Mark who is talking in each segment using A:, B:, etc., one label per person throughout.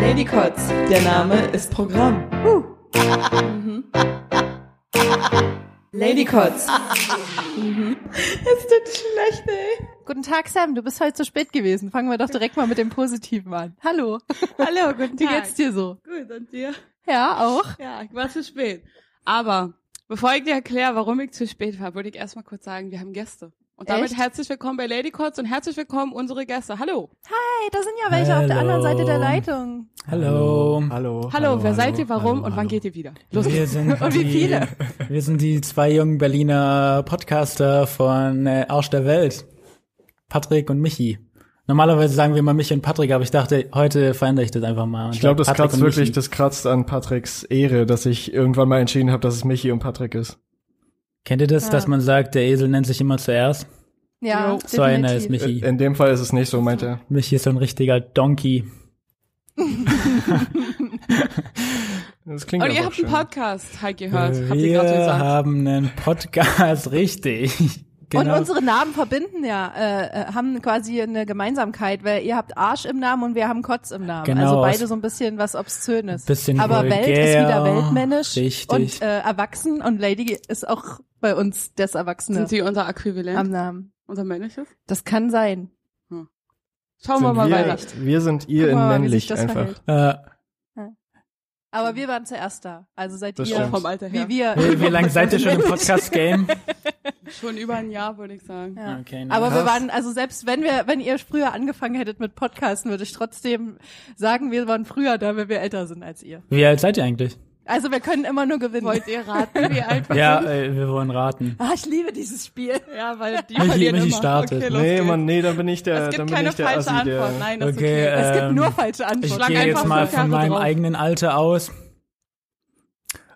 A: Lady Kotz, der Name ist Programm. Mhm. Lady Kotz. Es tut schlecht, ey.
B: Guten Tag, Sam. Du bist heute zu spät gewesen. Fangen wir doch direkt mal mit dem Positiven an. Hallo.
C: Hallo, guten
B: Wie
C: Tag.
B: geht's dir so?
C: Gut, und dir?
B: Ja, auch.
C: Ja, ich war zu spät. Aber bevor ich dir erkläre, warum ich zu spät war, würde ich erstmal kurz sagen, wir haben Gäste. Und damit
B: Echt?
C: herzlich willkommen bei Lady Cots und herzlich willkommen unsere Gäste. Hallo.
B: Hey, da sind ja welche auf der anderen Seite der Leitung.
D: Hallo.
E: Hallo.
C: Hallo, wer seid ihr, warum und wann geht ihr wieder? Los.
D: Wir sind
B: Und wie
D: die,
B: viele?
D: Wir sind die zwei jungen Berliner Podcaster von äh, Arsch der Welt. Patrick und Michi. Normalerweise sagen wir immer Michi und Patrick, aber ich dachte, heute verändere ich das einfach mal. und
E: Ich glaube, das
D: sag Patrick
E: kratzt
D: und
E: wirklich,
D: Michi.
E: das kratzt an Patricks Ehre, dass ich irgendwann mal entschieden habe, dass es Michi und Patrick ist.
D: Kennt ihr das, dass man sagt, der Esel nennt sich immer zuerst?
B: Ja,
C: Jo.
D: So einer ist
E: Äh,
D: Michi.
E: In dem Fall ist es nicht so, meint er.
D: Michi ist so ein richtiger Donkey.
E: Das klingt
C: Und
E: aber
C: ihr
E: auch
C: habt
E: schön.
C: einen Podcast, halt gehört. Habt ihr gerade so
D: wir
C: gesagt.
D: haben einen Podcast, richtig. Genau.
B: Und unsere Namen verbinden ja, äh, äh, haben quasi eine Gemeinsamkeit, weil ihr habt Arsch im Namen und wir haben Kotz im Namen.
D: Genau,
B: also
D: es-
B: beide so ein bisschen was Obszönes.
D: Bisschen
B: Aber
D: vulgär,
B: Welt ist wieder weltmännisch
D: richtig.
B: und äh, erwachsen und Lady ist auch bei uns das Erwachsene
C: Sind sie unser Äquivalent,
B: am Namen.
C: unser männliches?
B: Das kann sein.
C: Schauen wir
E: sind
C: mal
E: wir,
C: weiter.
E: wir sind ihr
B: Guck
E: in
B: mal, wie sich
E: männlich
B: das
E: einfach.
B: verhält.
D: äh,
B: Aber wir waren zuerst da. Also seid
E: Das
B: ihr
E: stimmt.
C: Vom Alter her.
B: wie wir.
D: wie, wie lange seid ihr schon im Podcast-Game?
C: Schon über ein Jahr, würde ich sagen.
B: Ja.
D: Okay, nice.
B: Aber wir
E: Krass.
B: waren, also selbst wenn wir, wenn ihr früher angefangen hättet mit Podcasten, würde ich trotzdem sagen, wir waren früher da, weil wir älter sind als ihr.
D: Wie alt seid ihr eigentlich?
B: Also wir können immer nur gewinnen.
C: Wollt ihr raten, wie alt wir
D: Ja,
C: sind?
D: äh, wir wollen raten.
B: Ah, ich liebe dieses Spiel.
C: Ja, weil Ah, die
D: Michi-
C: verlieren
D: Michi
C: immer.
D: startet.
C: Okay, los
E: Nee,
C: geht's.
E: Mann, nee, dann bin ich der,
C: Es
E: dann
C: gibt
E: bin
C: keine
E: ich der
C: falsche
E: Assi,
C: Antwort.
E: der,
C: Nein, das ist
D: Okay,
C: okay.
B: Es gibt
D: Ähm,
B: nur falsche
D: Ich
B: Antworten.
C: schlag
D: gehe
C: einfach
D: jetzt mal
C: fünf Jahre
D: von meinem
C: drauf.
D: eigenen Alter aus.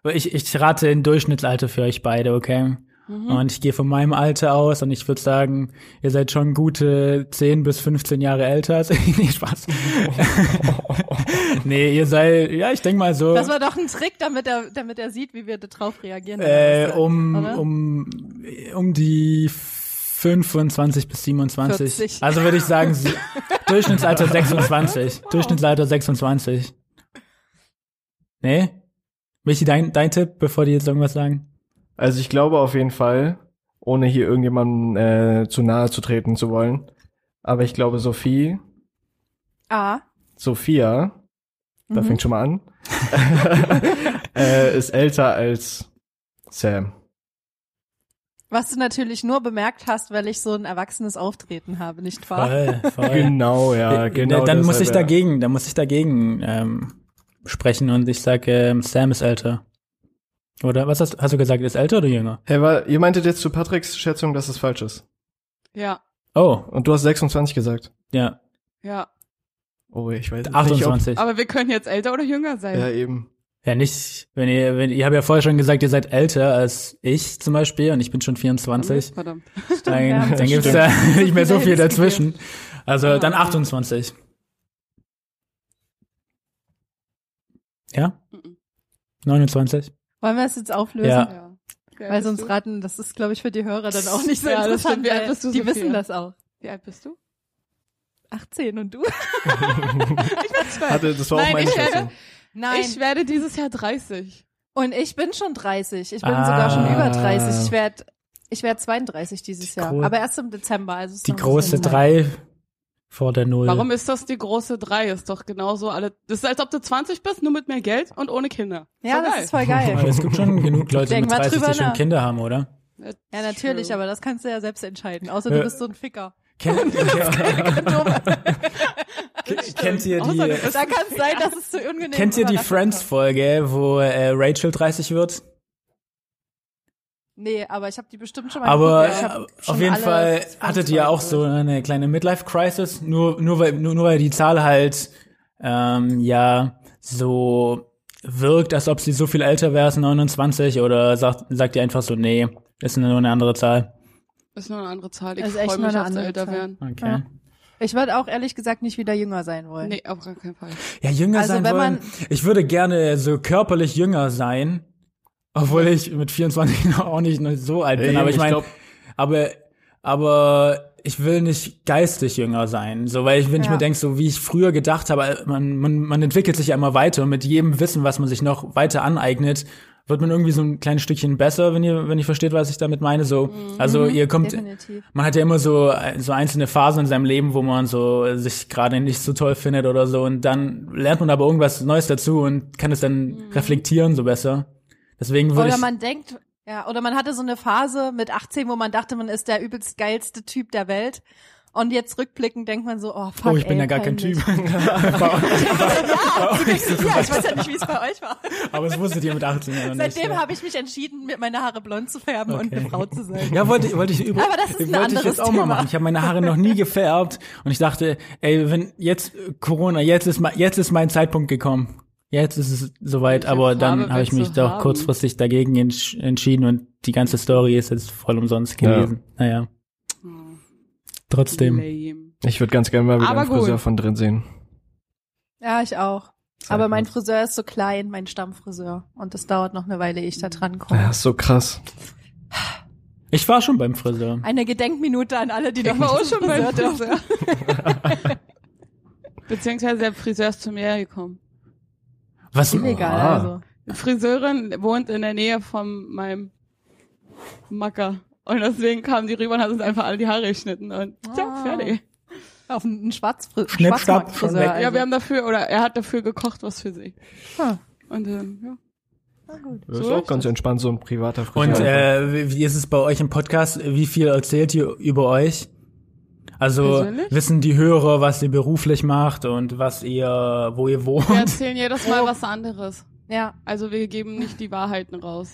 D: Aber Ich, ich rate ein Durchschnittsalter für euch beide, okay? Und ich gehe von meinem Alter aus und ich würde sagen, ihr seid schon gute 10 bis 15 Jahre älter. als- nee, Spaß. nee, ihr seid, ja, ich denke mal so.
B: Das war doch ein Trick, damit er, damit er sieht, wie wir da drauf reagieren.
D: Äh, um,
B: Oder?
D: um, um die 25 bis 27.
B: 40.
D: Also würde ich sagen, sie- Durchschnittsalter 26. Durchschnittsalter 26. Nee? Michi, dein, dein Tipp, bevor die jetzt irgendwas sagen?
E: Also ich glaube auf jeden Fall, ohne hier irgendjemandem äh, zu nahe zu treten zu wollen, aber ich glaube Sophie,
B: Ah.
E: Sophia,
C: Mhm.
E: da fängt schon mal an, äh, ist älter als Sam.
B: Was du natürlich nur bemerkt hast, weil ich so ein erwachsenes Auftreten habe, nicht wahr?
D: Voll, voll.
E: Genau, ja, genau.
D: dann muss ich
E: deshalb, ja.
D: dagegen, dann muss ich dagegen ähm, sprechen und ich sage, ähm, Sam ist älter. Oder was hast, hast du gesagt, ist älter oder jünger?
E: Hey, war, ihr meintet jetzt zu Patricks Schätzung, dass es falsch ist.
C: Ja,
D: Oh,
E: Und du hast 26 gesagt.
D: ja,
C: ja.
E: Oh, ich weiß jetzt nicht. ob-
D: 28.
C: Aber wir können jetzt älter oder jünger sein.
E: Ja, eben.
D: Ja, nicht, wenn ihr, wenn, ihr habt ja vorher schon gesagt, ihr seid älter als ich zum Beispiel und ich bin schon 24.
B: Mhm.
C: Verdammt.
B: wir
D: Dann,
B: haben
D: dann gibt's
E: schon
D: da nicht mehr so viel
B: viele Hints
D: dazwischen. Also
C: Ah.
D: dann 28. Ja?
C: Mhm.
D: 29?
B: Wollen wir es jetzt auflösen?
D: Ja.
C: Ja.
B: Weil sonst raten, das ist, glaube ich, für die Hörer dann auch nicht so
C: Ja, das
B: interessant.
C: stimmt. Wie alt
B: weil
C: bist du,
B: die
C: Sophia?
B: wissen das auch.
C: Wie alt bist du?
B: 18 und du?
E: Hatte, das war
C: Nein,
E: auch meine
C: ich werde-
E: Schätzung.
B: Nein.
C: Ich werde dieses Jahr 30.
B: und ich bin schon 30. Ich bin
D: Ah.
B: sogar schon über 30. Ich werde ich werd 32 dieses
D: Die
B: Jahr.
D: gro-
B: Aber erst im Dezember. Also es ist
D: Die
B: noch ein bisschen
D: große
B: Zeit.
D: 3 vor der 0.
C: Warum ist das die große 3? Ist doch genauso alle. Das ist, als ob du 20 bist, nur mit mehr Geld und ohne Kinder.
B: Ja,
C: Voll
B: das
C: geil.
B: ist voll geil.
D: Es gibt schon genug Leute
B: Denk
D: mit
B: mal
D: 30,
B: drüber
D: die schon
B: nach.
D: Kinder haben, oder?
C: That's
B: Ja, natürlich,
C: true.
B: aber das kannst du ja selbst entscheiden. Außer du
D: Ja.
B: bist so ein Ficker.
D: Kennt, kennt ihr
C: Außer du
D: die,
C: bist
B: Da kann es sein, dass es zu unangenehm
D: kennt ihr die Friends-Folge, wo äh, Rachel 30 wird?
B: Nee, aber ich habe die bestimmt schon mal
D: Aber
B: geguckt. Ich hab
D: äh,
B: schon
D: auf jeden
B: alle also.
D: Fall
B: Friends
D: hattet ihr auch
B: durch.
D: so eine kleine Midlife-Crisis, nur, nur, weil, nur, nur weil die Zahl halt ähm, ja so wirkt, als ob sie so viel älter wäre als 29 oder sagt, sagt ihr einfach so, nee, ist nur eine andere Zahl.
C: ist nur eine andere Zahl. Ich
B: Das ist
C: freue
B: echt nur
C: mich,
B: eine
C: dass wir
B: andere
C: älter
B: Zahl.
C: werden.
D: Okay.
B: Ja.
D: äh,
B: Ich würde auch ehrlich gesagt nicht wieder jünger sein wollen.
C: Nee, auf gar keinen Fall.
D: Ja, jünger
B: Also
D: sein
B: wenn
D: wollen.
B: man-
D: ich würde gerne so körperlich jünger sein, obwohl ich mit 24 noch auch nicht so alt bin.
E: Eben,
D: aber ich
E: ich
D: meine,
E: glaub-
D: aber, aber ich will nicht geistig jünger sein. So, weil ich, wenn ich
B: Ja.
D: mir denke, so wie ich früher gedacht habe, äh, man, man, man entwickelt sich ja immer weiter und mit jedem Wissen, was man sich noch weiter aneignet, wird man irgendwie so ein kleines Stückchen besser, wenn ihr, wenn ihr versteht, was ich damit meine. So, also ihr kommt,
B: Mhm. Definitiv.
D: man hat ja immer so, so einzelne Phasen in seinem Leben, wo man so äh, sich gerade nicht so toll findet oder so. Und dann lernt man aber irgendwas Neues dazu und kann es dann reflektieren so besser. Deswegen würde
B: Mhm. Oder
D: ich.
B: man denkt, ja, oder man hatte so eine Phase mit 18, wo man dachte, man ist der übelst geilste Typ der Welt. Und jetzt rückblickend denkt man so, oh fuck.
D: Oh, ich bin
B: ey,
D: ja gar kein
B: peinlich.
D: Typ.
B: ja, ich weiß ja nicht, wie es bei euch war.
D: aber es wusstet ihr mit 18 ja noch nicht.
B: Seitdem
D: ja.
B: habe ich mich entschieden, mir meine Haare blond zu färben und
D: Okay.
B: eine Frau zu sein.
D: Ja, wollte, wollte ich übrigens.
B: Aber das ist ein
D: wollte ich
B: anderes
D: jetzt auch mal
B: Thema.
D: machen. Ich habe meine Haare noch nie gefärbt und ich dachte, ey, wenn jetzt äh, Corona, jetzt ist mein, jetzt ist mein Zeitpunkt gekommen. Jetzt ist es soweit,
C: Welche
D: aber dann
C: Farbe
D: habe ich mich
C: willst du
D: doch
C: haben?
D: kurzfristig dagegen entsch entschieden und die ganze Story ist jetzt voll umsonst
E: Ja.
D: gewesen. Naja, trotzdem.
C: Lame.
E: Ich würde ganz gerne mal wieder
C: Aber
E: einen Friseur
C: gut.
E: von drin sehen.
B: Ja, ich auch.
E: Zeig
B: Aber mein
E: mal.
B: Friseur ist so klein, mein Stammfriseur. Und das dauert noch eine Weile, ehe
D: Mhm.
B: ich da dran
E: Ja,
B: komme.
E: ist so krass.
D: Ich war schon beim Friseur.
B: Eine Gedenkminute an alle, die noch
C: Ich war auch
B: nicht
C: schon beim
B: Friseur dürfen.
C: Friseur. Beziehungsweise der Friseur ist zu mir gekommen.
D: Was?
B: Illegal,
E: Ah.
B: also.
C: Eine Friseurin wohnt in der Nähe von meinem Macker. Und deswegen kamen die rüber und haben uns einfach alle die Haare geschnitten und
B: Ah.
C: ja, fertig.
B: Auf einen Schwarzfri
D: Schnipp, schnapp, schon weg.
B: Schwarzmarktfriseur. Also.
C: Ja, wir haben dafür, oder er hat dafür gekocht was für sie.
B: Ah.
C: Und ähm, ja.
E: Das ist
C: So
E: auch
C: ist
E: ganz
C: das.
E: entspannt, so ein privater Friseur.
D: Und äh, wie- wie ist es bei euch im Podcast? Wie viel erzählt ihr über euch? Also
C: Persönlich?
D: wissen die Hörer, was ihr beruflich macht und was ihr, wo ihr
C: Wir
D: wohnt?
C: erzählen jedes
D: Oh.
C: Mal was anderes.
B: ja,
C: Also wir geben nicht die Wahrheiten raus.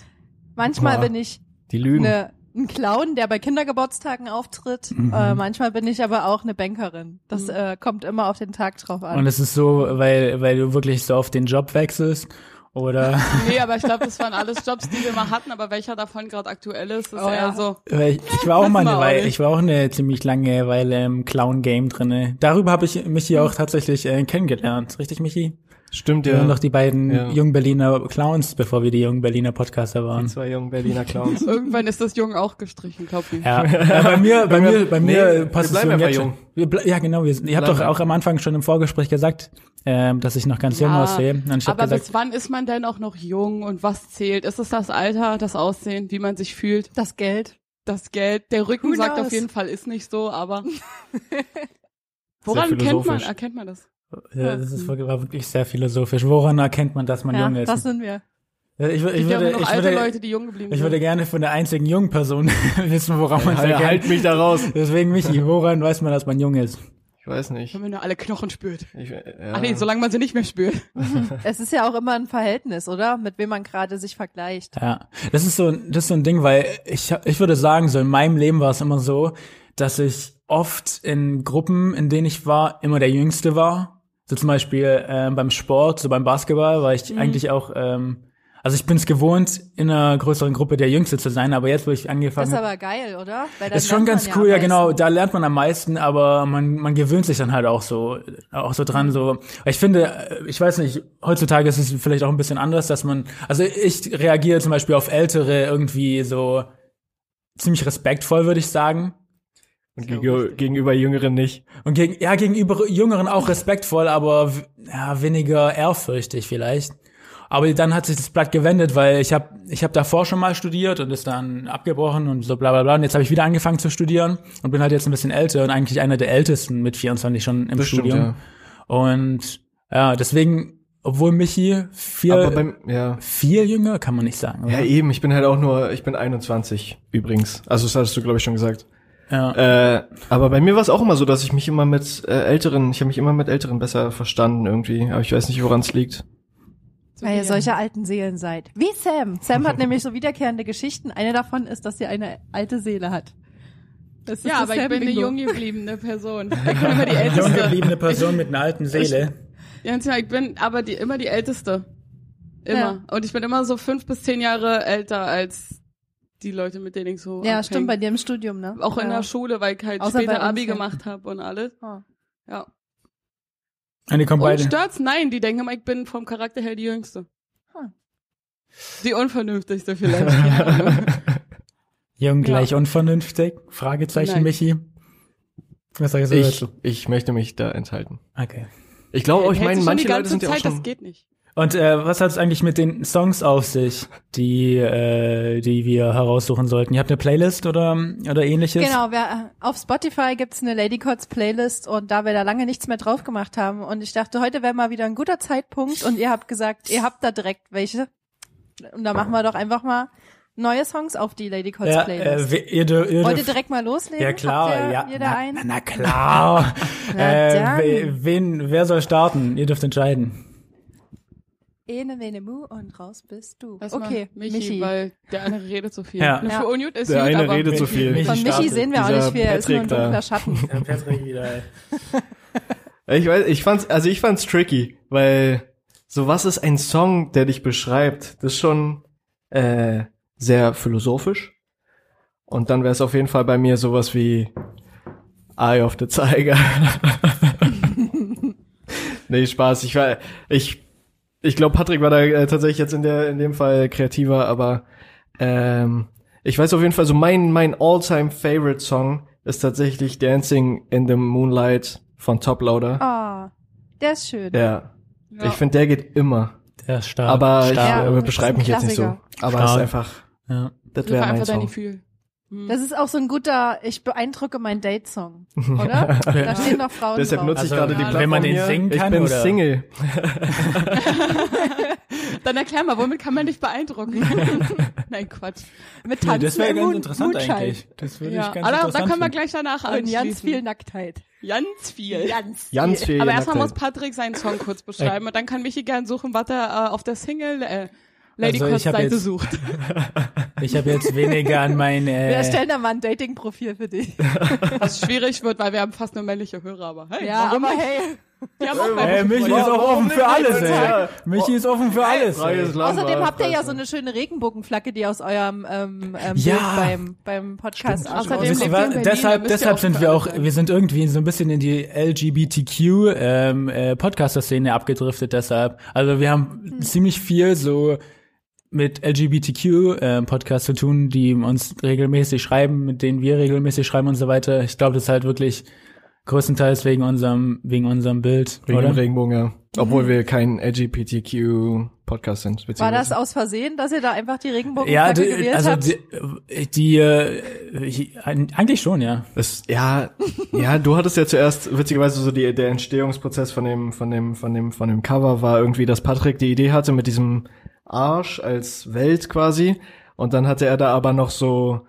B: manchmal
E: Boah.
B: bin ich
E: die Lügen.
C: ne.
B: eine, ein Clown, der bei Kindergeburtstagen auftritt.
D: Mhm.
B: Äh, manchmal bin ich aber auch eine Bankerin. Das äh, kommt immer auf den Tag drauf an.
D: Und es ist so, weil, weil du wirklich so oft den Job wechselst oder
C: Nee, aber ich glaube, das waren alles Jobs, die wir mal hatten, aber welcher davon gerade aktuell ist, ist
B: Oh,
C: eher
B: ja.
C: so.
D: weil ich, ich war auch mal
C: Wissen wir
D: eine
C: auch
D: Weile,
C: nicht.
D: ich war auch eine ziemlich lange Weile im Clown Game drinne. Darüber habe ich mich hier auch tatsächlich äh, kennengelernt, richtig Michi?
E: Stimmt
D: Wir
E: ja.
D: waren doch die beiden
E: Ja.
D: jungen Berliner Clowns, bevor wir die jungen Berliner Podcaster waren.
E: Zwei jungen Berliner Clowns.
C: Irgendwann ist das Jung auch gestrichen, glaub mir.
D: Ja, ja bei mir, bei mir, bei mir
E: Nee,
D: passt
E: wir
D: es
E: bleiben
D: mir
E: einfach
D: jetzt
E: jung.
D: schon. Wir ble- ja, genau. Wir, sind- ihr habt doch
E: Bleiben
D: auch am Anfang schon im Vorgespräch gesagt, ähm, dass ich noch ganz jung aussehe. Und ich habe
C: aber
D: gesagt,
C: bis wann ist man denn auch noch jung und was zählt? Ist es das Alter, das Aussehen, wie man sich fühlt,
B: das Geld.
C: das Geld? Der Rücken
B: Who
C: sagt
B: knows?
C: auf jeden Fall, ist nicht so, aber woran kennt man,
E: philosophisch.
C: erkennt man das?
D: äh, das ist wirklich, war wirklich sehr philosophisch. Woran erkennt man, dass man
B: Ja,
D: jung ist?
B: das sind wir.
D: Äh, ich, wür- ich,
C: Ich glaube,
D: würde,
C: noch
D: ich,
C: alte
D: würde,
C: Leute, die jung geblieben
D: ich würde
C: sind.
D: gerne von der einzigen jungen Person wissen, woran man es
E: Halt,
D: erkennt.
E: halt mich da raus.
D: Deswegen, Michi, woran weiß man, dass man jung ist?
E: Ich weiß nicht.
C: Wenn man nur alle Knochen spürt.
E: Ich, äh,
C: Ach nee, solange man sie nicht mehr spürt.
B: Es ist ja auch immer ein Verhältnis, oder? Mit wem man gerade sich vergleicht.
D: Ja, das ist so, ein- das ist so ein Ding, weil ich, ich würde sagen, so in meinem Leben war es immer so, dass ich oft in Gruppen, in denen ich war, immer der Jüngste war. So zum Beispiel ähm, beim Sport, so beim Basketball, war
C: Mhm.
D: ich eigentlich auch, ähm, also ich bin es gewohnt, in einer größeren Gruppe der Jüngste zu sein, aber jetzt, wo ich
B: Das
D: angefangen
B: ist
D: habe,
B: aber geil, oder? Weil dann
D: ist schon
B: lernt man
D: ganz cool,
B: am
D: ja
B: meisten.
D: genau, da lernt man am meisten, aber man, man gewöhnt sich dann halt auch so, auch so dran, so. Ich finde, äh, ich weiß nicht, heutzutage ist es vielleicht auch ein bisschen anders, dass man, also ich reagiere zum Beispiel auf Ältere irgendwie so ziemlich respektvoll, würde ich sagen.
E: Und gege gegenüber Jüngeren nicht.
D: Und gegen, ja, gegenüber Jüngeren auch respektvoll, aber w- ja, weniger ehrfürchtig vielleicht. Aber dann hat sich das Blatt gewendet, weil ich habe ich hab davor schon mal studiert und ist dann abgebrochen und so bla bla bla. Und jetzt habe ich wieder angefangen zu studieren und bin halt jetzt ein bisschen älter und eigentlich einer der ältesten mit 24 schon im
E: Das stimmt,
D: Studium.
E: ja.
D: Und ja, deswegen, obwohl Michi
E: Aber
D: viel,
E: beim, ja.
D: viel jünger kann man nicht sagen.
E: Ja,
D: oder?
E: eben, ich bin halt auch nur, ich bin 21 übrigens. Also das hattest du, glaube ich, schon gesagt.
D: ja.
E: Äh, aber bei mir war es auch immer so, dass ich mich immer mit äh, Älteren, ich habe mich immer mit Älteren besser verstanden irgendwie. Aber ich weiß nicht, woran es liegt.
C: So
B: Weil
C: wie
B: ihr solche alten Seelen seid. Wie Sam. Sam hat nämlich so wiederkehrende Geschichten. Eine davon ist, dass sie eine alte Seele hat. Das ist
C: Ja,
B: das
C: aber ich bin eine
B: Sam-Bingo.
C: jung gebliebene Person. Ich bin immer die
D: Jung
C: Älteste.
D: gebliebene Person mit einer alten Seele.
C: Jens, ja, ich bin aber die, immer die Älteste. Immer. Und ich bin immer so fünf bis zehn Jahre älter als die Leute, mit denen ich so
B: Ja,
C: abhäng.
B: stimmt, bei dir im Studium, ne?
C: Auch in
B: ja.
C: der Schule, weil ich halt
B: Außer bei
C: später
B: uns,
C: Abi
B: ja.
C: gemacht habe und alles.
B: Oh.
C: Ja.
D: Und die kommen
C: Und
D: beide.
C: stört's? Nein, die denken immer, ich bin vom Charakter her die Jüngste.
B: Hm.
C: Die Unvernünftigste vielleicht. Keine Ahnung.
D: Jung gleich unvernünftig? Fragezeichen,
C: Nein.
D: Michi. Was sagst
C: Also
D: du
E: Ich,
D: dazu?
E: ich möchte mich da enthalten.
D: Okay.
E: Ich glaube, auch, ich
C: Hält
E: meine,
C: sich Äh, schon die
E: manche Leute
C: ganze
E: sind ja auch
C: Zeit,
E: schon.
C: das geht nicht.
D: Und äh, was hat es eigentlich mit den Songs auf sich, die, äh, die wir heraussuchen sollten? Ihr habt eine Playlist oder, oder ähnliches?
B: Genau, wer, auf Spotify gibt's eine Lady Cots Playlist und da wir da lange nichts mehr drauf gemacht haben und ich dachte, heute wäre mal wieder ein guter Zeitpunkt und ihr habt gesagt, ihr habt da direkt welche und da machen wir doch einfach mal neue Songs auf die Lady Cots
D: Ja,
B: Playlist.
D: äh, wir- ihr, dür- ihr
B: Wollt ihr
D: dürft-
B: direkt mal loslegen?
D: Ja klar,
B: Habt ihr,
D: ja.
B: Jeder
D: na,
B: einen?
D: na klar.
B: dann.
D: äh, we- wen, wer soll starten? Ihr dürft entscheiden.
B: Ene, Mene, Mu und raus bist du.
C: Lass
B: okay,
C: mal Michi, weil der andere redet so viel.
D: Ja.
C: Nur
B: Ja.
C: Für Unmut ist
E: Der
C: gut,
E: eine
C: aber
E: redet so viel.
D: Michi
B: Von Michi
D: startet,
B: sehen wir auch
E: dieser
B: nicht viel, er ist nur ein
E: Patrick da.
B: dunkler Schatten.
D: Patrick wieder.
E: Ich weiß, ich fand's, also ich fand's tricky, weil so was ist ein Song, der dich beschreibt? Das ist schon äh, sehr philosophisch. Und dann wäre es auf jeden Fall bei mir sowas wie Eye of the Tiger. nee, Spaß. Ich war, ich, ich glaube, Patrick war da äh, tatsächlich jetzt in der, in dem Fall kreativer, aber ähm, ich weiß auf jeden Fall, so mein, mein All-Time-Favorite-Song ist tatsächlich Dancing in the Moonlight von Top Lauder.
B: Oh, der ist schön.
E: Ja.
C: Ja.
E: Ich finde, der geht immer.
D: Der stark.
E: Aber ich
D: stark.
B: Ja.
E: äh, beschreibe mich jetzt nicht so. Aber es ist
D: Stark.
E: einfach,
D: Ja.
E: das
C: Suche
E: wäre mein
C: einfach dein
E: Song.
C: Gefühl. Hm.
B: Das ist auch so ein guter, ich beeindrucke mein Date-Song, oder? Da stehen doch Frauen
E: Deshalb
B: drauf.
E: nutze ich
D: Also,
E: gerade die
C: wenn
E: Plattform
D: man den
E: hier.
D: singen
E: Ich
D: kann,
E: bin
D: oder?
E: Single.
C: Dann erklär mal, womit kann man dich beeindrucken? Nein, Quatsch.
B: Mit
D: Nee,
B: Tanzen
D: das wäre
B: im
D: ganz
B: Mond-
D: interessant
B: Mondschein.
D: eigentlich. Das würde
C: Ja.
D: ich ganz
C: Aber da
D: interessant
C: können wir
D: finden.
C: gleich danach
B: Und ganz viel
C: anschließen.
B: Nacktheit.
C: Ganz viel.
B: Ganz.
E: Ganz viel.
C: Aber erstmal muss
E: Nacktheit.
C: Patrick seinen Song kurz beschreiben und dann kann Michi gern suchen, was er äh, auf der Single äh, Lady
D: Also, ich
C: Cost
D: hab
C: Seite
D: jetzt-
C: sucht.
D: Ich habe jetzt weniger an meine.
B: Wir
D: Äh,
B: erstellen da mal ein Dating-Profil für dich.
C: Was schwierig wird, weil wir haben fast nur männliche Hörer, aber hey,
B: Ja,
C: warum
B: aber
C: nicht?
B: hey,
C: Die haben auch
D: äh,
C: weibliche
D: Michi
C: Freunde.
D: ist auch offen für alles, ey.
E: Ja.
D: Michi ist offen für alles.
E: Freies
D: ey.
E: Land,
B: außerdem
E: Mann.
B: habt ihr ja so eine schöne Regenbogenflagge, die aus eurem ähm, ähm,
D: Ja.
B: Bild beim, beim Podcast
C: außerdem
B: außerdem
D: Wisst ihr
C: lebt
D: was?
C: ihr in Berlin, da
D: deshalb
C: müsst ihr
D: deshalb
C: auch
D: sind
C: für
D: wir
C: alle
D: auch,
C: sein.
D: wir sind irgendwie so ein bisschen in die LGBTQ ähm, äh, Podcaster-Szene abgedriftet deshalb. Also wir haben ziemlich viel so mit LGBTQ ähm, Podcasts zu tun, die uns regelmäßig schreiben, mit denen wir regelmäßig schreiben und so weiter. Ich glaube, das ist halt wirklich größtenteils wegen unserem wegen unserem Bild,
E: Wegen dem
D: oder?
E: Regenbogen, ja. Obwohl wir kein LGBTQ-Podcast sind.
B: Mhm. War
E: beziehungsweise-
B: das aus Versehen, dass ihr da einfach die
D: Ja,
B: Regenbogenflagge
D: die,
B: gewählt
D: also
B: habt?
D: die, äh, die äh, ich- eigentlich schon, ja.
E: Es, ja, ja, du hattest ja zuerst, witzigerweise, so die, der Entstehungsprozess von dem, von dem, von dem, von dem Cover war irgendwie, dass Patrick die Idee hatte mit diesem Arsch als Welt quasi. Und dann hatte er da aber noch so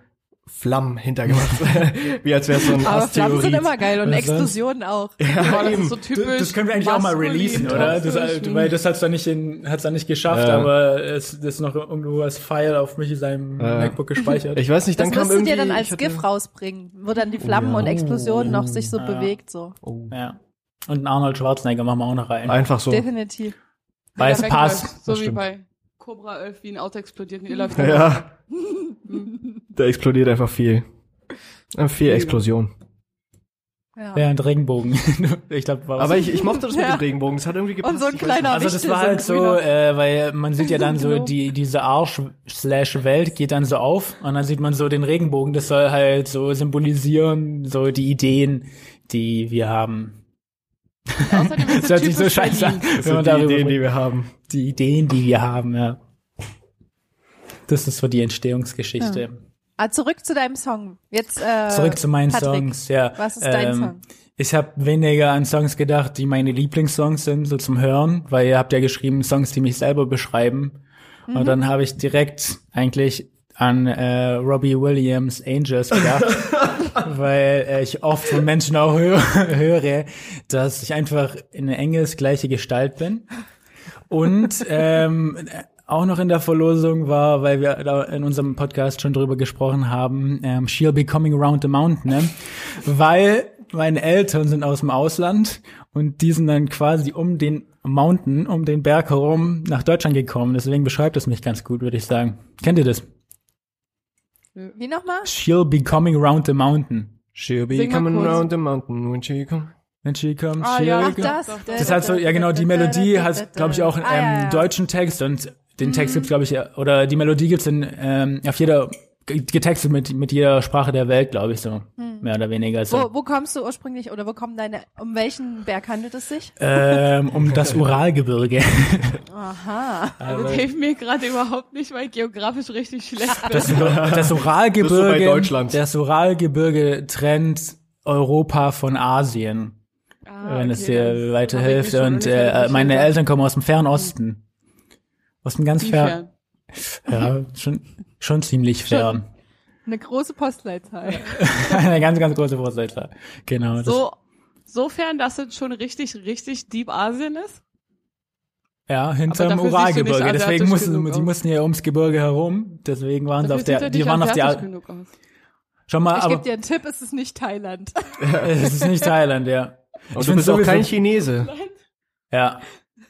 E: Flammen hintergemacht. Wie als wäre so ein
B: aber Flammen sind
E: Asteroid.
B: immer geil und
D: Oder
B: Explosionen auch.
C: Boah, das ist so typisch.
D: Das können wir eigentlich auch mal
C: maskulin,
D: releasen, oder? Das,
C: toxisch.
D: weil das hat's dann nicht in, hat's dann nicht geschafft,
E: Ja.
D: aber es ist noch irgendwo als File auf mich in seinem
E: Ja.
D: MacBook gespeichert.
E: Ich weiß nicht,
B: Das
E: dann kam
B: müsstet
E: irgendwie.
B: ihr dann
E: ich
B: als
E: hatte-
B: GIF rausbringen, wo dann die Flammen
E: ja.
B: und Explosionen noch sich so bewegt, so.
D: ja. Und einen Arnold Schwarzenegger machen wir auch noch rein.
E: Einfach so.
B: Definitiv.
C: Wenn
D: Weiß
C: er
D: Pass.
C: wegläuft, So
E: Das
C: wie
E: stimmt.
C: bei Cobra 11, wie ein Auto explodiert und ihr läuft dann-
E: Ja. da explodiert einfach viel. Äh, Viel Explosion.
B: Ja.
D: Ja, und Regenbogen. ich glaube, war
E: Aber ich, ich mochte das mit
B: Ja.
E: dem Regenbogen. Es hat irgendwie gepasst.
B: Und so ein
E: ich weiß
B: kleiner
D: also das
B: Wichtel,
D: war
B: so ein
D: halt so,
B: grüner.
D: äh, weil man sieht ja dann so
B: Genau.
D: die diese Arsch-Slash-Welt geht dann so auf und dann sieht man so den Regenbogen. Das soll halt so symbolisieren so die Ideen, die wir haben.
C: Außerdem ist
D: Das
C: es
D: hört sich
C: typisch
D: so scheiße an,
C: Berlin.
E: nicht.
D: wenn man
E: Das sind die
D: darüber
E: Ideen, die wir haben.
D: die Ideen, die wir haben, ja. Das ist so die Entstehungsgeschichte.
B: Ah, zurück zu deinem Song. Jetzt äh,
D: Zurück zu meinen
B: Patrick,
D: Songs, ja.
B: Was ist dein
D: Ähm,
B: Song?
D: Ich habe weniger an Songs gedacht, die meine Lieblingssongs sind, so zum Hören, weil ihr habt ja geschrieben, Songs, die mich selber beschreiben. Und dann habe ich direkt eigentlich an äh, Robbie Williams Angels gedacht, weil äh, ich oft von Menschen auch hö höre, dass ich einfach eine engelsgleiche Gestalt bin. Und ähm, auch noch in der Verlosung war, weil wir da in unserem Podcast schon drüber gesprochen haben, ähm, She'll be coming around the mountain, ne? Weil meine Eltern sind aus dem Ausland und die sind dann quasi um den Mountain, um den Berg herum nach Deutschland gekommen. Deswegen beschreibt es mich ganz gut, würde ich sagen. Kennt ihr das?
B: Wie nochmal?
D: She'll be coming around the mountain.
E: She'll be
C: Sing mal
E: coming
C: kurz.
E: round the mountain when she comes.
D: When she comes,
C: Ah,
D: she'll
C: ja.
D: be
B: Ach
C: Ach,
D: coming-
B: das.
C: das-
D: Das ist halt so, ja genau, die Melodie hat, glaube ich, auch einen
B: Ah, ja, Mhm. ja.
D: äh, ähm, deutschen Text und den Text gibt's, glaube ich, oder die Melodie gibt's in, ähm, auf jeder getextet mit, mit jeder Sprache der Welt, glaube ich, so. Mehr oder weniger. Also,
B: Mhm. Wo, wo kommst du ursprünglich oder wo kommen deine, um welchen Berg handelt es sich?
D: ähm, um das Uralgebirge.
B: Aha.
C: Das hilft mir gerade überhaupt nicht, weil ich geografisch richtig schlecht bin.
D: Das, das Uralgebirge.
E: Das ist so bei Deutschland.
D: Das Uralgebirge trennt Europa von Asien,
C: Ah,
D: wenn es
C: okay,
D: dir
C: das hab ich mir
D: weiterhilft.
C: schon
D: Und
C: nicht
D: äh,
C: wirklich
D: meine
C: gedacht.
D: Eltern kommen aus dem Fernosten. Aus dem ganz
C: Wie
D: fern.
C: fern?
D: Ja, schon, schon ziemlich fern.
B: Eine große Postleitzahl.
D: Eine ganz, ganz große Vorseite. Genau. das-
C: So, sofern, dass es schon richtig, richtig deep Asien ist.
D: Ja, hinterm
C: dafür siehst du
D: Uralgebirge.
C: nicht
D: Deswegen
C: asiatisch
D: mussten,
C: genug
D: die
C: aus.
D: mussten ja ums Gebirge herum. Deswegen waren sie
C: Dafür
D: auf der,
C: sieht er
D: die
C: nicht
D: waren auf
C: asiatisch
D: der,
C: genug aus.
D: schon mal,
B: Ich gebe
D: aber
B: dir einen Tipp, es ist nicht Thailand.
D: es ist nicht Thailand, ja. Ich
E: Und du
D: find's
E: bist auch
D: sowieso-
E: kein Chinese.
D: Ja.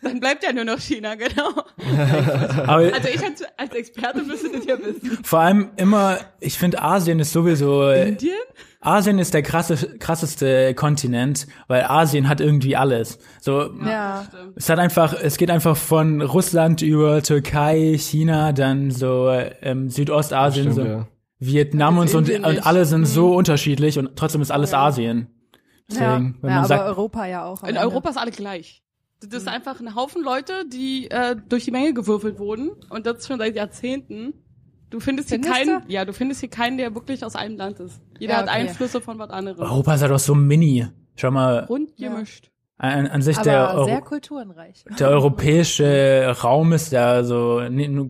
C: Dann bleibt ja nur noch China, genau.
D: Aber
C: Also ich als, als Experte müsste das ja wissen.
D: vor allem immer, ich finde Asien ist sowieso, äh,
C: Indien?
D: Asien ist der krasse, krasseste Kontinent, weil Asien hat irgendwie alles. So,
B: Ja.
D: Es hat einfach, es geht einfach von Russland über Türkei, China, dann so ähm, Südostasien,
E: Stimmt,
D: so
E: ja.
D: Vietnam und
C: Also
D: so und,
C: Indien
D: und
C: nicht.
D: alle sind so unterschiedlich und trotzdem ist alles Asien.
B: Mhm. Ja,
D: Deswegen, wenn
B: ja
D: man
B: aber
D: sagt,
B: Europa ja auch. am
C: In
B: Ende.
C: Europa ist alle gleich. Das
B: Mhm.
C: ist einfach ein Haufen Leute, die äh, durch die Menge gewürfelt wurden und das schon seit Jahrzehnten. Du findest,
B: Findest
C: hier keinen, ja, du findest hier keinen, der wirklich aus einem Land ist. Jeder
B: Ja,
C: hat
B: okay.
C: Einflüsse von was
E: Oh.
C: anderem.
D: Europa ist ja doch so mini. Schau mal,
C: Rund gemischt.
D: an, an sich
B: aber
D: der,
B: sehr
D: Euro
B: kulturenreich.
D: der europäische Raum ist ja so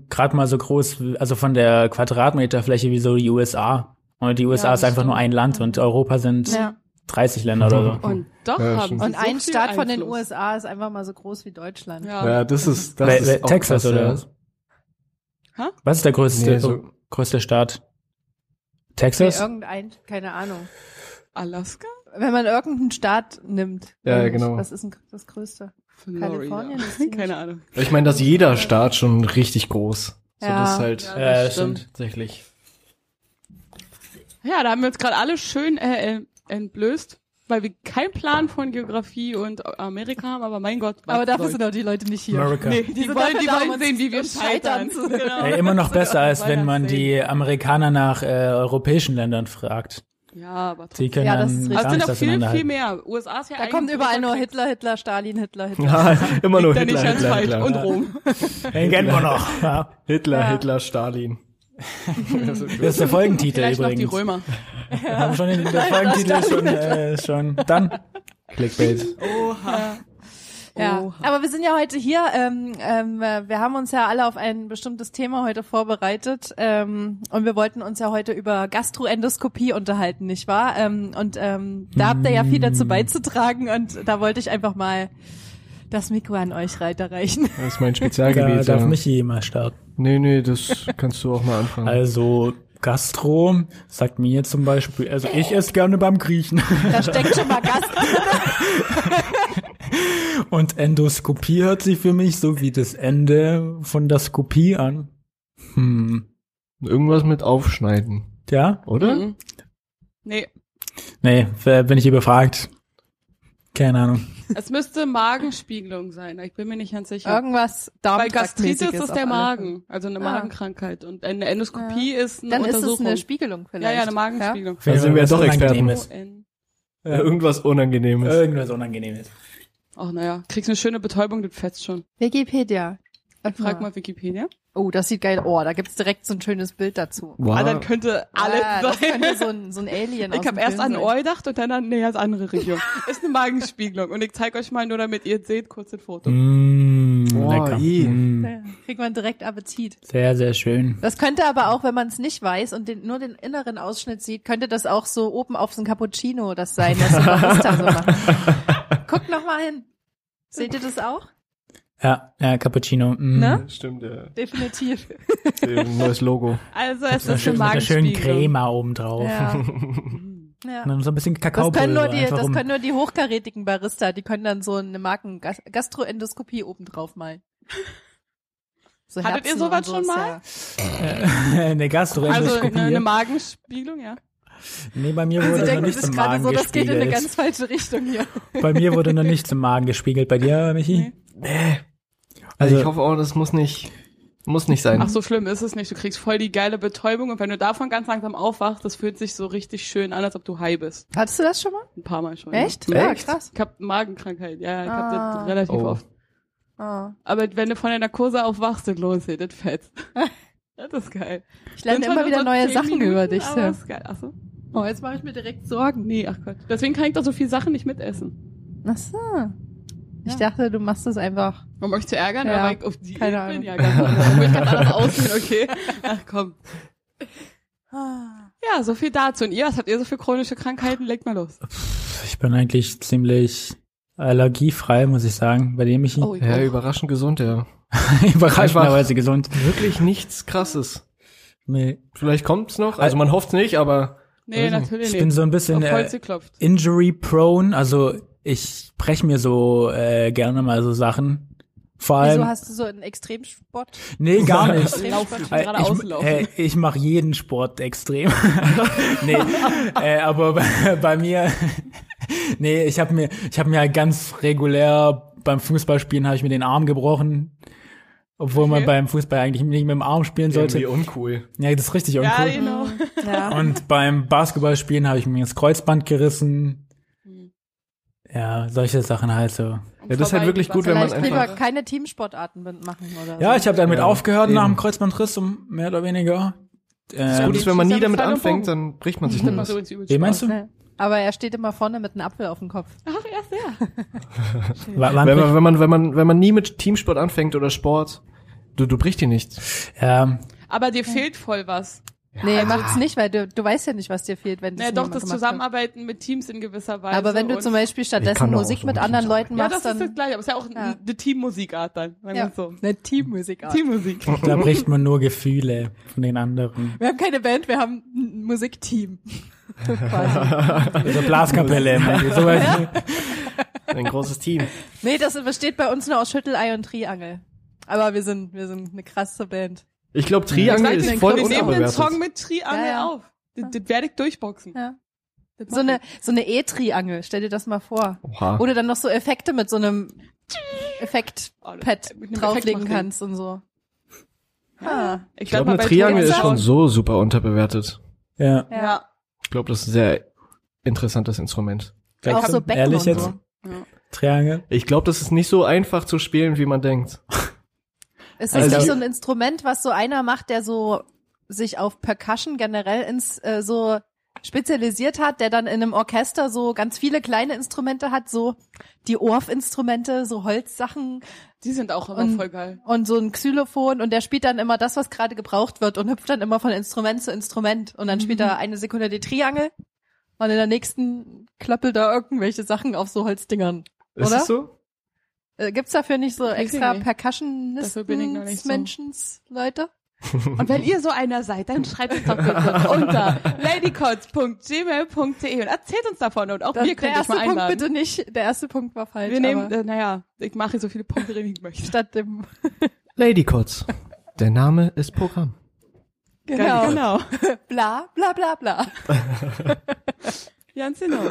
D: gerade mal so groß, wie- also von der Quadratmeterfläche wie so die USA. Und die USA
C: Ja,
D: ist
C: das
D: einfach nur ein Land und Europa sind
B: Ja.
D: 30 Länder oder
E: Mhm.
D: so.
C: Und doch
E: Ja,
C: haben
E: stimmt.
C: sie
B: Und
C: so
B: ein
C: viel
B: Staat von den
C: Einfluss.
B: USA ist einfach mal so groß wie Deutschland.
C: Ja.
E: Ja, das ist, das
D: Wel-
E: ist
D: wel-
E: auch
D: Texas
E: krass,
D: oder
E: ja.
D: was?
C: Hä?
D: Was ist der größte, oh,
E: Nee, so-
D: größte Staat?
B: Nee,
D: Texas?
B: irgendein, keine Ahnung.
C: Alaska?
B: Wenn man irgendeinen Staat nimmt.
E: Ja,
B: weiß
E: ja,
B: ich,
E: genau.
B: Was ist denn das Größte?
C: Florida.
B: Kalifornien ist die nicht.
C: Keine Ahnung.
E: Ich meine, dass jeder Staat schon richtig groß. So,
B: Ja.
E: das ist halt
C: Ja.
D: Äh,
C: das stimmt.
E: tatsächlich.
C: Ja, da haben wir uns gerade alle schön äh, äh, entblößt, weil wir keinen Plan von Geografie und Amerika haben, aber mein Gott. was
B: Aber dafür
C: soll's.
B: sind auch die Leute nicht
E: Genau.
B: hier.
D: America.
C: Nee, die,
B: sind
C: wollen,
B: dafür
C: die
B: da, um
C: wollen
B: uns-
C: sehen, wie wir
B: uns
C: scheitern.
B: scheitern zu-
C: Genau.
D: Ey, immer noch
C: Sogar
D: besser, als wenn man
C: Weihnachtssehen.
D: die Amerikaner nach äh, europäischen Ländern fragt.
C: Ja, aber trotzdem.
D: Die können
B: Ja, das ist
D: dann
B: richtig.
D: gar
C: Also sind
D: nichts
C: noch viel, viel
D: auseinanderhalten.
C: mehr. USA ist ja
B: Da kommt überall nur Hitler, Hitler, Stalin, Hitler, Hitler.
E: Ja, immer nur
C: Hitler, Hitler,
E: Hitler,
C: nicht Hitler,
E: Hitler, Hitler.
C: Und Rom.
D: Den kennen wir noch. Ja.
E: Hitler,
B: Ja.
E: Hitler, Stalin.
D: Das ist der Folgentitel
C: Vielleicht noch
D: übrigens.
C: die Römer.
D: Wir haben schon den, der Folgentitel ist schon, äh, schon. Dann
E: Clickbait.
B: Ja,
C: Oha.
B: aber wir sind ja heute hier. Ähm, ähm, äh, wir haben uns ja alle auf ein bestimmtes Thema heute vorbereitet ähm, und wir wollten uns ja heute über Gastroendoskopie unterhalten, nicht wahr? Ähm, und ähm, da habt ihr ja viel dazu beizutragen und da wollte ich einfach mal das Mikro an euch weiterreichen.
E: Das ist mein
D: da
E: Spezialgebiet.
D: darf
E: ja.
D: Michi mal starten.
E: Nee, nee, das kannst du auch mal anfangen.
D: Also Gastro sagt mir jetzt zum Beispiel, also ich esse gerne beim Griechen.
B: Da steckt schon mal Gast.
D: Und Endoskopie hört sich für mich so wie das Ende von der Skopie an. Hm.
E: Irgendwas mit aufschneiden,
D: Ja?
E: oder?
C: Mhm. Nee,
D: Nee, äh, bin ich überfragt. Keine Ahnung.
C: es müsste Magenspiegelung sein. Ich bin mir nicht ganz sicher.
B: Irgendwas
C: Bei Gastritis
B: Darmtraktmäßiges
C: ist der
B: auf alle Fälle.
C: Magen, also eine
B: Ah.
C: Magenkrankheit. Und eine Endoskopie ist eine
B: Dann ist es
C: Untersuchung.
B: eine Spiegelung vielleicht.
C: ja, ja, eine Magenspiegelung.
E: Da sind wir ja
D: Was
E: doch Experten.
D: Unangenehmes.
C: UN.
E: Ja, Irgendwas Unangenehmes.
D: Irgendwas Unangenehmes.
C: Ach naja, kriegst eine schöne Betäubung, das fetzt schon.
B: Wikipedia.
C: Frag mal Wikipedia.
B: Oh, das sieht geil. Oh, da gibt's direkt so ein schönes Bild dazu.
E: Wow.
C: Ah, dann könnte alles
B: ah, das
C: sein.
B: könnte so ein, so ein Alien aus
C: Ich habe
B: dem
C: erst
B: Film
C: an
B: sein.
C: Ohr gedacht und dann an nee, das andere Region. ist eine Magenspiegelung und ich zeige euch mal nur, damit ihr seht, kurz das Foto.
D: Mmh,
E: Oh,
D: lecker.
E: i.
D: Mm,
B: Ja, Kriegt man direkt Appetit.
D: sehr, sehr schön.
B: Das könnte aber auch, wenn man es nicht weiß und den, nur den inneren Ausschnitt sieht, könnte das auch so oben auf so ein Cappuccino das sein, das ein Barista so macht. Guckt noch mal hin. Seht ihr das auch?
D: Ja, ja Cappuccino. Mm.
B: Ne?
E: Stimmt, ja.
B: Definitiv.
E: Ein neues Logo.
C: Also es
D: So
C: ist eine
D: schön, mit einer schönen
C: Magenspiegelung.
D: Crema oben drauf.
B: Ja.
D: Und
B: ja.
D: dann so ein bisschen
B: Das
D: Kakaopulver.
B: können, nur die,
D: einfach
B: das
D: um-
B: können nur die hochkarätigen Barista, die können dann so eine Marken Gastroendoskopie oben drauf malen. So
C: Hattet ihr
B: Herzen
C: sowas
B: und so
C: schon
B: ist
C: mal?
B: Ja.
D: eine
C: Also
D: Gastroendoskopie.
C: eine, eine Magenspiegelung, ja.
D: nee, bei mir
B: ne, Sie
D: wurde noch
B: denken
D: nicht
B: sich
D: zum
B: gerade
D: Magen
B: so, das geht in eine
D: gespiegelt.
B: ganz falsche Richtung hier.
D: Bei mir wurde noch nicht zum Magen gespiegelt. Bei dir, Michi?
C: Nee.
E: Also
D: Also-
E: ich hoffe auch, das muss nicht Muss nicht
D: Genau.
E: sein.
C: Ach, so schlimm ist es nicht. Du kriegst voll die geile Betäubung und wenn du davon ganz langsam aufwachst, das fühlt sich so richtig schön an, als ob du high bist.
B: Hattest du das schon mal?
C: Ein paar Mal schon.
B: Echt?
C: Ja.
B: Ja,
E: Echt?
B: krass.
C: Ich hab Magenkrankheit, ja, ich hab
B: Ah.
C: das relativ
E: Oh.
C: oft.
B: Ah.
C: Aber wenn du von der Narkose aufwachst, dann lohnt sich, das fetzt. das ist geil.
B: Ich lerne immer wieder neue Sachen über dich.
C: Ja.
B: Sam.
C: Ist geil. Ach so. Oh, jetzt mache ich mir direkt Sorgen. Nee, ach Gott. Deswegen kann ich doch so viel Sachen nicht mitessen.
B: Ach so. Ich dachte, du machst das einfach.
C: Um euch zu ärgern,
B: Ja.
C: aber ich auf die
B: Keine
C: ich
B: Ahnung.
C: bin ja ganz anders. Ich kann anders aussehen, okay. Ach komm.
B: Ah.
C: Ja, so viel dazu. Und ihr, was habt ihr so für chronische Krankheiten? Legt mal los.
D: Ich bin eigentlich ziemlich allergiefrei, muss ich sagen, bei dem ich
C: Oh, ich
E: Ja,
C: auch.
E: überraschend gesund, ja.
D: überraschenderweise gesund.
E: Wirklich nichts krasses.
D: Nee.
E: Vielleicht kommt's noch. Also man hofft's nicht, aber
C: Nee, natürlich
D: Ich
C: nicht.
D: bin so ein bisschen
C: auf Holz
D: äh,
C: geklopft.
D: injury prone, also ich breche mir so äh, gerne mal so Sachen. Vor allem
B: Wieso hast du so einen Extremsport?
D: Nee, gar nicht.
C: Laufen,
D: Äh,
C: gerade
D: ich,
C: auslaufen.
D: Äh, ich mache jeden Sport extrem. nee, äh, aber bei, bei mir, nee, ich habe mir, ich habe mir halt ganz regulär beim Fußballspielen habe ich mir den Arm gebrochen, obwohl man
C: Okay.
D: beim Fußball eigentlich nicht mit dem Arm spielen sollte.
E: irgendwie
C: Ähm,
E: uncool.
D: Ja, das ist richtig
C: ja,
D: uncool.
C: genau.
B: Ja.
D: Und beim Basketballspielen habe ich mir das Kreuzband gerissen.
C: Hm.
D: Ja, solche Sachen halt so.
C: um
E: Ja, das ist halt wirklich gut, wenn man
B: Vielleicht lieber
E: einfach.
B: keine Teamsportarten machen oder
D: Ja, ich habe damit
E: Ja,
D: aufgehört nach dem
E: eben.
D: Kreuzbandriss, um mehr oder weniger.
E: Das
D: Ähm,
E: Gute ist, wenn man nie damit
C: Zusammenfall und Bogen.
E: anfängt, dann bricht man sich
C: Das
E: dann
C: macht
E: was.
C: übrigens übel
D: Wen meinst
C: Spaß. ne?
D: du?
B: so. Aber er steht immer vorne mit einem Apfel auf dem Kopf.
C: Ach, erst ja.
D: Wa- wann
E: Wenn man, wenn man, wenn man, wenn man nie mit Teamsport anfängt oder Sport, du, du brichst die nicht.
D: Ja,
C: Aber dir fehlt voll was.
B: Nee, macht's nicht, weil du, du weißt ja nicht, was dir fehlt, wenn das
C: Naja, doch,
B: niemand
C: das
B: gemacht hat.
C: Zusammenarbeiten mit Teams in gewisser Weise.
B: Aber wenn du
C: und-
B: zum Beispiel
E: kann
B: stattdessen
E: doch auch
B: Musik
E: so
B: mit
E: mit
B: anderen Leuten
C: Ja, das
B: machst,
C: ist das
B: dann
C: Gleiche, aber es ist ja auch
B: Ja.
C: eine Teammusikart dann. Sagen
B: Ja.
C: ja. so.
B: eine Teammusikart.
C: Teammusik.
D: da bricht man nur Gefühle von den anderen.
B: Wir haben keine Band, wir haben ein Musikteam. Quasi.
D: Also Blaskapelle. ne? Sowas-
E: Ein großes Team.
B: nee, das besteht bei uns nur aus Schüttelei und Triangel. Aber wir sind, wir sind eine krasse Band.
E: Ich glaube, Triangel ist voll
C: Wir nehmen den Song
E: unterbewertet.
C: mit Triangel
B: Ja, ja.
C: auf. Das, das werde ich durchboxen.
B: Ja.
C: Das
B: So eine, so eine E-Triangel, stell dir das mal vor.
E: Oha.
B: Oder dann noch so Effekte mit so einem
C: Oh, das-
B: Effektpad
C: mit einem
B: drauflegen
C: Effekt macht
B: kannst und so. Ah,
C: Ich,
E: Ich glaube,
C: mal
E: eine
C: bei
E: Triangel ist
C: Triangel-
E: schon so super unterbewertet.
D: ja.
B: ja.
C: Ja.
E: Ich glaube, das ist ein sehr interessantes Instrument.
B: Auch so Becken
D: Ehrlich
B: und
D: jetzt?
B: so.
D: Triangel?
E: Ich glaube, das ist nicht so einfach zu spielen, wie man denkt.
B: Ist das
E: Also-
B: nicht so ein Instrument, was so einer macht, der so sich auf Percussion generell ins äh, so spezialisiert hat, der dann in einem Orchester so ganz viele kleine Instrumente hat, so die Orff-Instrumente, so Holzsachen
C: Die sind auch immer
B: Und-
C: voll geil.
B: und so ein Xylophon und der spielt dann immer das, was gerade gebraucht wird und hüpft dann immer von Instrument zu Instrument und dann spielt
C: Mhm.
B: er eine Sekunde die Triangel und in der nächsten klöppelt er irgendwelche Sachen auf so Holzdingern.
E: Ist
B: Oder?
E: es so?
B: Äh, gibt's dafür nicht so
C: Weiß ich
B: extra
C: nicht. Dafür bin ich noch nicht so.
B: Percussionisten-Menschen-Leute?
C: Und wenn ihr so einer seid, dann schreibt uns doch bitte unter ladycodes.gmail.de und erzählt uns davon. Und auch
B: Das-
C: wir können
B: der
C: euch
B: erste
C: mal
B: Punkt
C: einladen.
B: bitte nicht. Der erste Punkt war falsch.
C: wir nehmen,
B: aber
C: äh, naja, ich mache hier so viele Punkte, wie ich möchte.
B: statt dem
E: Lady Kotz. Der Name ist Programm.
B: genau.
C: genau.
B: bla bla bla bla.
C: Ganz genau.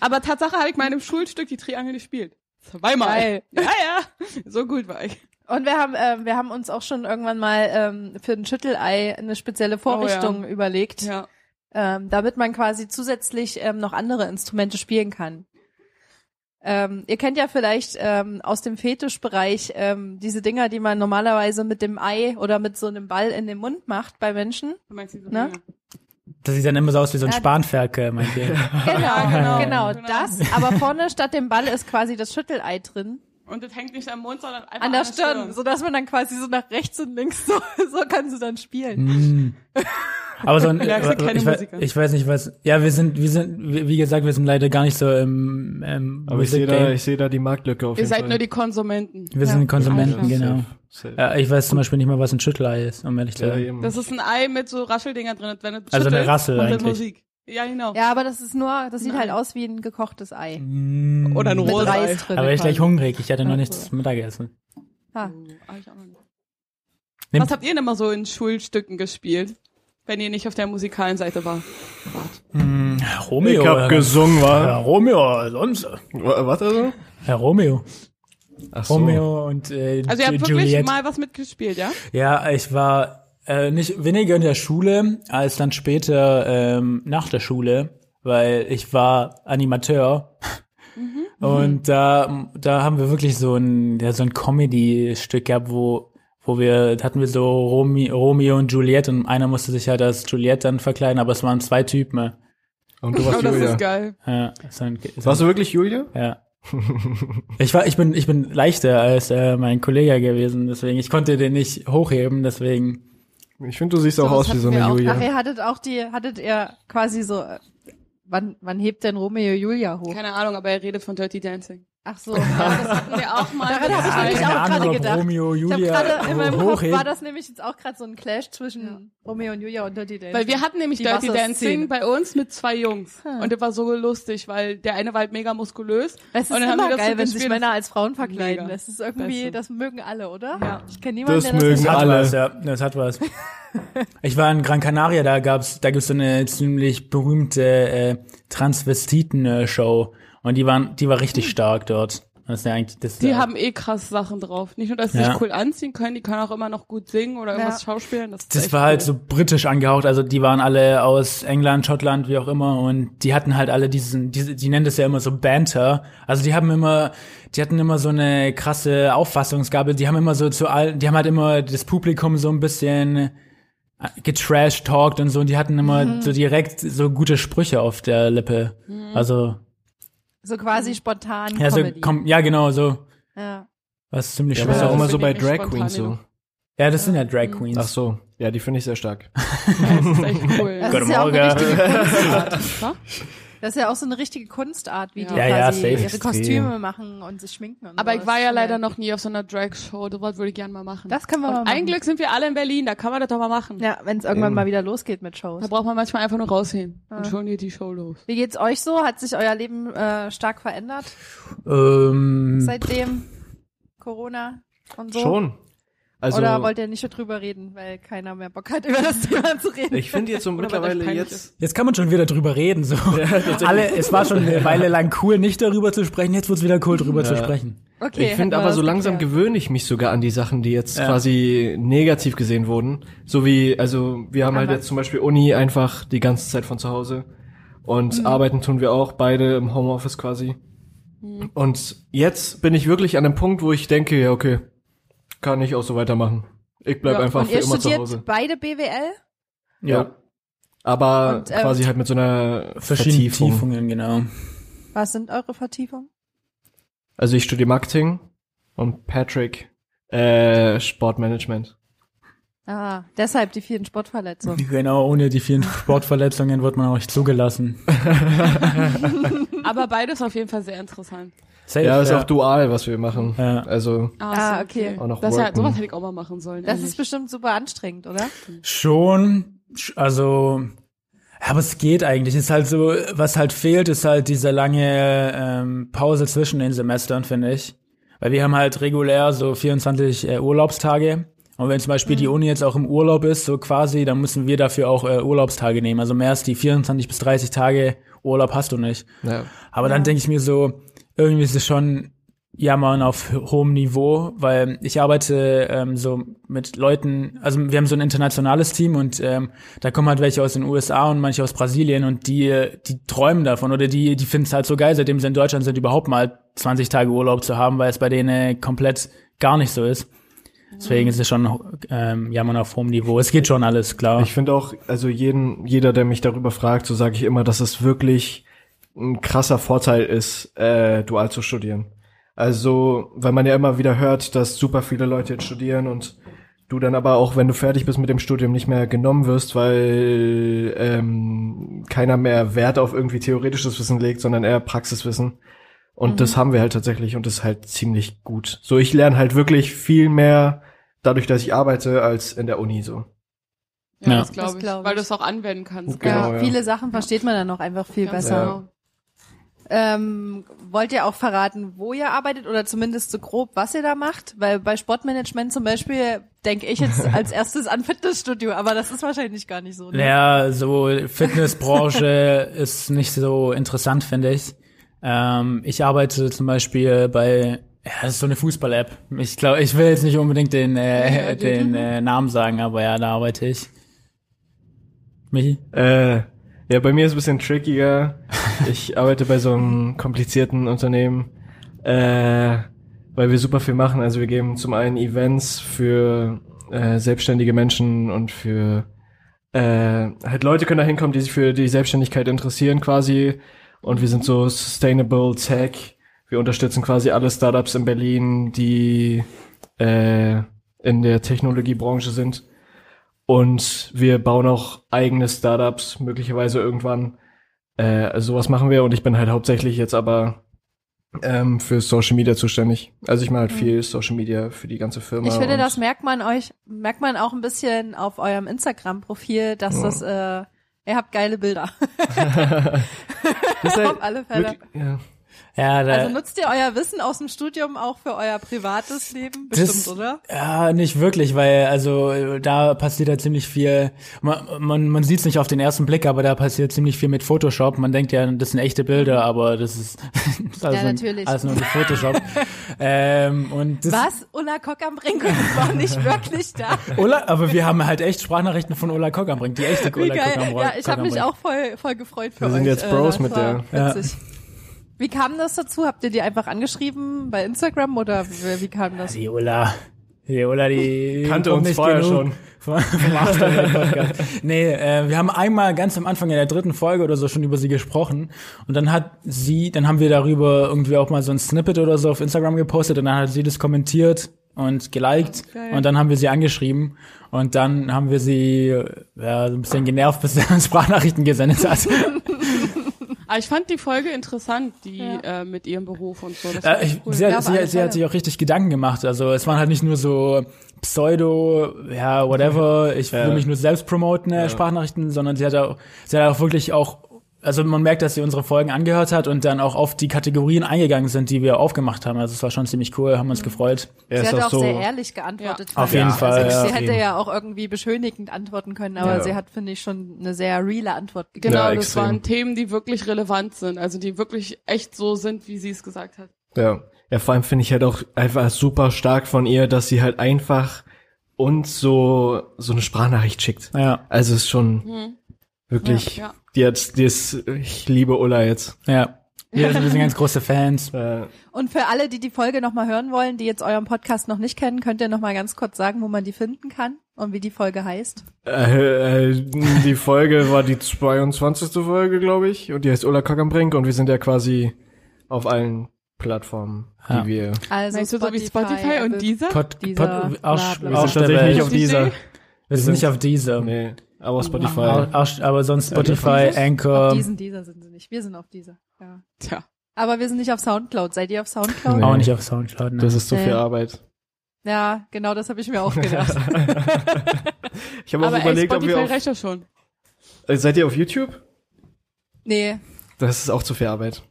C: Aber Tatsache habe ich meinem Schulstück die Triangel gespielt. Zweimal.
B: Geil.
C: Ja, ja. So gut war ich.
B: Und wir haben ähm, wir haben uns auch schon irgendwann mal ähm, für ein Schüttelei eine spezielle Vorrichtung überlegt,
C: Oh, Ja.
B: ähm, damit man quasi zusätzlich ähm, noch andere Instrumente spielen kann. Ähm, ihr kennt ja vielleicht ähm, aus dem Fetischbereich ähm, diese Dinger, die man normalerweise mit dem Ei oder mit so einem Ball in den Mund macht bei Menschen.
C: Du meinst diese
B: Ne?
C: Dinger.
D: Das sieht dann immer so aus wie so ein
B: Ja.
D: Spanferkel, meint ihr?
B: Genau,
C: Ja,
B: genau,
C: genau.
B: genau das. Aber vorne statt dem Ball ist quasi das Schüttelei drin.
C: Und das hängt nicht am Mund, sondern einfach
B: an der Stirn, so dass man dann quasi so nach rechts und links so, so kannst du dann spielen.
D: Hm. Aber so ein,
C: Merkst du,
D: äh,
C: keine
D: ich, weiß,
C: Musiker.
D: ich weiß nicht was. Ja, wir sind, wir sind, wie wie gesagt, wir sind leider gar nicht so im, im
E: Aber ich sehe da, ich sehe da die Marktlücke auf
C: Ihr
E: jeden
C: seid
E: Fall.
C: nur die Konsumenten.
D: Wir sind Konsumenten,
C: Ja,
D: genau.
E: Safe.
D: Ja, ich weiß zum Beispiel nicht mal, was ein Schüttelei ist, um ehrlich zu
E: Ja,
D: sein.
E: eben.
C: Das ist ein Ei mit so Rascheldinger drin. Und wenn es
D: Also eine
C: schüttelt,
D: Rassel
C: macht das
D: eigentlich.
C: Musik. Ja, genau.
B: Ja, aber das ist nur, das sieht
C: Nein.
B: halt aus wie ein gekochtes Ei.
D: Mm.
C: Oder ein
B: Mit
C: Rohrei.
B: Reis drin.
D: Aber ich gleich
B: quasi.
D: hungrig. Ich hatte noch
B: Ja,
D: nichts Mittagessen.
B: Ah.
C: Oh, hab ich auch noch nicht.
D: Nehmt-
C: Was habt ihr denn immer so in Schulstücken gespielt? Wenn ihr nicht auf der musikalen Seite war.
D: Romeo.
E: ich hab gesungen,
D: Herr
E: war.
D: Romeo, sonst.
E: Wa- Was also?
D: Herr Romeo.
E: Ach so.
D: Romeo und äh,
C: Also ihr habt
D: Ju-
C: wirklich
D: Juliet.
C: mal was mitgespielt, ja?
D: Ja, ich war äh, nicht weniger in der Schule als dann später ähm, nach der Schule, weil ich war Animateur. Und da, da haben wir wirklich so ein, ja, so ein Comedy-Stück gehabt, wo, wo wir, da hatten wir so Romi, Romeo und Juliet und einer musste sich halt als Juliet dann verkleiden, aber es waren zwei Typen.
E: Und du
C: Oh,
E: warst
C: das
E: Julia.
C: ist geil.
D: Ja, so ein, so ein,
E: Warst du wirklich Julia?
D: ja. ich war, ich bin, ich bin leichter als äh, mein Kollege gewesen, deswegen, ich konnte den nicht hochheben, deswegen.
E: Ich finde, du siehst auch
B: Sowas
E: aus wie
B: hatten
E: so eine
B: wir auch.
E: Julia.
B: Ach, ihr hattet auch die, hattet ihr quasi so, äh, wann, wann hebt denn Romeo Julia hoch?
C: Keine Ahnung, aber er redet von Dirty Dancing.
B: Ach so, ja, das
C: Hatten wir auch mal.
B: Daran hab ich nämlich
D: Ah, Keine
B: auch gerade
D: Ahnung, ob
B: gedacht.
D: Romeo,
B: Ich habe
D: Julia, oh,
B: gerade in meinem Kopf
D: hochheben.
B: war das nämlich jetzt auch gerade so ein Clash zwischen Romeo und Julia und Dirty Dancing.
C: Weil wir hatten nämlich
B: Die
C: Dirty
B: Wasserszene.
C: Dancing bei uns mit zwei Jungs. Und das war so lustig, weil der eine war halt mega muskulös.
B: es ist
C: und dann haben wir
B: immer
C: das
B: geil,
C: so
B: wenn sich
C: gespielt.
B: Männer als Frauen verkleiden.
C: Mega.
B: Das ist irgendwie,
C: Beste.
B: das mögen alle, oder?
C: Ja.
B: Ich kenne niemanden,
E: Das
B: der das
E: mögen
D: Das
B: nicht
D: hat
E: alle.
D: was, ja, das hat was. Ich war in Gran Canaria, da gab's, da gibt's so eine ziemlich berühmte äh, Transvestiten-Show und die waren, die war richtig stark dort. Das ist ja eigentlich, das,
C: Die
D: äh,
C: haben eh krass Sachen drauf. Nicht nur, dass sie
D: Ja.
C: sich cool anziehen können, die können auch immer noch gut singen oder irgendwas schauspielen. Das, ist
D: das
C: echt
D: war halt
C: cool.
D: so britisch angehaucht, also die waren alle aus England, Schottland, wie auch immer und die hatten halt alle diesen, diese, die nennen das ja immer so Banter, also die haben immer, die hatten immer so eine krasse Auffassungsgabe, die haben immer so zu all, die haben halt immer das Publikum so ein bisschen getrash-talkt und so und die hatten immer
C: Mhm.
D: so direkt so gute Sprüche auf der Lippe, also
B: so quasi spontan
D: ja, so,
B: Comedy.
D: komm, ja genau, so,
B: ja.
D: was ziemlich
E: Ja,
D: ja,
E: aber ist
C: Ja,
E: auch
C: das
E: immer so
C: finde
E: bei
C: ich
E: Drag
C: spontan
E: Queens so.
C: genug.
D: ja, das sind ja Drag Queens.
E: Ach so. Ja, die finde ich sehr stark.
C: Das ist echt cool.
B: Das
C: Das
D: Guten
B: ist ja auch
D: Morgen.
B: eine richtige
D: oh
B: Kunstart.
C: ist wahr.
B: Das ist ja auch so eine richtige Kunstart, wie die
C: Ja,
D: ja,
B: quasi
D: safe.
B: ihre
E: Extrem.
B: Kostüme machen und sich schminken und
C: Aber
B: sowas.
C: ich war ja leider noch nie auf so einer Drag-Show. Das wollte- würde ich gerne mal machen.
B: Das können wir mal
C: Und
B: machen.
C: ein Glück sind wir alle in Berlin, da kann man das doch mal machen.
B: Ja, wenn es irgendwann mal wieder losgeht mit Shows.
C: Da braucht man manchmal einfach nur raushängen. Und schon geht die Show los.
B: Wie geht's euch so? Hat sich euer Leben äh, stark verändert
D: ähm,
B: seitdem Corona und so?
E: Schon. Also,
B: Oder wollt ihr nicht drüber reden, weil keiner mehr Bock hat, über das Thema zu reden?
E: ich finde jetzt so
C: Oder weil das
E: mittlerweile
C: peinlich
E: jetzt,
D: Jetzt kann man schon wieder drüber reden. So. Alle, es war schon eine Weile lang cool, nicht darüber zu sprechen. Jetzt wird's wieder cool, darüber zu sprechen.
B: okay,
E: ich
B: hätten
E: finde
B: wir
E: aber
B: das
E: so langsam
B: geklärt.
E: gewöhne ich mich sogar an die Sachen, die jetzt quasi negativ gesehen wurden. So wie, also wir haben halt
B: Aber-
E: jetzt zum Beispiel Uni einfach die ganze Zeit von zu Hause. Und
B: Mhm.
E: arbeiten tun wir auch, beide im Homeoffice quasi.
B: Mhm.
E: Und jetzt bin ich wirklich an dem Punkt, wo ich denke, ja, okay, kann ich auch so weitermachen. Ich bleib
C: Ja,
E: einfach
B: Und
E: für
B: ihr
E: immer zu
B: studiert
E: Hause.
B: beide BWL?
E: Ja. Aber
B: Und, ähm,
E: quasi halt mit so einer
D: Verschiedene
E: Vertiefung.
D: Tiefungen, genau.
B: Was sind eure Vertiefungen?
E: Also ich studiere Marketing und Patrick äh, Sportmanagement.
B: Ah, deshalb die vielen Sportverletzungen.
D: Genau, ohne die vielen Sportverletzungen wird man auch nicht zugelassen.
C: Aber beides auf jeden Fall sehr interessant.
D: Safe,
E: Ja, ist auch dual, was wir machen.
D: Ja.
E: Also
B: Ah, okay.
E: Auch noch
C: Das ja,
E: worken.
C: sowas hätte ich auch mal machen sollen.
B: Das ist
C: ehrlich.
B: bestimmt super anstrengend, oder?
D: Schon, sch- also, aber es geht eigentlich. Ist halt so, was halt fehlt, ist halt diese lange ähm, Pause zwischen den Semestern, finde ich. Weil wir haben halt regulär so 24 äh, Urlaubstage. Und wenn zum Beispiel die Uni jetzt auch im Urlaub ist, so quasi, dann müssen wir dafür auch äh, Urlaubstage nehmen. Also mehr als die 24 bis 30 Tage Urlaub hast du nicht.
E: ja.
D: Aber dann denke ich mir so, irgendwie ist es schon Jammern auf hohem Niveau, weil ich arbeite ähm, so mit Leuten, also wir haben so ein internationales Team und ähm, da kommen halt welche aus den USA und manche aus Brasilien und die, äh, die träumen davon oder die, die finden es halt so geil, seitdem sie in Deutschland sind, überhaupt mal 20 Tage Urlaub zu haben, weil es bei denen äh, komplett gar nicht so ist. Deswegen ist es schon ähm, Jammern auf hohem Niveau. Es geht schon alles, klar.
E: Ich finde auch, also jeden, jeder, der mich darüber fragt, so sage ich immer, dass es wirklich ein krasser Vorteil ist, äh, dual zu studieren. Also, weil man ja immer wieder hört, dass super viele Leute jetzt studieren und du dann aber auch, wenn du fertig bist mit dem Studium, nicht mehr genommen wirst, weil ähm, keiner mehr Wert auf irgendwie theoretisches Wissen legt, sondern eher Praxiswissen. Und das haben wir halt tatsächlich und das ist halt ziemlich gut. So, ich lerne halt wirklich viel mehr dadurch, dass ich arbeite, als in der Uni so.
C: Ja,
D: Ja.
C: das
B: Das
C: glaube ich.
B: glaub ich.
C: Weil du es auch anwenden kannst.
E: Genau,
B: ja,
E: ja.
B: viele Sachen versteht man dann auch einfach viel
C: Ganz
B: besser.
C: genau.
B: Ähm, wollt ihr auch verraten, wo ihr arbeitet oder zumindest so grob, was ihr da macht? Weil bei Sportmanagement zum Beispiel denke ich jetzt als erstes an Fitnessstudio, aber das ist wahrscheinlich gar nicht so. Ne?
D: Ja, so Fitnessbranche ist nicht so interessant, finde ich. Ähm, ich arbeite zum Beispiel bei Ja, das ist so eine Fußball-App. Ich glaube, ich will jetzt nicht unbedingt den, äh,
C: Ja,
D: den äh, Namen sagen, aber ja, da arbeite ich. Michi?
E: Äh, ja, bei mir ist es ein bisschen trickier. Ich arbeite bei so einem komplizierten Unternehmen, äh, weil wir super viel machen. Also wir geben zum einen Events für äh, selbstständige Menschen und für äh, halt Leute können da hinkommen, die sich für die Selbstständigkeit interessieren quasi. Und wir sind so Sustainable Tech. Wir unterstützen quasi alle Startups in Berlin, die äh, in der Technologiebranche sind. Und wir bauen auch eigene Startups, möglicherweise irgendwann. Äh, also sowas machen wir und ich bin halt hauptsächlich jetzt aber ähm, für Social Media zuständig. Also ich mache halt viel Social Media für die ganze Firma.
B: Mhm. Ich finde,
E: und-
B: das merkt man euch, merkt man auch ein bisschen auf eurem Instagram-Profil, dass das, äh, ihr habt geile Bilder.
E: Das ist halt
B: auf alle Fälle.
E: wirklich- Ja.
D: Ja, da,
E: Äh.
B: Also nutzt ihr euer Wissen aus dem Studium auch für euer privates Leben, bestimmt,
D: Das-
B: oder?
D: Ja, nicht wirklich, weil also äh, da passiert ja ziemlich viel. Man, man, man sieht es nicht auf den ersten Blick, aber da passiert ziemlich viel mit Photoshop. Man denkt ja, das sind echte Bilder, aber das ist, das ist alles,
B: Mhm. natürlich.
D: Nur, alles nur mit Photoshop. ähm, und das,
B: Was? Ulla Kock am Brinkel war nicht wirklich da.
D: Ulla, aber wir haben halt echt Sprachnachrichten von Ulla Kock am Ring, die echte
B: Wie
D: Ulla Kock
B: geil.
D: am
B: Ja, ich habe mich auch voll, voll gefreut für
E: Wir
B: euch.
E: sind jetzt
B: Äh,
E: Bros
B: das
E: mit
B: war
D: der.
B: Witzig. Wie kam das dazu? Habt ihr die einfach angeschrieben bei Instagram oder wie, wie kam das?
D: Die Ulla. Die Ulla, die
E: Kannte
D: kommt
E: uns
D: nicht
E: vorher
D: genug Vom, vom Afterlife Podcast. nee, äh, wir haben einmal ganz am Anfang in der dritten Folge oder so schon über sie gesprochen und dann hat sie, dann haben wir darüber irgendwie auch mal so ein Snippet oder so auf Instagram gepostet und dann hat sie das kommentiert und geliked und dann haben wir sie angeschrieben und dann haben wir sie äh, ja, so ein bisschen genervt, bis sie uns Sprachnachrichten gesendet hat.
C: Aber ich fand die Folge interessant, die äh, mit ihrem Beruf und so. Das
D: Ja,
C: war
D: ich,
C: cool.
D: sie,
B: Ja,
D: hat,
B: auf
D: sie,
B: alle
D: hat- sie
B: Fälle.
D: hat sich auch richtig Gedanken gemacht. Also es waren halt nicht nur so Pseudo, ja, whatever, ich will mich nur selbst promoten, äh, Sprachnachrichten, sondern sie hat auch, sie hat auch wirklich auch, also man merkt, dass sie unsere Folgen angehört hat und dann auch auf die Kategorien eingegangen sind, die wir aufgemacht haben. Also es war schon ziemlich cool, haben uns
B: Mhm.
D: gefreut.
E: Er
B: sie
E: ist
B: hat
E: auch
B: auch
E: so.
B: sehr ehrlich geantwortet.
D: Auf
B: fand
D: jeden
B: ich.
D: Fall,
B: Also,
D: ja.
B: sie hätte ja auch irgendwie beschönigend antworten können, aber
E: Ja.
B: sie hat, finde ich, schon eine sehr reale Antwort gegeben.
C: Genau,
E: Ja,
C: das
E: extrem.
C: waren Themen, die wirklich relevant sind, also die wirklich echt so sind, wie sie es gesagt hat.
E: Ja. Ja, vor allem finde ich halt auch einfach super stark von ihr, dass sie halt einfach uns so, so eine Sprachnachricht schickt.
D: Ja,
E: Also ist schon wirklich,
C: Mhm. Ja, ja.
E: die hat, die ist, ich liebe Ulla jetzt.
D: ja. Wir sind, wir sind ganz große Fans.
E: Äh,
B: Und für alle, die die Folge nochmal hören wollen, die jetzt euren Podcast noch nicht kennen, könnt ihr nochmal ganz kurz sagen, wo man die finden kann und wie die Folge heißt.
E: Äh, äh, die Folge war die 22. Folge, glaube ich. Und die heißt Ulla Kock am Brink. Und wir sind ja quasi auf allen Plattformen,
D: Ja.
E: die wir...
B: Also
C: Meinst du so wie Spotify also
B: Apple-
C: und dieser?
D: Pod,
B: Dieser-
D: Pod, Arsch,
B: bla, bla, bla.
E: Wir
D: Arsch
E: sind
D: der
E: tatsächlich nicht
D: Welt.
E: auf dieser.
D: Wir sind nicht auf dieser.
E: Nee, aber Spotify.
D: Arsch, aber sonst
E: das
D: Spotify,
B: Auf
D: Anchor,
B: diesen, dieser sind sie nicht. Wir sind auf dieser. Ja.
C: Tja.
B: Aber wir sind nicht auf Soundcloud. Seid ihr auf Soundcloud?
E: Nee.
D: auch nicht auf Soundcloud. Ne?
E: Das ist so
B: Nee.
E: viel Arbeit.
B: Ja, genau das habe ich mir auch gedacht.
E: Ich habe auch
C: Aber ey,
E: überlegt, ob
C: Spotify
E: wir auf,
C: reicht ja schon.
E: äh, Seid ihr auf YouTube?
B: nee,
E: Das ist auch zu viel Arbeit.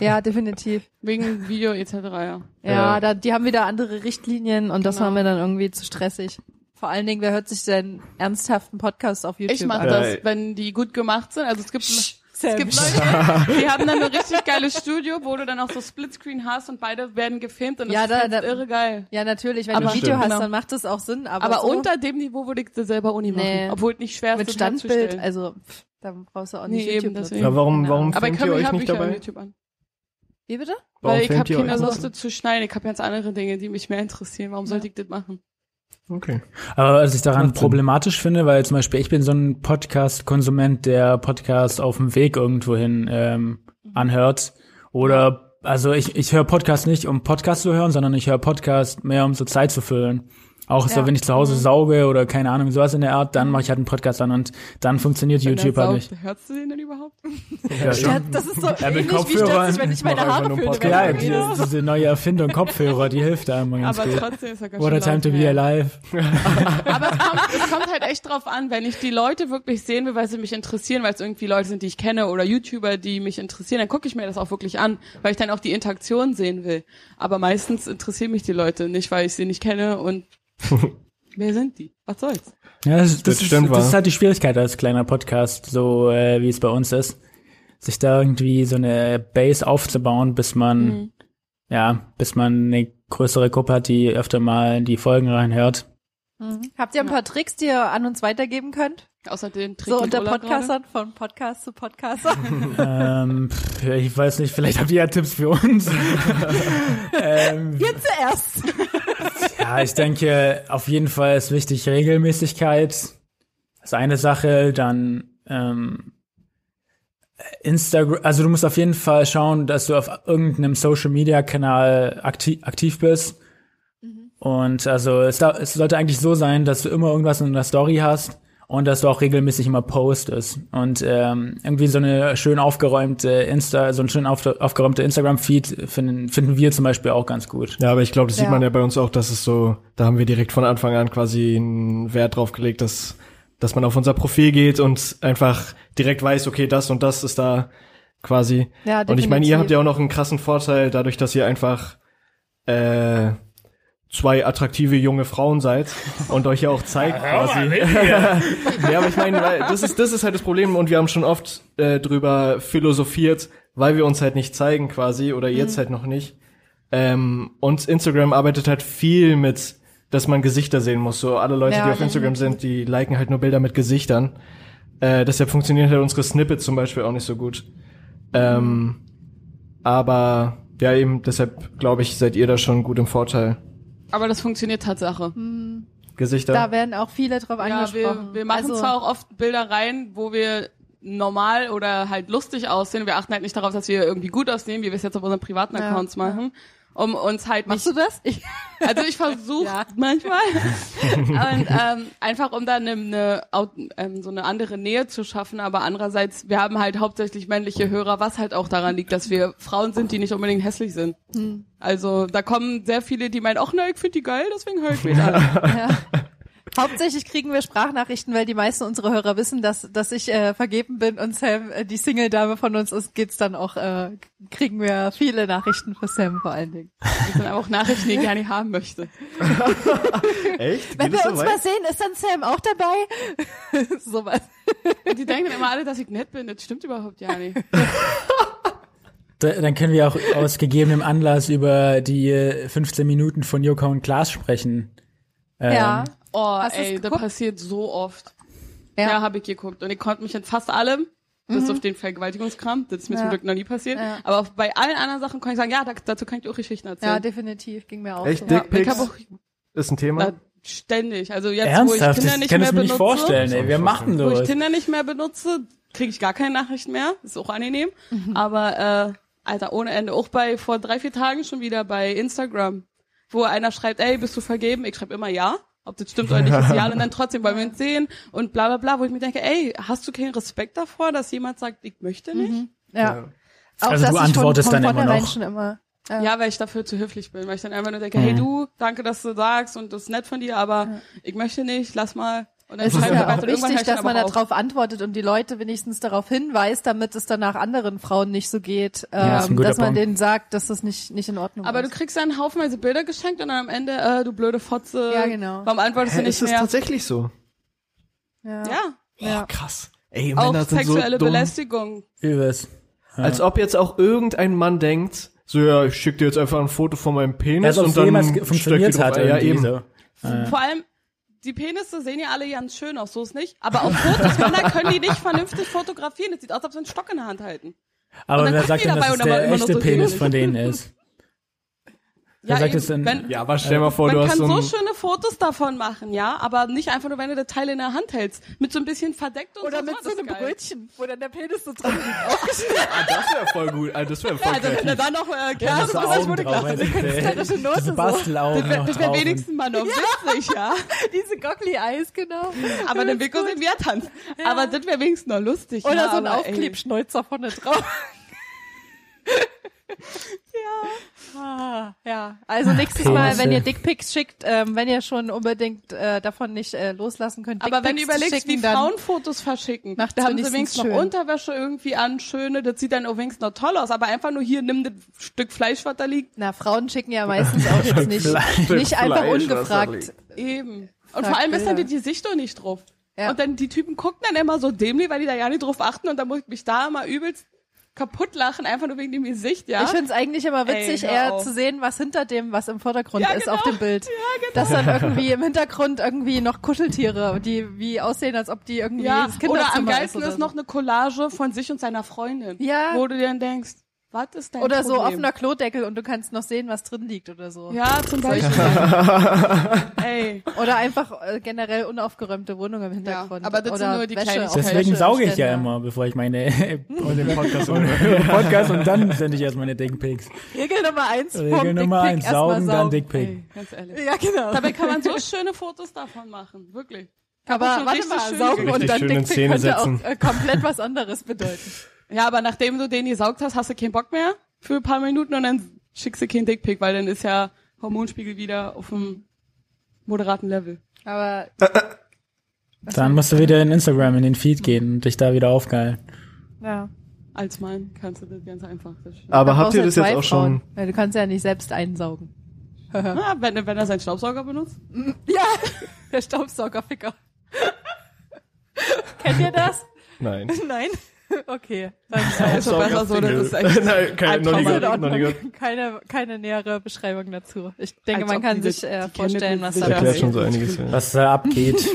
B: ja, definitiv.
C: Wegen Video etc. Ja.
B: Ja,
E: Ja.
B: Da, die haben wieder andere Richtlinien und das
C: Genau.
B: war mir dann irgendwie zu stressig. Vor allen Dingen, wer hört sich denn ernsthaften Podcast auf YouTube
C: Ich mach
B: an?
E: Ja,
C: das,
E: ey.
C: wenn die gut gemacht sind. Also es gibt, es
B: Sam.
C: gibt Leute, die haben dann ein richtig geiles Studio, wo du dann auch so Splitscreen hast und beide werden gefilmt und das
B: Ja,
C: ist
B: da-
C: halt
B: da-
C: irre geil.
B: Ja, natürlich, wenn
C: Aber
B: du Video
E: stimmt.
B: hast,
C: Genau.
B: dann macht das auch Sinn. Aber,
C: Aber
B: so
C: unter dem Niveau würde ich das selber Uni machen,
B: Nee.
C: obwohl es nicht schwer ist,
B: mit
C: das
B: Standbild,
C: herzustellen.
B: also pff, da brauchst du auch
C: Nee,
B: nicht
C: eben,
B: YouTube
C: deswegen.
B: nutzen.
E: Ja, warum, warum
C: Aber ich
E: filmt ihr
C: kann mich
E: euch
C: hab
E: nicht
C: ich ja auf
E: dabei?
C: YouTube an.
B: Wie bitte?
E: Warum
C: Weil ich
E: filmt
C: habe
E: ihr euch
C: keine
E: nicht?
C: Lust das zu schneiden. Ich habe ganz andere Dinge, die mich mehr interessieren. Warum sollte ich das machen?
E: Okay.
D: Aber was ich daran
E: Macht Sinn.
D: problematisch finde, weil zum Beispiel ich bin so ein Podcast-Konsument, der Podcast auf dem Weg irgendwohin ähm, anhört. Oder also ich, ich höre Podcast nicht, um Podcast zu hören, sondern ich höre Podcast mehr, um so Zeit zu füllen. Auch so,
B: Ja.
D: wenn ich zu Hause sauge oder keine Ahnung, sowas in der Art, dann mache ich halt einen Podcast an und dann funktioniert YouTube halt nicht.
C: Hörst du den denn überhaupt?
D: Ja,
B: Ja, das ist so
D: mit
B: ähnlich wie
D: Kopfhörern.
B: stört sich, wenn ich meine
E: Mach einfach
B: Haare
E: nur
B: föhne.
E: einen
B: wenn
D: ja
B: ich rede.
D: die, diese neue Erfindung Kopfhörer, die hilft da immer ganz
C: Aber
D: gut.
C: trotzdem ist er ganz
D: What a
C: schön
D: time
C: laut,
D: to be
C: ja.
D: alive.
C: Aber es kommt, es kommt halt echt drauf an, wenn ich die Leute wirklich sehen will, weil sie mich interessieren, weil es irgendwie Leute sind, die ich kenne oder YouTuber, die mich interessieren, dann gucke ich mir das auch wirklich an, weil ich dann auch die Interaktion sehen will. Aber meistens interessieren mich die Leute nicht, weil ich sie nicht kenne und wer sind die? Was soll's?
D: Ja, das, das,
E: Das stimmt,
D: ist, das ist
E: wa?
D: halt die Schwierigkeit als kleiner Podcast, so äh, wie es bei uns ist, sich da irgendwie so eine Base aufzubauen, bis man ja, bis man eine größere Gruppe hat, die öfter mal die Folgen reinhört.
B: Habt ihr ein paar Tricks, die ihr an uns weitergeben könnt?
C: Außer den Trick
B: So
C: den
B: unter
C: Ola gerade.
B: Podcastern von Podcast zu Podcaster.
D: ähm, pff, ich weiß nicht, vielleicht habt ihr ja Tipps für uns. ähm,
B: Ihr zuerst.
D: Ja, ich denke, auf jeden Fall ist wichtig Regelmäßigkeit. Das ist eine Sache, dann ähm, Instagram, also du musst auf jeden Fall schauen, dass du auf irgendeinem Social Media Kanal aktiv, aktiv bist. Und also es, da, es sollte eigentlich so sein, dass du immer irgendwas in der Story hast und dass du auch regelmäßig immer postest. Und ähm, irgendwie so eine schön aufgeräumte Insta, so ein schön auf, aufgeräumter Instagram-Feed finden, finden wir zum Beispiel auch ganz gut.
E: Ja, aber ich glaube, das sieht
B: Ja.
E: man ja bei uns auch, dass es so, da haben wir direkt von Anfang an quasi einen Wert drauf gelegt, dass, dass man auf unser Profil geht und einfach direkt weiß, okay, das und das ist da quasi.
B: Ja,
E: und ich meine, ihr
B: definitiv.
E: habt ja auch noch einen krassen Vorteil, dadurch, dass ihr einfach äh, zwei attraktive junge Frauen seid und euch ja auch zeigt quasi. ja, aber ich meine, weil das ist, das ist halt das Problem und wir haben schon oft äh, drüber philosophiert, weil wir uns halt nicht zeigen quasi oder
B: Mhm.
E: jetzt halt noch nicht. Ähm, und Instagram arbeitet halt viel mit, dass man Gesichter sehen muss. So alle Leute,
B: Ja,
E: die auf Instagram sind, die liken halt nur Bilder mit Gesichtern. Äh, deshalb funktionieren halt unsere Snippets zum Beispiel auch nicht so gut. Ähm, aber ja, eben deshalb glaube ich, seid ihr da schon gut im Vorteil.
C: Aber das funktioniert Tatsache.
E: Gesichter.
B: Da werden auch viele drauf
C: Ja,
B: angesprochen.
C: wir, wir machen
B: also,
C: zwar auch oft Bilder rein, wo wir normal oder halt lustig aussehen. Wir achten halt nicht darauf, dass wir irgendwie gut aussehen, wie wir es jetzt auf unseren privaten
B: Ja,
C: Accounts machen, um uns halt
B: Machst
C: nicht
B: du das? Ich,
C: Also ich versuche
B: Ja.
C: manchmal. Und ähm, einfach um dann eine, eine, ähm, so eine andere Nähe zu schaffen. Aber andererseits, wir haben halt hauptsächlich männliche Hörer, was halt auch daran liegt, dass wir Frauen sind, die nicht unbedingt hässlich sind.
B: Hm.
C: Also da kommen sehr viele, die meinen, ach na, ich finde die geil, deswegen höre ich mich an.
B: hauptsächlich kriegen wir Sprachnachrichten, weil die meisten unserer Hörer wissen, dass, dass ich äh, vergeben bin und Sam äh, die Single-Dame von uns ist, geht's dann auch, äh, kriegen wir viele Nachrichten für Sam vor allen Dingen.
C: Das sind einfach Nachrichten, die ich gar nicht haben möchte.
E: Echt?
B: Wenn
E: Geht es
B: wir
E: so
B: uns
E: weit?
B: mal sehen, ist dann Sam auch dabei? Sowas.
C: Und die denken immer alle, dass ich nett bin. Das stimmt überhaupt ja nicht.
D: Da- Dann können wir auch aus gegebenem Anlass über die äh, 15 Minuten von Joko und Klaas sprechen. Ähm,
B: Ja.
C: Oh,
B: Hast du's
C: ey, das
B: geguckt?
C: passiert so oft.
B: Ja. Mhm.
C: Ja, habe ich geguckt. Und ich konnte mich in fast allem, bis auf den Vergewaltigungskram, das ist mir
B: Ja.
C: zum Glück noch nie passiert,
B: Ja.
C: aber auch bei allen anderen Sachen konnte ich sagen, ja, da, dazu kann ich auch Geschichten
B: Ja,
C: erzählen.
B: definitiv. Ging mir auch
E: Echt
B: so.
E: dick?
C: ich
E: Dickpics?
C: habe auch
E: Ist ein
C: na,
E: Thema.
C: ständig, also jetzt, wo ich
D: Ernsthaft,
C: Tinder
D: ich
C: nicht
D: kann
C: mehr
D: es mir
C: benutze,
D: nicht vorstellen. Ey. Wir machen
C: wo ich
D: sowas.
C: Tinder nicht mehr benutze, kriege ich gar keine Nachrichten mehr. Ist auch angenehm.
B: Mhm.
C: Aber, äh, Alter, ohne Ende. Auch bei, vor drei, vier Tagen schon wieder bei Instagram, wo einer schreibt, ey, bist du vergeben? Ich schreibe immer ja. Ob das stimmt oder nicht, ist ja. Und dann trotzdem wollen wir uns sehen und bla, bla, bla. Wo ich mir denke, ey, hast du keinen Respekt davor, dass jemand sagt, ich möchte nicht?
B: Mhm. Ja.
E: Ja.
B: Auch,
D: Also
B: dass
D: du
B: ich
D: antwortest
B: von, von
D: dann immer
B: vornherein
D: noch.
B: Schon immer Ja.
C: Ja, weil ich dafür zu höflich bin, weil ich dann einfach nur denke, hey du, danke, dass du sagst und das ist nett von dir, aber ich möchte nicht, lass mal. Und dann
B: Es ist
C: schreiben wir
B: ja
C: weiter
B: auch
C: und irgendwann höre
B: wichtig,
C: ich dann
B: dass man
C: aber auf.
B: darauf antwortet und die Leute wenigstens darauf hinweist, damit es danach anderen Frauen nicht so geht,
D: das ist ein
B: ähm,
D: guter
B: dass man
D: Punkt.
B: denen sagt, dass das nicht, nicht in Ordnung
C: Aber du
B: ist.
C: kriegst dann haufenweise Bilder geschenkt und dann am Ende, äh, du blöde Fotze.
B: Ja, genau.
C: Warum antwortest
E: Hä,
C: du
E: ist
C: nicht
E: das
C: mehr?
E: tatsächlich so?
B: Ja.
C: Ja.
B: Ja.
E: Krass. Ey,
C: Auch
E: Männer sind so
C: sexuelle
E: dumm.
C: Belästigung.
D: Übelst.
E: Als ob jetzt auch irgendein Mann denkt, so ja, ich schicke dir jetzt einfach ein Foto von meinem Penis
D: Als ob
E: und
D: es
E: dann
D: jemals ge-
E: steckt
D: funktioniert
E: die drauf
D: hat.
E: ein. Ja,
D: irgendwie
E: eben.
D: So.
C: Vor allem, die Penisse sehen ja alle ganz schön aus, so ist nicht. Aber auf Fotos, Männer können die nicht vernünftig fotografieren. Das sieht aus, als ob sie einen Stock in der Hand halten. Und
D: Aber
C: dann
D: wer
C: guckt
D: sagt
C: die
D: denn,
C: dabei
D: dass es
C: und dann war
D: der
C: immer noch
D: echte
C: so
D: Penis
C: süß.
D: von denen ist? Wer sagt es denn?
C: wenn,
E: Ja, aber stell mal vor, Oh, du
C: man
E: hast
C: kann
E: so
C: so
E: ein,
C: schöne Fotos davon machen, ja, aber nicht einfach nur, wenn du das Teil in der Hand hältst. Mit so ein bisschen verdeckt und
B: Oder
C: so.
B: mit
C: das
B: so
C: ist
B: einem
C: geil.
B: Brötchen, wo
D: Äh,
B: dann der Penis so drin liegt.
E: ah, das wäre voll gut, ah, das wäre voll
C: Also wenn
E: kreativ.
C: du dann noch äh,
D: Ja,
C: Kerzen
D: so
C: drüber
D: Augen drauf,
C: fotografieren
D: weißt du,
B: Diese
D: diese-
B: Note
D: diese
B: so.
D: Bastelaugen
C: Das
D: noch drauf
C: wäre
D: und-
C: wenigstens mal noch witzig, ja.
B: Diese goggly Eyes, genau.
C: Aber dann Wilko sind wir tanzt. Aber das wäre wenigstens noch lustig.
B: Oder
C: ja,
B: so ein
C: aber, ey.
B: Aufklebschneuzer vorne drauf. ja. Ah, ja. Also nächstes Mal, wenn ihr Dickpics schickt, ähm, wenn ihr schon unbedingt äh, davon nicht äh, loslassen könnt,
C: Aber wenn du
B: Dickpics
C: überlegst,
B: schicken,
C: wie
B: dann-
C: Frauen Fotos verschicken,
B: Macht's
C: da haben sie
B: wenigstens
C: wenigstens
B: schön.
C: noch Unterwäsche irgendwie an, schöne, das sieht dann auch wenigstens noch toll aus, aber einfach nur hier, nimm das Stück Fleisch, was da liegt,
B: Na, Frauen schicken ja meistens auch jetzt nicht,
E: Fleisch-
B: nicht einfach
E: Fleisch, was da
B: ungefragt.
E: liegt.
C: eben. Und
B: Zack,
C: vor allem ist dann die,
B: Bilder.
C: die Sicht doch nicht drauf.
B: Ja.
C: Und dann die Typen gucken dann immer so dämlich, weil die da ja nicht drauf achten und dann muss ich mich da immer übelst kaputt lachen, einfach nur wegen dem Gesicht, ja.
B: Ich find's eigentlich immer
C: Ey,
B: witzig,
C: hör
B: eher
C: auf.
B: zu sehen, was hinter dem, was im Vordergrund
C: Ja,
B: ist
C: genau.
B: auf dem Bild. Ja, genau. Dass dann irgendwie im Hintergrund irgendwie noch Kuscheltiere, die wie aussehen, als ob die irgendwie
C: ja,
B: das
C: oder
B: Kinderzimmer
C: am
B: ist
C: geilsten
B: oder
C: ist noch eine Collage von sich und seiner Freundin.
B: Ja.
C: Wo du dir dann denkst, was ist dein
B: so. Oder so
C: Problem?
B: offener Klodeckel und du kannst noch sehen, was drin liegt oder so.
C: Ja, zum Beispiel. Ey.
B: Oder einfach äh, generell unaufgeräumte Wohnung im Hintergrund.
C: Ja, aber das sind
B: oder
C: nur die
B: Wäsche
C: kleinen
B: auf
D: Deswegen
B: Wäsche-
D: sauge ich ja
C: Genau.
B: Ständer.
D: immer, bevor ich meine
E: Und den Podcast.
D: Podcast und dann sende ich erst meine Dickpics.
B: Regel Nummer eins.
D: Regel
B: vom
D: Nummer
B: Dickpic
D: eins,
B: erstmal
D: saugen, dann
B: saugen.
D: Dickpic.
C: Ey, ganz ehrlich.
B: Ja, genau.
C: Dabei kann man so schöne Fotos davon machen, wirklich.
B: aber
C: schon
B: warte
C: richtig
B: mal,
C: schön
B: saugen
E: gesehen.
B: und dann
E: Richtig schön in
B: Dickpic
E: Szene
B: könnte
E: setzen.
B: auch äh, komplett was anderes bedeuten.
C: Ja, aber nachdem du den gesaugt hast, hast du keinen Bock mehr für ein paar Minuten und dann schickst du keinen Dickpick, weil dann ist ja Hormonspiegel wieder auf einem moderaten Level.
B: Aber
D: Dann musst du wieder in Instagram in den Feed gehen und dich da wieder aufgeilen.
B: ja.
C: Als Mann kannst du das ganz einfach. Das
D: Ah.
C: stimmt.
E: Aber
B: Da
E: habt ihr das
B: brauchst
E: jetzt
B: ja
E: auch
B: zwei
E: schon?
B: Frauen. Ja, du kannst ja nicht selbst einsaugen.
C: Ah, wenn, wenn er seinen Staubsauger benutzt.
B: Ja, der Staubsaugerficker. Kennt ihr das?
E: Nein.
B: Nein? Okay. Dann
C: ist schon besser so, das ist echt
E: Nein, keine, noch nie
C: Albtraum.
E: gehört.
B: ist in
E: Noch nie gehört.
B: Ordnung. Keine, keine nähere Beschreibung dazu. Ich denke,
C: Als
B: man
C: ob
B: kann
C: die das-
B: sich äh,
C: die kennen
B: vorstellen,
C: das
B: was
C: nicht.
B: da
C: Das
E: Erklärt
B: passiert.
E: schon so einiges. Ja.
D: Was da abgeht.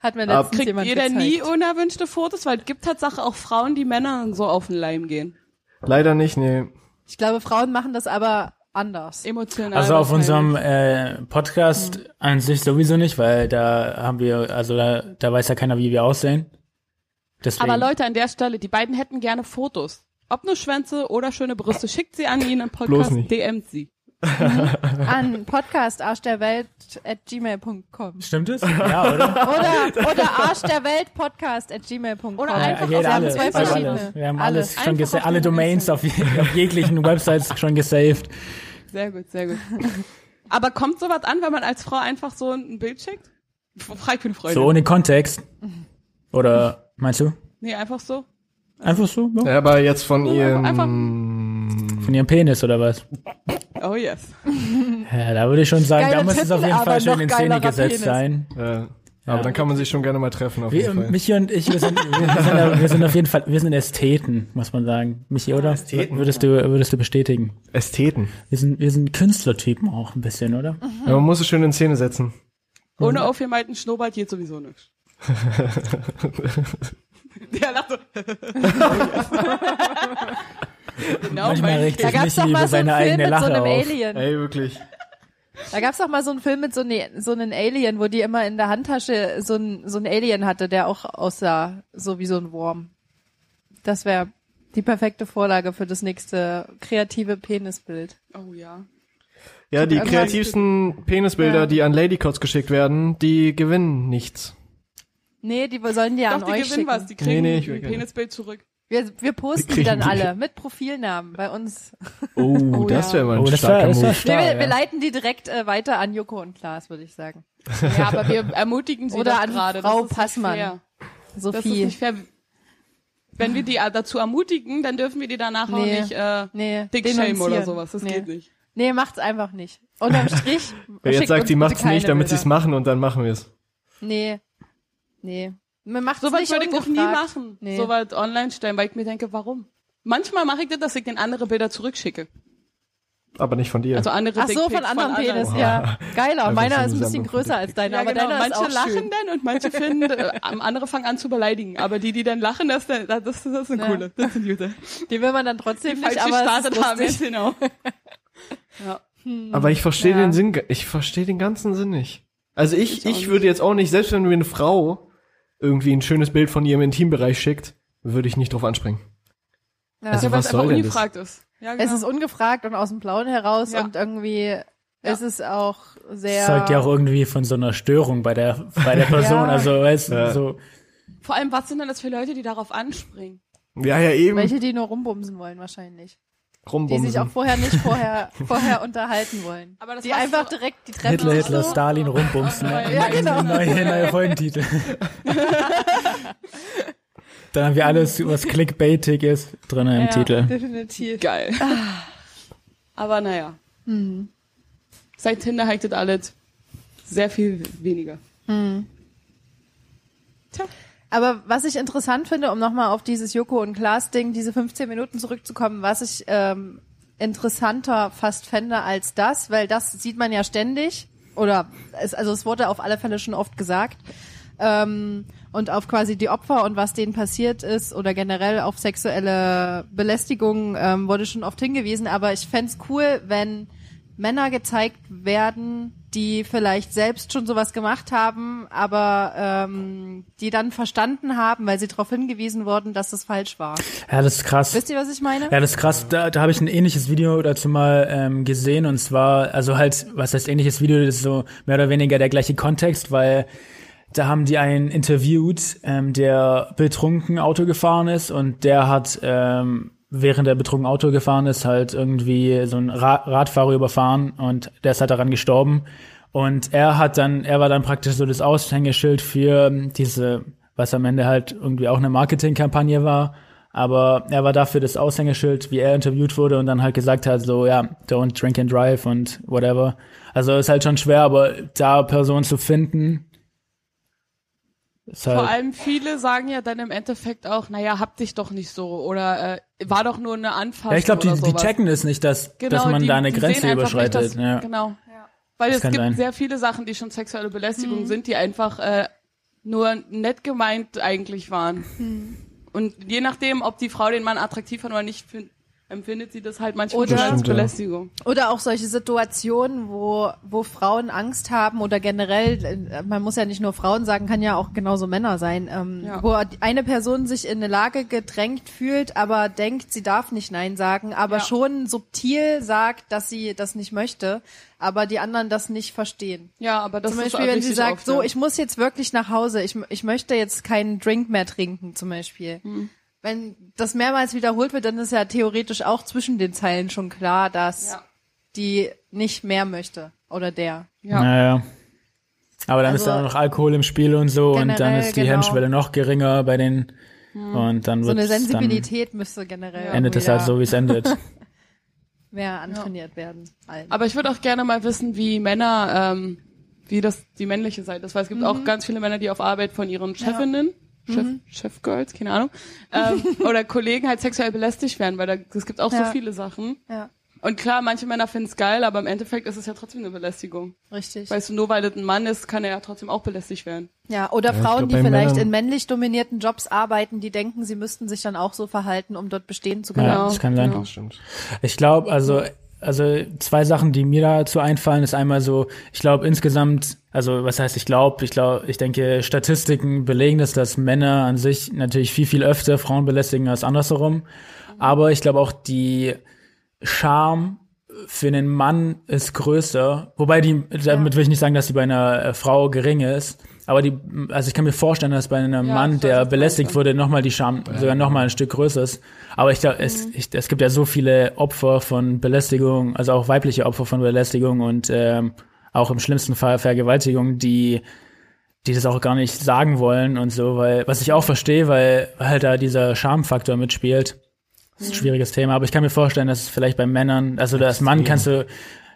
B: Hat mir
E: Ab-
B: letztens
C: Kriegt
B: jemand
C: ihr
B: gezeigt.
C: denn nie unerwünschte Fotos? Weil es gibt Tatsache auch Frauen, die Männern so auf den Leim gehen.
E: Leider nicht, nee.
B: Ich glaube, Frauen machen das aber anders.
C: Emotional.
D: Also auf
C: wahrscheinlich.
D: unserem äh, Podcast
C: Mhm.
D: an sich sowieso nicht, weil da haben wir, also da, da weiß ja keiner, wie wir aussehen. Deswegen.
C: Aber Leute, an der Stelle, die beiden hätten gerne Fotos. Ob nur Schwänze oder schöne Brüste, schickt sie an ihn im
E: Bloß
C: Podcast,
E: nicht.
C: DMt sie.
B: An podcastarschderwelt.gmail.com
D: Stimmt es? Ja, oder?
B: Oder, oder arschderweltpodcast.gmail.com
C: Oder einfach
D: ja, geht
C: auf-
D: Ah, alles.
C: wir haben zwei
D: Also
C: verschiedene.
D: alles. Wir haben
B: Alles.
D: alles, schon
C: Einfach
D: gesa-
C: auf
D: alle
C: den
D: Domains auf, je- auf jeglichen Websites schon gesaved.
C: Sehr gut, sehr gut. Aber kommt sowas an, wenn man als Frau einfach so ein Bild schickt? Frag für eine Freundin.
D: So ohne Kontext.
C: Mhm.
D: Oder meinst du?
C: Nee, einfach so.
D: Einfach so? Ja.
E: Ja, aber jetzt von ihrem.
C: einfach-
D: Von ihrem Penis oder was?
C: Oh yes.
D: Ja, da würde ich schon sagen,
B: Geile
D: da muss es auf
B: Titel,
D: jeden
B: aber
D: Fall schön
B: noch
D: in Szene
B: geilerer
D: gesetzt
B: Penis.
D: sein.
E: Ja. äh, Aber dann kann man sich schon gerne mal treffen auf
D: Wir,
E: jeden Fall.
D: Michi und ich, wir sind, wir, sind, da- wir sind auf jeden Fall, wir sind Ästheten, muss man sagen. Michi, oder? Ästheten. Würdest du, würdest du bestätigen?
E: Ästheten.
D: Wir sind, wir sind Künstlertypen auch ein bisschen, oder?
B: Mhm.
E: Ja, man muss es schön in Szene setzen.
C: Ohne
E: Mhm.
C: aufgemalten Schnurrbart geht sowieso nichts. Der lacht so. oh yes. genau,
D: Manchmal
C: mein
D: regt
B: Da
D: sich
B: gab's
D: Michi
B: doch mal
D: über
B: so einen
D: seine
B: Film
D: eigene
B: mit so
D: Lache
B: einem
D: auf.
B: Alien.
E: Ey, wirklich.
B: Da gab's doch mal so einen Film mit so, ne, so einem Alien, wo die immer in der Handtasche so ein, so ein Alien hatte, der auch aussah so wie so ein Wurm. Das wäre die perfekte Vorlage für das nächste kreative Penisbild.
C: Oh ja.
E: Ja, die
B: Irgendwann-
E: kreativsten Penisbilder,
B: Ja.
E: die an Ladycots geschickt werden, die gewinnen nichts.
B: Nee, die sollen die ja
C: Doch,
B: an
C: die
B: euch
C: gewinnen
B: schicken.
C: was. Die kriegen
E: Nee, nee, ich will
C: ein
E: keine.
C: Penisbild zurück.
B: Wir, wir posten die,
E: kriegen
B: dann
E: die.
B: alle mit Profilnamen bei uns.
E: Oh, das wäre mal ein
D: Oh, das war,
E: starker
D: das war
E: Move.
D: stark,
B: nee, wir, wir
D: ja.
B: leiten die direkt äh, weiter an Joko und Klaas, würde ich sagen.
C: Ja, aber wir ermutigen sie
B: Oder
C: doch
B: an
C: gerade.
B: Frau
C: das ist nicht
B: Passmann.
C: fair. Das ist
B: Sophie.
C: nicht fair. Wenn wir die dazu ermutigen, dann dürfen wir die danach
B: Nee.
C: auch nicht äh,
B: Nee,
C: Dickshame
B: denunzieren.
C: oder sowas. Das
B: nee.
C: geht nicht.
B: Nee, macht's einfach nicht. Unterm Strich.
E: Wer jetzt
B: schickt
E: sagt,
B: uns
E: sie
B: bitte
E: macht's
B: keine
E: nicht, damit
B: Bilder.
E: sie's machen und dann machen wir's.
B: Nee. Nee. Man macht
C: So
B: es
C: was
B: nicht
C: würde ich auch nie
B: ungefragt.
C: machen.
B: Nee.
C: So was online stellen, weil ich mir denke, warum? Manchmal mache ich das, dass ich den andere Bilder zurückschicke.
E: Aber nicht von dir.
C: Also andere
B: Ach so,
C: Dickpics
B: von anderen Penis,
E: Oha.
B: ja. Geiler.
E: Also so
B: meiner
E: eine
B: ist ein bisschen
E: Sammlung von
B: größer als deiner,
C: Ja,
B: aber
C: genau.
B: deiner
C: Manche
B: ist auch
C: lachen
B: schön.
C: dann und manche finden, äh, andere fangen an zu beleidigen. Aber die, die dann lachen, das, das, das, das sind
B: Ja.
C: coole. Das sind gute.
B: Die will man dann trotzdem nicht,
C: Falsch
B: aber es ist
C: gestartet haben
B: lustig.
C: jetzt
E: Also
C: genau. Ja.
E: Aber ich verstehe
B: Ja.
E: den Sinn, ge- ich verstehe den ganzen Sinn nicht. Also ich,
C: auch
E: ich würde jetzt auch nicht, selbst wenn mir eine Frau irgendwie ein schönes Bild von ihrem Intimbereich schickt, würde ich nicht drauf anspringen.
B: Ja.
E: Also
C: Ja, weil
E: was
C: es einfach
E: soll
B: um
E: denn das?
C: ungefragt ist. Ja, genau.
B: Es ist ungefragt und aus dem Blauen heraus
C: Ja.
B: und irgendwie ist es auch sehr...
E: halt
D: Zeugt ja auch irgendwie von so einer Störung bei der, bei der Person.
B: Ja.
D: Also, weißt du,
E: Ja.
D: so.
C: Vor allem, was sind denn das für Leute, die darauf anspringen?
E: Ja, ja, eben.
B: Welche, die nur rumbumsen wollen wahrscheinlich. Die
E: Rumbumsen.
B: sich auch vorher nicht vorher, vorher unterhalten wollen.
C: Aber das
B: die
C: passt
B: einfach
C: doch-
B: direkt die Treppe
D: Hitler,
B: hoch
D: Hitler,
B: so.
D: Stalin rumbumsen.
C: Ja,
D: Neue-
B: genau.
D: Neue, neue Folgentitel. Dann haben wir alles, was clickbaitig ist, drin im
B: Ja,
D: Titel.
B: definitiv.
C: Geil. Ah. Aber naja. Seit Tinder hiked alles sehr viel weniger.
B: Aber was ich interessant finde, um nochmal auf dieses Joko und Klaas Ding, diese 15 Minuten zurückzukommen, was ich ähm, interessanter fast fände als das, weil das sieht man ja ständig oder es, also es wurde auf alle Fälle schon oft gesagt ähm, und auf quasi die Opfer und was denen passiert ist oder generell auf sexuelle Belästigung ähm, wurde schon oft hingewiesen. Aber ich fänd's cool, wenn Männer gezeigt werden, die vielleicht selbst schon sowas gemacht haben, aber ähm, die dann verstanden haben, weil sie darauf hingewiesen wurden, dass das falsch war.
D: Ja, das ist krass.
B: Wisst ihr, was ich meine?
D: Ja, das ist krass. Da, da habe ich ein ähnliches Video dazu mal ähm, gesehen und zwar, also halt, was heißt ähnliches Video, das ist so mehr oder weniger der gleiche Kontext, weil da haben die einen interviewt, ähm, der betrunken Auto gefahren ist und der hat, ähm, während er betrunken Auto gefahren ist, halt irgendwie so einen Ra Radfahrer überfahren und der ist halt daran gestorben. Und er hat dann, er war dann praktisch so das Aushängeschild für ähm, diese, was am Ende halt irgendwie auch eine Marketingkampagne war. Aber er war dafür das Aushängeschild, wie er interviewt wurde und dann halt gesagt hat, so, ja, don't drink and drive und whatever. Also ist halt schon schwer, aber da Personen zu finden, ist halt,
C: Vor allem viele sagen ja dann im Endeffekt auch, naja, hab dich doch nicht so oder äh, war doch nur eine Anfassung
D: ja, ich glaube,
C: oder
D: die, die
C: sowas.
D: checken es nicht, dass, dass
C: Genau,
D: man
C: die-
D: da eine
C: die
D: Grenze
C: sehen einfach
D: überschreitet.
C: Nicht, dass,
D: ja.
C: Genau. Weil
D: Das
C: es
D: kann
C: gibt
D: sein.
C: sehr viele Sachen, die schon sexuelle Belästigung sind, die einfach äh, nur nett gemeint eigentlich waren. Mhm. Und je nachdem, ob die Frau den Mann attraktiv fand oder nicht, fin- empfindet sie das halt manchmal
B: Oder-
C: schon als
E: Stimmt, ja.
C: Belästigung.
B: Oder auch solche Situationen, wo, wo Frauen Angst haben oder generell, äh, man muss ja nicht nur Frauen sagen, kann ja auch genauso Männer sein, ähm,
C: Ja.
B: wo eine Person sich in eine Lage gedrängt fühlt, aber denkt, sie darf nicht Nein sagen, aber
C: Ja.
B: schon subtil sagt, dass sie das nicht möchte, aber die anderen das nicht verstehen.
C: Ja, aber das
B: Zum
C: ist
B: Beispiel,
C: auch
B: wenn sie
C: richtig
B: sagt,
C: oft,
B: so,
C: ja.
B: ich muss jetzt wirklich nach Hause, ich, m- ich möchte jetzt keinen Drink mehr trinken, zum Beispiel.
C: Hm.
B: Wenn das mehrmals wiederholt wird, dann ist ja theoretisch auch zwischen den Zeilen schon klar, dass
C: Ja.
B: die nicht mehr möchte oder der.
C: Ja.
D: Naja. Aber dann ist
B: Also-
D: da noch Alkohol im Spiel und so und dann
B: Generell,
D: ist die
B: genau.
D: Hemmschwelle noch geringer bei den und dann
B: So
D: wird
B: eine
D: dann
B: Sensibilität müsste generell
D: endet es
B: wieder
D: halt so, wie es endet.
B: mehr antrainiert werden. Allen.
C: Aber ich würde auch gerne mal wissen, wie Männer, ähm, wie das die männliche Seite ist, weil es gibt
B: Mhm.
C: auch ganz viele Männer, die auf Arbeit von ihren Chefinnen, Chef, Chefgirls, keine Ahnung, ähm, oder Kollegen halt sexuell belästigt werden, weil da, es gibt auch
B: Ja.
C: so viele Sachen.
B: ja,
C: Und klar, manche Männer finden es geil, aber im Endeffekt ist es ja trotzdem eine Belästigung.
B: richtig.
C: Weißt du, nur weil das ein Mann ist, kann er ja trotzdem auch belästigt werden.
B: Ja, oder
E: ich
B: Frauen,
E: glaub,
B: die
E: bei
B: vielleicht
E: Männern-
B: in männlich dominierten Jobs arbeiten, die denken, sie müssten sich dann auch so verhalten, um dort bestehen zu können.
D: Ja, das kann sein.
C: genau.
E: Stimmt.
D: Ich glaube, also, also zwei Sachen, die mir dazu einfallen, ist einmal so, ich glaube insgesamt, also was heißt ich glaube, ich glaube, ich denke, Statistiken belegen das, dass Männer an sich natürlich viel, viel öfter Frauen belästigen als andersherum. Aber ich glaube auch die Scham für einen Mann ist größer, wobei die, damit will ich nicht sagen, dass die bei einer äh, Frau gering ist, aber die, also ich kann mir vorstellen, dass bei einem
C: Ja,
D: Mann,
C: ich weiß, was
D: der
C: du
D: belästigt
C: meinst, ja.
D: wurde, nochmal die Scham sogar nochmal ein Stück größer ist. Aber ich glaube,
C: Mhm.
D: es, ich, es gibt ja so viele Opfer von Belästigung, also auch weibliche Opfer von Belästigung und ähm, auch im schlimmsten Fall Vergewaltigung, die die das auch gar nicht sagen wollen und so, weil, was ich auch verstehe, weil halt da dieser Schamfaktor mitspielt. Das ist ein schwieriges Thema, aber ich kann mir vorstellen, dass es vielleicht bei Männern, also als Mann kannst du,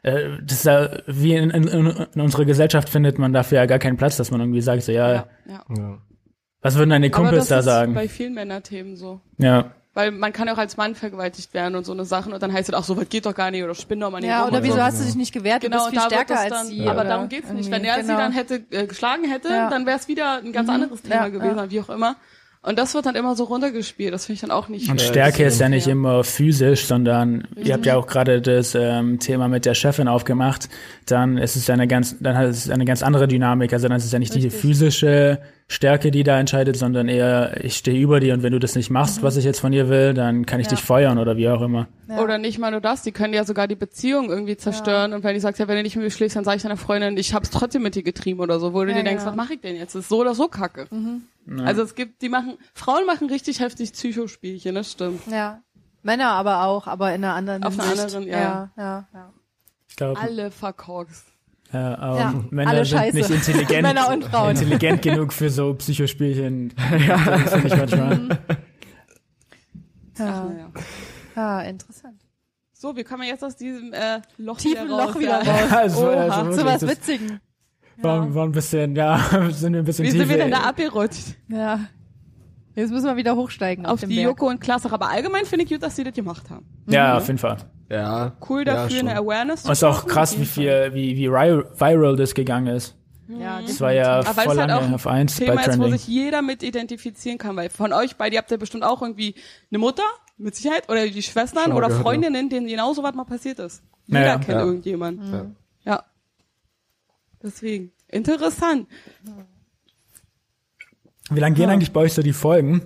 D: äh, das ist ja, wie in, in, in unserer Gesellschaft findet man dafür ja gar keinen Platz, dass man irgendwie sagt, so, ja,
C: Ja, ja.
E: Ja.
D: was würden deine
C: Aber
D: Kumpels
C: das
D: da
C: ist
D: sagen?
C: bei vielen Männerthemen so.
D: Ja.
C: Weil man kann ja auch als Mann vergewaltigt werden und so eine Sachen und dann heißt es auch so, was geht doch gar nicht oder spinn doch mal nicht
B: Ja,
C: rum
B: oder
C: oder
B: wieso
C: so.
B: hast du dich nicht gewehrt?
C: Genau,
B: du
C: und
B: bist
C: da
B: viel
C: wird
B: stärker
C: es
B: als
C: dann,
B: sie.
C: aber
B: oder
C: darum geht's nicht. Wenn
B: irgendwie,
C: er sie
B: genau.
C: dann hätte äh, geschlagen hätte,
B: Ja. Mhm.
C: dann wäre es wieder ein ganz anderes Thema
B: Ja,
C: gewesen, wie auch immer. Und das wird dann immer so runtergespielt. Das finde ich dann auch nicht
D: Und
C: fair.
D: Stärke ist ja nicht
C: fair.
D: immer physisch, sondern ihr habt ja
C: Mhm.
D: auch gerade das ähm, Thema mit der Chefin aufgemacht. Dann ist es ja eine ganz, dann hat es eine ganz andere Dynamik. Also dann ist es ja nicht die physische Stärke, die da entscheidet, sondern eher ich stehe über dir und wenn du das nicht
C: Mhm.
D: machst, was ich jetzt von dir will, dann kann ich dich feuern oder wie auch immer.
B: Ja.
C: Oder nicht mal nur das, die können ja sogar die Beziehung irgendwie zerstören. Und wenn die sagt, ja, wenn du nicht mit mir schläfst, dann sage ich deiner Freundin, ich hab's trotzdem mit dir getrieben oder so, wo du dir denkst,
B: ja.
C: was
B: Mhm.
C: mache ich denn jetzt? Das ist so oder so Kacke. Also es gibt, die machen, Frauen machen richtig heftig Psychospielchen, das stimmt.
B: Ja. Männer aber auch, aber in einer anderen
C: Auf einer
B: Hinsicht.
C: anderen, ja.
B: Ja, ja, ja.
D: Ich glaube,
C: Alle verkorkst.
D: ja, ähm,
B: Ja,
D: Männer
B: alle
D: sind
B: scheiße.
D: nicht intelligent,
B: Männer und Frauen.
D: intelligent genug für so Psychospielchen. Das finde ich
C: Mhm,
D: manchmal.
C: Ach,
B: Ja,
C: naja.
B: ja Ah, interessant.
C: So, wie kommen wir jetzt aus diesem äh, Loch
B: Tiefen
C: wieder raus?
B: Loch wieder
C: ja.
B: raus.
D: Also,
C: Oha,
D: also
B: Zu
D: wirklich,
B: was
D: das
B: Witzigen.
D: war, war ein bisschen, ja, sind wir ein bisschen
C: Wie
D: tiefer.
C: sind wir denn da abgerutscht?
B: Ja. Jetzt müssen wir wieder hochsteigen auf,
C: auf
B: dem
C: die
B: Berg.
C: Joko und Klaas Sache. Aber allgemein finde ich gut, dass sie das gemacht haben.
D: Ja, auf jeden Fall.
E: Ja.
C: Cool dafür
E: ja,
C: eine Awareness.
D: Und es ist Also auch krass, wie viel, wie, wie ri- viral das gegangen ist.
C: Mhm.
B: Ja,
D: Das war ja
C: Aber weil
D: voll
C: es halt auch
D: lange
C: ein
D: auf 1 bei
C: Thema ist, wo
D: Trending.
C: sich jeder mit identifizieren kann, weil von euch beide ihr habt ja bestimmt auch irgendwie eine Mutter, mit Sicherheit, oder die Schwestern
E: Schon mal
C: oder
E: gehört,
C: Freundinnen, denen genau so was mal passiert ist.
D: Ja,
C: Jeder
D: ja.
C: kennt
E: Ja.
C: irgendjemanden.
E: Ja.
C: Ja. Deswegen. Interessant.
D: Wie lange gehen eigentlich bei euch so die Folgen?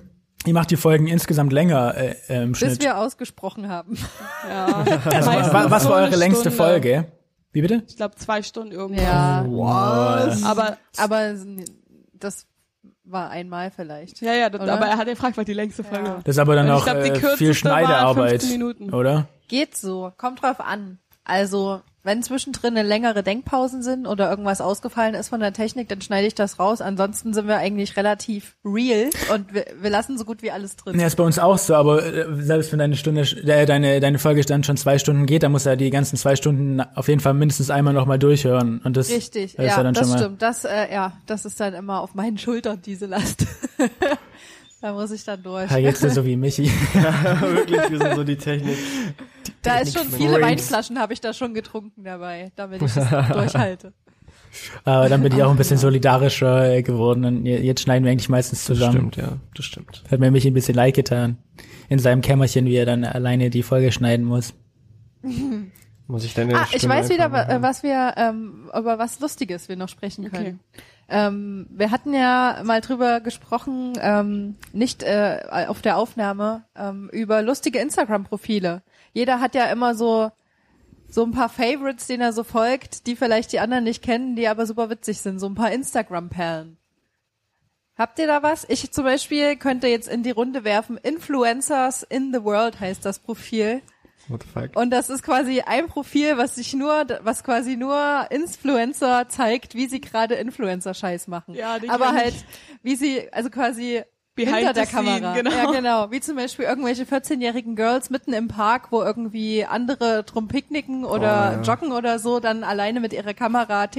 D: Ihr macht die Folgen insgesamt länger äh, äh, im
B: bis
D: Schnitt.
B: wir ausgesprochen haben.
C: Ja.
D: Also,
C: Meistens
D: wa- was
C: so
D: war
C: eine
D: eure längste
C: Stunde.
D: Folge? Wie bitte?
C: Ich glaube zwei Stunden irgendwann.
B: Ja,
D: Oh, Was?
C: Aber,
B: aber das war einmal vielleicht.
C: ja, ja, das,
B: Oder?
C: aber er hat ja gefragt, was die längste Folge war.
D: Das ist aber dann
C: Ich
D: auch
C: glaub, die
D: äh,
C: kürzeste
D: viel
C: war
D: Schneidearbeit,
C: 15 Minuten.
D: oder?
B: Geht so, kommt drauf an. Also, wenn zwischendrin eine längere Denkpausen sind oder irgendwas ausgefallen ist von der Technik, dann schneide ich das raus. Ansonsten sind wir eigentlich relativ real und wir, wir lassen so gut wie alles drin.
D: Ja, ist bei uns auch so, aber äh, selbst wenn deine Stunde, äh, deine, deine Folge dann schon zwei Stunden geht, dann muss er die ganzen zwei Stunden auf jeden Fall mindestens einmal nochmal durchhören. Und das
B: Richtig,
D: das ist
B: ja,
D: dann
B: das
D: schon mal,
B: stimmt. Das, äh, ja, das ist dann immer auf meinen Schultern, diese Last. da muss ich dann durch.
D: Da geht's dir so wie Michi.
E: Wirklich, wir sind so die Technik.
B: Da ist schon
E: Technik-
B: viele
E: Brains.
B: Weinflaschen habe ich da schon getrunken dabei, damit ich das durchhalte.
D: Aber dann bin ich auch ein bisschen solidarischer äh, geworden und je- jetzt schneiden wir eigentlich meistens zusammen.
E: ja, das stimmt.
D: Hat mir Michi ein bisschen leid getan. In seinem Kämmerchen, wie er dann alleine die Folge schneiden muss.
E: Muss ich deine
B: Ah, ich
E: Stimme
B: weiß wieder, wa-
E: einfach-
B: äh, was wir ähm, über was Lustiges wir noch sprechen
C: Okay.
B: können. Ähm, wir hatten ja mal drüber gesprochen, ähm, nicht äh, auf der Aufnahme, ähm, über lustige Instagram-Profile. Jeder hat ja immer so so ein paar Favorites, denen er so folgt, die vielleicht die anderen nicht kennen, die aber super witzig sind. So ein paar Instagram-Perlen. Habt ihr da was? Ich zum Beispiel könnte jetzt in die Runde werfen, Influencers in the World heißt das Profil.
E: What the fuck?
B: Und das ist quasi ein Profil, was sich nur, was quasi nur Influencer zeigt, wie sie gerade Influencer-Scheiß machen.
C: Ja, die
B: Aber
C: kenn
B: halt,
C: ich.
B: wie sie, also quasi
C: Behind
B: hinter
C: the
B: der
C: scene,
B: Kamera.
C: genau.
B: Ja, genau. Wie zum Beispiel irgendwelche 14-jährigen Girls mitten im Park, wo irgendwie andere drum picknicken oder
E: Oh, ja.
B: joggen oder so, dann alleine mit ihrer Kamera
E: Die machen dann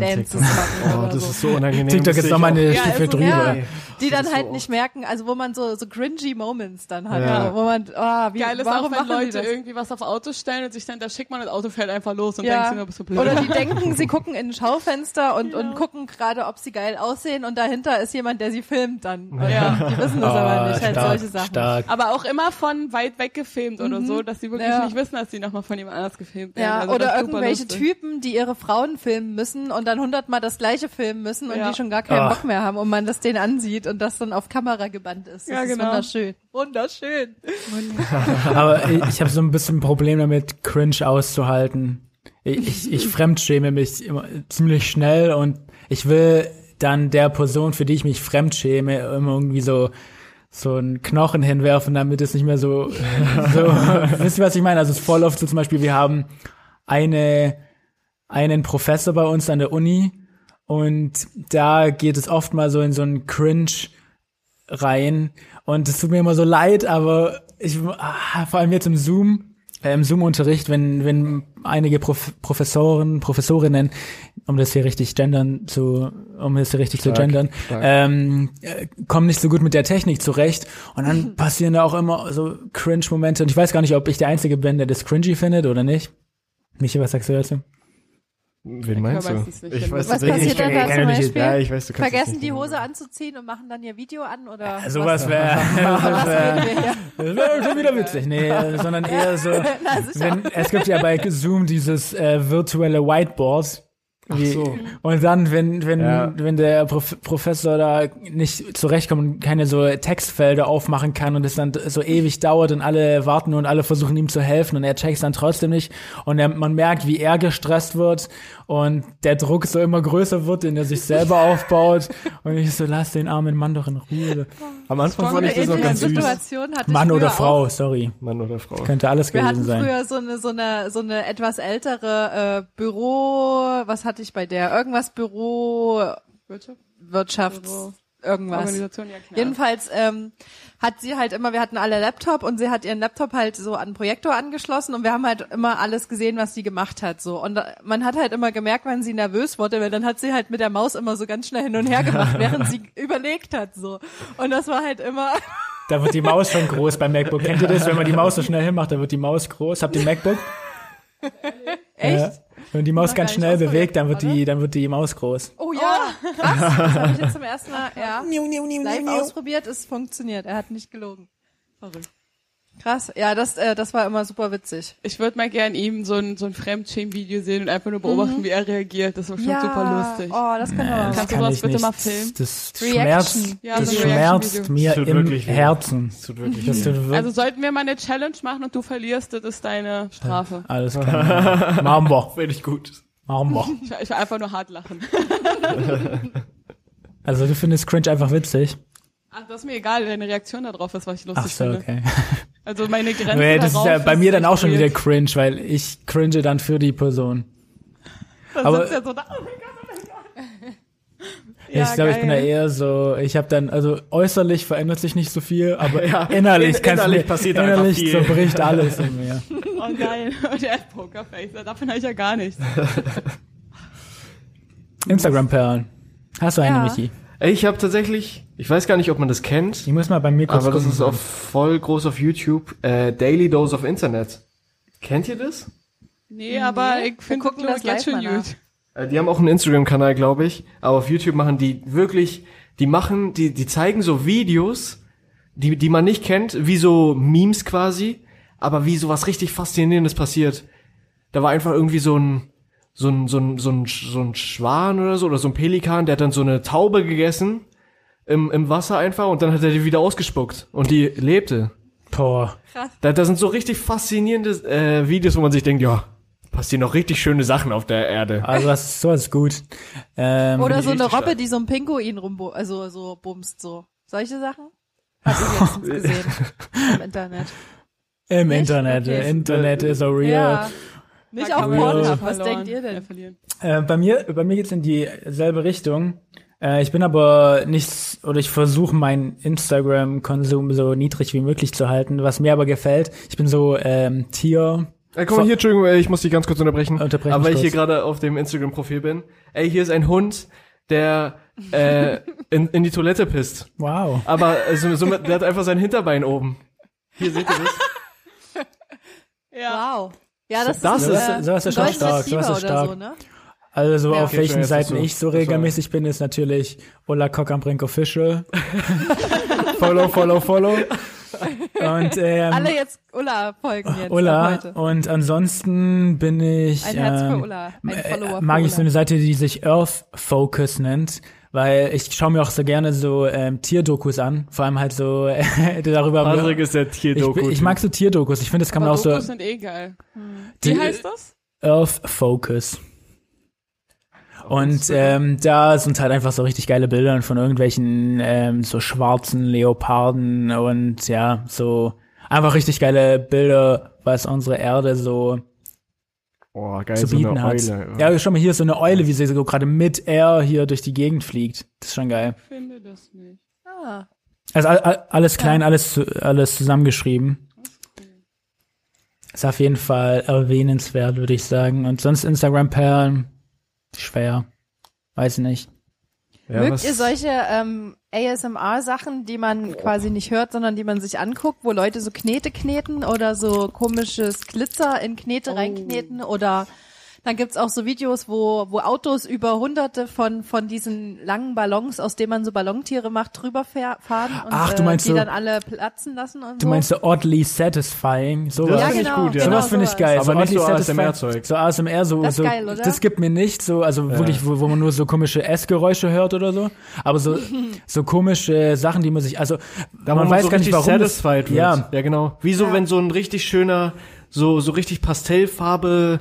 B: TikTok-Dances
E: TikTok.
B: machen
E: Oh,
B: oder
E: das
B: so. Also,
E: ist so unangenehm.
D: TikTok
E: das
D: ist
E: sehe ich
D: nochmal
E: auch.
D: eine
C: Ja,
D: Stufe
C: ist so-
D: drüber.
E: Nee,
B: Die
E: das
B: dann
E: ist
B: halt
E: so
B: nicht merken, also wo man so, so cringy Moments dann hat,
E: Ja.
B: wo man, ah, wie,
C: Geil ist
B: warum
C: auch, wenn
B: machen die
C: Leute
B: das?
C: irgendwie was auf Autos stellen und sich dann, da schickt man das Auto fährt einfach los und denkt
B: Ja.
C: sich nur, bist du blöd.
B: Oder die denken, sie gucken in ein Schaufenster und, und gucken gerade, ob sie geil aussehen und dahinter ist jemand, der sie filmt dann. Und
C: Ja.
B: Die wissen das aber
D: Ah,
B: nicht, halt solche Sachen.
D: stark.
C: Aber auch immer von weit weg gefilmt oder so, dass sie wirklich
B: Mhm. Ja.
C: nicht wissen, dass sie nochmal von jemand anders gefilmt werden.
B: Ja,
C: Also das
B: oder
C: ist super
B: irgendwelche
C: lustig.
B: Typen, die ihre Frauen filmen müssen und dann hundertmal das gleiche filmen müssen und
C: Ja.
B: die schon gar keinen
D: Ah.
B: Bock mehr haben und man das denen ansieht und das dann auf Kamera gebannt ist. Das
C: Ja,
B: ist
C: genau.
B: wunderschön. Wunderschön.
D: Aber ich, ich habe so ein bisschen ein Problem damit, Cringe auszuhalten. Ich, ich, ich fremdschäme mich immer ziemlich schnell und ich will dann der Person, für die ich mich fremdschäme, immer irgendwie so so einen Knochen hinwerfen, damit es nicht mehr so, so wisst ihr, was ich meine? Also es ist voll oft so zum Beispiel, wir haben eine, einen Professor bei uns an der Uni und da geht es oft mal so in so einen Cringe rein und es tut mir immer so leid, aber ich, ah, vor allem jetzt im Zoom, äh, im Zoom-Unterricht, wenn, wenn einige Prof Professoren, Professorinnen, um das hier richtig gendern zu, um das hier richtig zu
E: Stark,
D: gendern,
E: stark.
D: ähm, äh, kommen nicht so gut mit der Technik zurecht und dann passieren da auch immer so Cringe-Momente und ich weiß gar nicht, ob ich der Einzige bin, der das cringy findet oder nicht. Michi, was sagst du dazu?
E: Wen meinst du?
C: meistens nicht,
E: Ich
C: wenn
E: weiß
C: du-
B: Was
E: tatsächlich
D: ich
B: passiert
D: kann-
B: dann
D: ich
B: da
D: kann
B: zum
D: ja nicht-
B: Beispiel?
E: Ja, ich weiß, du kannst das
B: Vergessen
E: nicht
B: die
E: genau
B: Hose
E: sagen.
B: anzuziehen und machen dann ihr Video an oder
D: Sowas wäre
B: was, was reden wir hier?
D: wär schon wieder witzig. Nee, äh, sondern eher so. Wenn, es gibt ja bei Zoom dieses äh, virtuelle Whiteboard. Wie,
E: so.
D: Und dann, wenn, wenn,
E: Ja.
D: wenn der Prof Professor da nicht zurechtkommt und keine so Textfelder aufmachen kann und es dann so ewig dauert und alle warten und alle versuchen ihm zu helfen und er checkt dann trotzdem nicht und er, man merkt, wie er gestresst wird und der Druck so immer größer wird, den er sich selber aufbaut und ich so, lass den armen Mann doch in Ruhe.
E: Am Anfang
B: So
E: fand
B: eine
E: ich das noch
B: ähnliche
E: ganz süß.
B: Situation hatte
D: Mann
B: ich
D: oder
B: früher
D: Frau,
B: Auch.
D: sorry.
E: Mann oder Frau.
D: Könnte alles
B: Wir
D: gewesen
B: hatten
D: sein.
B: früher so eine so eine so eine etwas ältere äh, Büro, was hatte ich bei der? Irgendwas Büro
C: Wirtschaft?
B: Wirtschafts irgendwas.
C: Organisation, ja, keine Ahnung.
B: Jedenfalls ähm, hat sie halt immer, wir hatten alle Laptop und sie hat ihren Laptop halt so an den Projektor angeschlossen und wir haben halt immer alles gesehen, was sie gemacht hat. so Und äh, man hat halt immer gemerkt, wenn sie nervös wurde, weil dann hat sie halt mit der Maus immer so ganz schnell hin und her gemacht, während sie überlegt hat. so Und das war halt immer,
D: Da wird die Maus schon groß beim MacBook. Kennt ihr das? Wenn man die Maus so schnell hinmacht, dann wird die Maus groß. Habt ihr ein MacBook?
B: echt?
D: Ja. Wenn man die Maus
B: Noch
D: ganz
B: gar
D: schnell
B: nicht
D: bewegt, dann wird
B: ausprobiert,
D: die, dann wird die Maus groß.
B: Oh ja, krass. Das habe ich jetzt zum ersten Mal ja, live ausprobiert. Es funktioniert. Er hat nicht gelogen. Verrückt. Krass. Ja, das, äh, das war immer super witzig.
C: Ich würde mal gern ihm so ein, so ein Fremdschämen-Video sehen und einfach nur beobachten, wie er reagiert. Das war bestimmt
B: Mhm. ja.
C: super lustig.
B: Oh, das können wir mal
D: Das
C: Kannst du
D: kann
C: sowas
D: ich
C: bitte
D: nicht.
C: mal filmen?
D: Das, das
B: Reaction.
D: schmerzt,
C: Ja,
D: das
C: so ein
D: schmerzt
C: Reaction-Video.
D: mir
E: Das tut
D: im
E: wirklich weh.
D: Herzen.
E: Das tut wirklich
D: Das
E: weh.
D: tut wirklich
C: Also sollten wir mal eine Challenge machen und du verlierst, das ist deine Strafe.
D: Alles klar. Machen wir.
E: Finde ich gut.
D: Machen wir.
C: Ich, ich will einfach nur hart lachen.
D: Also du findest Cringe einfach witzig.
C: Ach, das ist mir egal, deine Reaktion darauf ist, was ich lustig
D: Ach so,
C: finde.
D: okay.
C: Also meine Grenze
D: Nee, das ist
C: darauf
D: ja bei mir dann auch
C: echt
D: schon wieder
C: weird.
D: cringe, weil ich cringe dann für die Person.
C: Da
D: aber-
C: sitzt er so da, oh mein Gott, oh mein Gott.
D: ich glaube, ich bin da
C: geil.
D: eher so, ich habe dann, also äußerlich verändert sich nicht so viel, aber
E: Ja,
D: innerlich,
E: in-
D: kannst du
E: innerlich
D: mir,
E: passiert einfach
D: innerlich
E: viel.
D: zerbricht alles in mir.
C: Oh nein, und er hat Pokerface. Davon habe ich ja gar nichts.
D: Instagram-Perlen. Hast du eine,
B: Ja.
D: Michi?
E: Ey, Ich habe tatsächlich, ich weiß gar nicht, ob man das kennt,
D: Die muss mal beim Mikro
E: aber das ist auch voll groß auf YouTube. Äh, Daily Dose of Internet. Kennt ihr das?
C: Nee, aber ich finde
B: gucken das
C: Mhm. das jetzt
B: live
C: schon
B: mal
C: gut.
E: Äh, Die haben auch einen Instagram-Kanal, glaube ich. Aber auf YouTube machen die wirklich, die machen, die, die zeigen so Videos, die, die man nicht kennt, wie so Memes quasi, aber wie so was richtig Faszinierendes passiert. Da war einfach irgendwie so ein, so ein, so ein, so ein, Sch- so ein Schwan oder so, oder so ein Pelikan, der hat dann so eine Taube gegessen im, im Wasser einfach und dann hat er die wieder ausgespuckt und die lebte.
D: Boah.
E: Da, da sind so richtig faszinierende äh, Videos, wo man sich denkt, ja, passieren noch richtig schöne Sachen auf der Erde.
D: Also das ist, sowas ist gut. Ähm,
B: Oder
E: ich
B: so eine
E: richtig
B: Robbe,
E: stark.
B: die so einen Pinguin rumbo, also so bumst so. Solche Sachen? Hab ich letztens gesehen im Internet.
D: Im
B: Echt?
D: Internet.
B: Okay.
D: Internet is a real.
B: Ja. Nicht auf
D: man Pornhub,
B: Pornhub,
D: verloren.
B: was denkt ihr
C: Ja,
B: denn?
C: verlieren.
D: Äh, bei mir, bei mir geht's in dieselbe Richtung. Äh, ich bin aber nicht, oder ich versuche meinen Instagram-Konsum so niedrig wie möglich zu halten. Was mir aber gefällt, ich bin so ähm, Tier.
E: Äh, guck mal hier, Entschuldigung, äh, ich muss dich ganz kurz unterbrechen.
D: Unterbrech
E: aber
D: mich
E: weil ich hier
D: kurz.
E: gerade auf dem Instagram-Profil bin. Ey, hier ist ein Hund, der äh, in, in die Toilette pisst.
D: Wow.
E: Aber äh, so, so, der hat einfach sein Hinterbein oben. Hier seht ihr das.
C: Ja.
B: Wow. Ja, das,
E: Das
B: ist,
E: ist-
B: äh,
D: sowas ist schon
B: deutsches
D: stark, sowas
B: Tiber
D: ist
B: oder
D: stark.
B: So, ne?
D: Also
B: Ja.
D: auf
E: Okay,
D: welchen
E: jetzt ist
D: Seiten
E: so.
D: ich so
E: Das war-
D: regelmäßig bin, ist natürlich Ola Kock am Brink Official. follow, follow, follow. Und ähm,
B: Alle jetzt Ulla folgen jetzt. ab
D: Ulla.
B: Heute.
D: Und ansonsten bin ich.
B: Ein Herz für
D: ähm,
B: Ulla. Ein
D: äh,
B: Follower
D: mag
B: für
D: ich so eine Seite, die sich Earth Focus nennt, weil ich schaue mir auch so gerne so ähm, Tierdokus an, vor allem halt so äh, darüber.
E: Patrick ist der
D: ich,
E: Tierdoku.
D: bin- ich mag so Tierdokus. Ich finde, das kann
C: Aber
D: man auch so
C: Dokus sind eh geil.
D: Die-
C: Wie heißt das?
D: Earth Focus.
E: Oh,
D: Und ähm, da sind halt einfach so richtig geile Bilder von irgendwelchen ähm, so schwarzen Leoparden und ja, so einfach richtig geile Bilder, was unsere Erde so
E: oh, geil,
D: zu
E: so
D: bieten
E: eine
D: hat.
E: Eule.
D: Ja, schau mal, hier ist so eine Eule, wie sie so gerade mit Air hier durch die Gegend fliegt. Das ist schon geil.
C: Ich finde das nicht.
B: Ah.
D: Also all- all- alles klein, alles, zu- alles zusammengeschrieben. Ist auf jeden Fall erwähnenswert, würde ich sagen. Und sonst Instagram-Perlen, schwer. Weiß nicht.
E: Ja,
B: Mögt
E: was-
B: ihr solche ähm, ASMR-Sachen, die man quasi nicht hört, sondern die man sich anguckt, wo Leute so Knete kneten oder so komisches Glitzer in Knete reinkneten oder dann gibt's auch so Videos, wo, wo Autos über hunderte von, von diesen langen Ballons, aus denen man so Ballontiere macht, drüber fähr- fahren und
D: Ach, du
B: äh,
D: meinst
B: die
D: so-
B: dann alle platzen lassen und
D: Du
B: so.
D: meinst so oddly satisfying? Sowas.
E: Ja,
B: ja,
E: find ich
B: genau,
E: gut, ja.
B: genau,
D: sowas finde ich
B: sowas.
D: geil.
E: Aber nicht
D: oddly
E: so
D: satisfying,
E: ASMR-Zeug.
D: So ASMR, so,
B: Das ist
D: so
B: geil, oder?
D: das gibt mir nichts, so, also wirklich, wo, wo man nur so komische Essgeräusche hört oder so. Aber so, so komische Sachen, die man sich, also
E: Da
D: man
E: wo
D: weiß
E: so
D: gar nicht,
E: richtig
D: warum. das-
E: satisfied wird.
D: Ja,
E: ja, genau. Wieso,
B: Ja.
E: wenn so ein richtig schöner, so, so richtig Pastellfarbe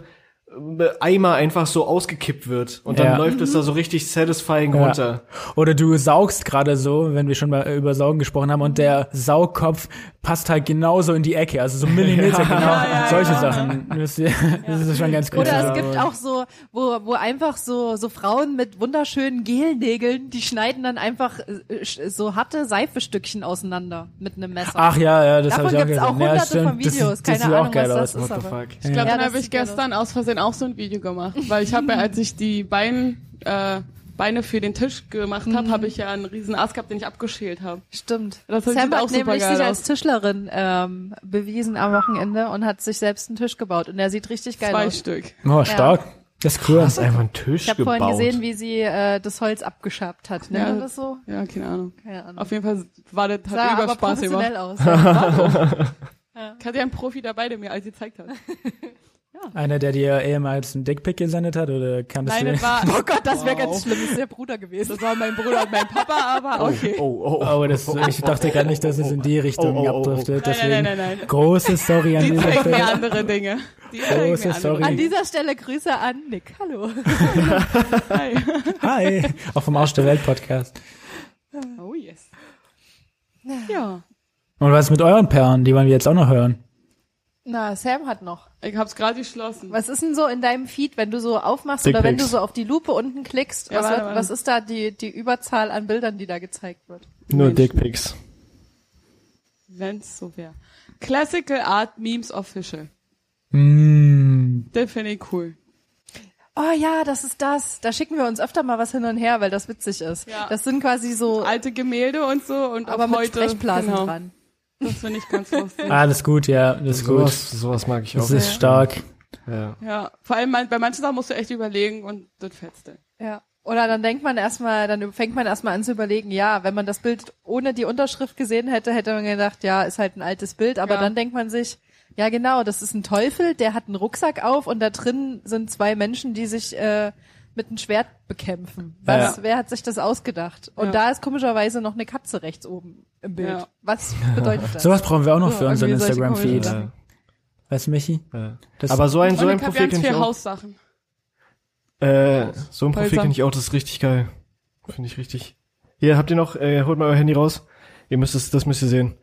E: äh, Eimer einfach so ausgekippt wird und dann
D: Ja.
E: läuft es da so richtig satisfying
D: Ja.
E: runter.
D: äh, Oder du saugst gerade so, wenn wir schon mal über Saugen gesprochen haben, und der Saugkopf passt halt genauso in die Ecke, also so Millimeter genau, solche Sachen. Das, ist- das ist schon ganz cool.
B: Oder es gibt auch so, wo, wo einfach so, so Frauen mit wunderschönen Gelnägeln, die schneiden dann einfach äh, sch- so harte Seifestückchen auseinander mit einem Messer.
C: Ah.
D: Ach ja, ja, das habe
B: Davon
D: ich auch
B: gibt's
D: gesehen.
B: auch
D: ja,
B: hunderte von
D: stimmt. Das-
B: Videos.
D: das,
B: Keine
D: sieht
B: Ahnung,
D: auch geil
B: was
D: aus.
B: das ist.
E: What the
B: Aber.
E: fuck?
C: Ich glaube,
B: Ja,
C: dann
B: das
C: habe ich
B: sieht geil aus.
C: gestern aus Versehen auch so ein Video gemacht, weil ich habe ja, als ich die Bein, äh, Beine für den Tisch gemacht habe, habe ich ja einen riesen Ast gehabt, den ich abgeschält habe.
B: Stimmt.
C: Das sieht
B: Sam
C: auch
B: hat nämlich
C: supergeil
B: sich
C: aus.
B: als Tischlerin ähm, bewiesen am Wochenende und hat sich selbst einen Tisch gebaut. Und der sieht richtig geil
C: Zwei
B: aus.
C: Stück.
D: Oh, stark. Das ist cool.
E: Hast einfach einen Tisch
B: Ich habe
E: gebaut.
B: vorhin gesehen, wie sie äh, das Holz abgeschabt hat. Nennt
C: Ja.
B: man das so?
C: Ja, keine Ahnung.
B: Keine Ahnung.
C: Auf jeden Fall war das, hat
B: Sah
C: über
B: aber
C: Spaß
B: professionell
C: gemacht.
B: aus. Ja.
C: Ich hatte ja einen Profi dabei, der mir alles gezeigt hat.
D: Einer, der dir ehemals einen Dickpick gesendet hat, oder kann das
C: Nein, das war,
B: Oh Gott, das wäre ganz schlimm. Das ist der Bruder gewesen.
C: das war mein Bruder und mein Papa, aber okay.
E: Oh, oh,
D: Oh, das, ich dachte gar nicht, dass es in die Richtung
E: Oh, oh, oh, oh.
D: abdriftet.
C: Nein,
D: Deswegen
C: nein, nein, nein, nein.
D: große Story an
C: Die
D: dieser
C: zeigen mir
D: Stelle.
C: andere Dinge.
E: Oh,
C: Die zeigen
D: Große
C: mir andere
D: Sorry.
B: An dieser Stelle Grüße an Nick. Hallo.
C: Hi.
D: Hi, auch vom Arsch der Welt Podcast.
C: Oh yes. Ja.
D: Und was ist mit euren Perlen? Die wollen wir jetzt auch noch hören.
B: Na, Sam hat noch.
C: Ich hab's gerade geschlossen.
B: Was ist denn so in deinem Feed, wenn du so aufmachst
E: Dick
B: oder wenn du
E: Pics.
B: so auf die Lupe unten klickst?
C: Ja,
B: was,
C: warte,
B: wird-
C: warte.
B: was ist da die, die Überzahl an Bildern, die da gezeigt wird?
E: nur Dickpics.
C: Wenn's so wär. Classical Art Memes Official.
D: Mm,
C: Den finde ich cool.
B: Oh ja, das ist das. Da schicken wir uns öfter mal was hin und her, weil das witzig ist.
C: Ja.
B: Das sind quasi so,
C: Alte Gemälde und so und
B: aber
C: auch
B: mit
C: heute.
B: Sprechblasen
C: genau.
B: dran.
C: Das finde ich ganz lustig.
D: alles gut, ja, das ist
B: Also
D: gut.
E: Sowas, sowas mag ich auch.
D: Das ist stark.
E: ja.
C: Ja. Vor allem man- bei manchen Sachen musst du echt überlegen und das fetzt dann.
B: Ja. Oder dann denkt man erstmal, dann fängt man erstmal an zu überlegen, ja, wenn man das Bild ohne die Unterschrift gesehen hätte, hätte man gedacht, ja, ist halt ein altes Bild, aber
C: Ja.
B: dann denkt man sich, ja genau, das ist ein Teufel, der hat einen Rucksack auf und da drin sind zwei Menschen, die sich äh, mit einem Schwert bekämpfen. Was,
D: Ja.
B: Wer hat sich das ausgedacht? Und
C: Ja.
B: da ist komischerweise noch eine Katze rechts oben im Bild.
C: Ja.
B: Was bedeutet das?
D: Sowas brauchen wir auch noch
B: So,
D: für unseren
B: irgendwie solche
D: Instagram-Feed.
B: komischen
E: Ja.
D: Weißt du, Michi?
E: Ja.
D: Das
E: Aber so ein, so
C: und
E: ein
C: ich habe
E: Profil
C: ganz
E: kenne ich
C: viele
E: auch.
C: Haussachen.
E: Äh, so ein Profil
C: Hölzer.
E: kenne ich auch, das ist richtig geil. Finde ich richtig. Hier, habt ihr noch, äh, holt mal euer Handy raus. Ihr müsst es, das müsst ihr sehen.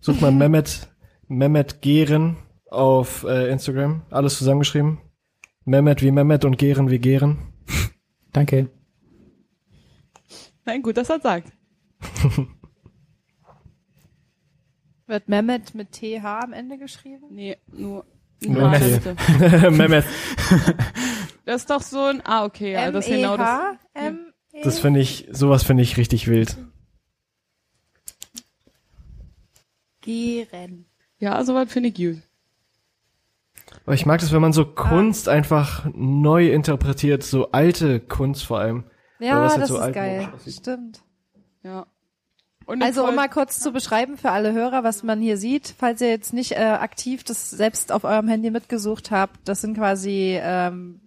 E: Sucht mal Mehmet, Mehmet Gehren auf äh, Instagram. Alles zusammengeschrieben. Mehmet wie Mehmet und Gehren wie Gehren.
D: danke.
C: Nein, gut, dass er sagt.
B: Wird Mehmet mit TH am Ende geschrieben?
C: Nee, nur.
E: Nur
C: Ah,
E: okay.
C: bitte.
E: Mehmet.
C: Das ist doch so ein. Ah, okay, ja, das ist
B: E
C: genau das.
B: M-E-H? M -E
E: Das finde ich, sowas finde ich richtig wild.
B: Geren.
C: Ja, soweit finde ich gut.
E: Aber ich mag das, wenn man so Kunst einfach neu interpretiert, so alte Kunst vor allem. Weil
B: Ja,
E: das jetzt
B: das
E: so
B: ist
E: altmodisch
B: geil.
E: aussieht.
B: Stimmt.
C: Ja. Und
B: Also um
C: voll-
B: mal kurz zu beschreiben für alle Hörer, was man hier sieht, falls ihr jetzt nicht äh, aktiv das selbst auf eurem Handy mitgesucht habt, das sind quasi ähm,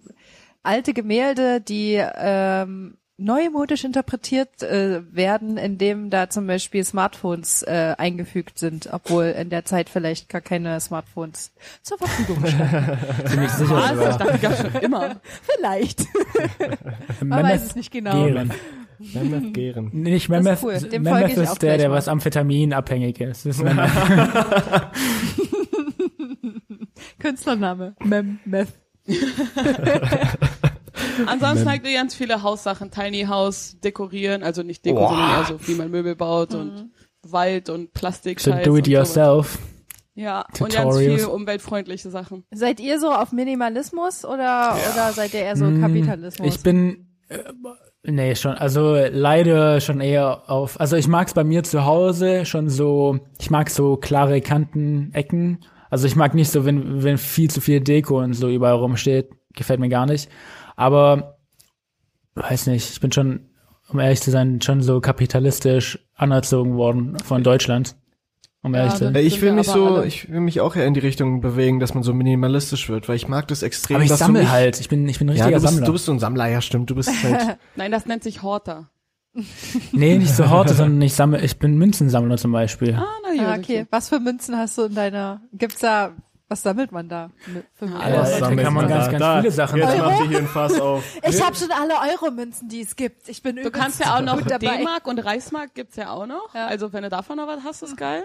B: alte Gemälde, die ähm, neumodisch interpretiert äh, werden, indem da zum Beispiel Smartphones äh, eingefügt sind, obwohl in der Zeit vielleicht gar keine Smartphones zur Verfügung standen.
D: Ziemlich
B: Ah,
D: sicher
C: Also, ich
D: sogar.
C: dachte, ich gab schon immer.
B: vielleicht. Man weiß es nicht genau.
D: Gehren.
E: Mehmet Gehren.
D: Nee, Nicht
B: ist
D: Memphis.
B: cool. Dem folge
D: Memphis
B: ich auch
D: ist der,
B: gleich
D: der
B: mal.
D: was Amphetamin abhängig ist. Das ist Memphis.
B: Künstlername. Mem Meth.
C: Ansonsten halt ganz viele Haussachen, Tiny House, dekorieren, also nicht Deko, sondern eher so, wie man Möbel baut und Wald und Plastik.
D: so do it yourself.
C: Ja, und ganz
D: Tutorials.
C: viel umweltfreundliche Sachen.
B: Seid ihr so auf Minimalismus oder, oder seid ihr eher so Kapitalismus?
D: Ich bin äh, nee schon, also leider schon eher auf. Also ich mag's bei mir zu Hause schon so. Ich mag so klare Kanten, Ecken. Also ich mag nicht so, wenn wenn viel zu viel Deko und so überall rumsteht. Gefällt mir gar nicht. Aber weiß nicht. Ich bin schon, um ehrlich zu sein, schon so kapitalistisch anerzogen worden von Deutschland. Um ehrlich zu sein.
E: Ja, Äh, ich
C: Sind
E: will
C: wir
E: mich
C: aber
E: so,
C: alle.
E: ich will mich auch eher in die Richtung bewegen, dass man so minimalistisch wird, weil ich mag das extrem.
D: Aber ich
E: dass du
D: sammle
E: nicht-
D: halt. Ich bin, ich bin ein
E: Ja,
D: richtiger
E: du bist,
D: Sammler.
E: du bist so ein Sammler, ja stimmt. Du bist halt.
C: Nein, das nennt sich Horter.
D: nee, nicht so Horte, sondern ich sammle. Ich bin Münzensammler zum Beispiel.
C: Ah, na ja.
B: ah, okay. Was für Münzen hast du in deiner? Gibt's da? Was sammelt man da? mit- für
D: Ja,
B: Münzen?
D: Alles. da sammelt kann man man ganz, da. ganz Da, viele Sachen jetzt
E: Jetzt
D: sammeln.
E: macht ihr hier ein Fass auf.
B: Ich habe schon alle Euro-Münzen, die es gibt. Ich bin
C: Du kannst ja auch noch D-Mark und Reichsmark gibt's ja auch noch.
B: Ja.
C: Also wenn du davon noch was hast, ist geil.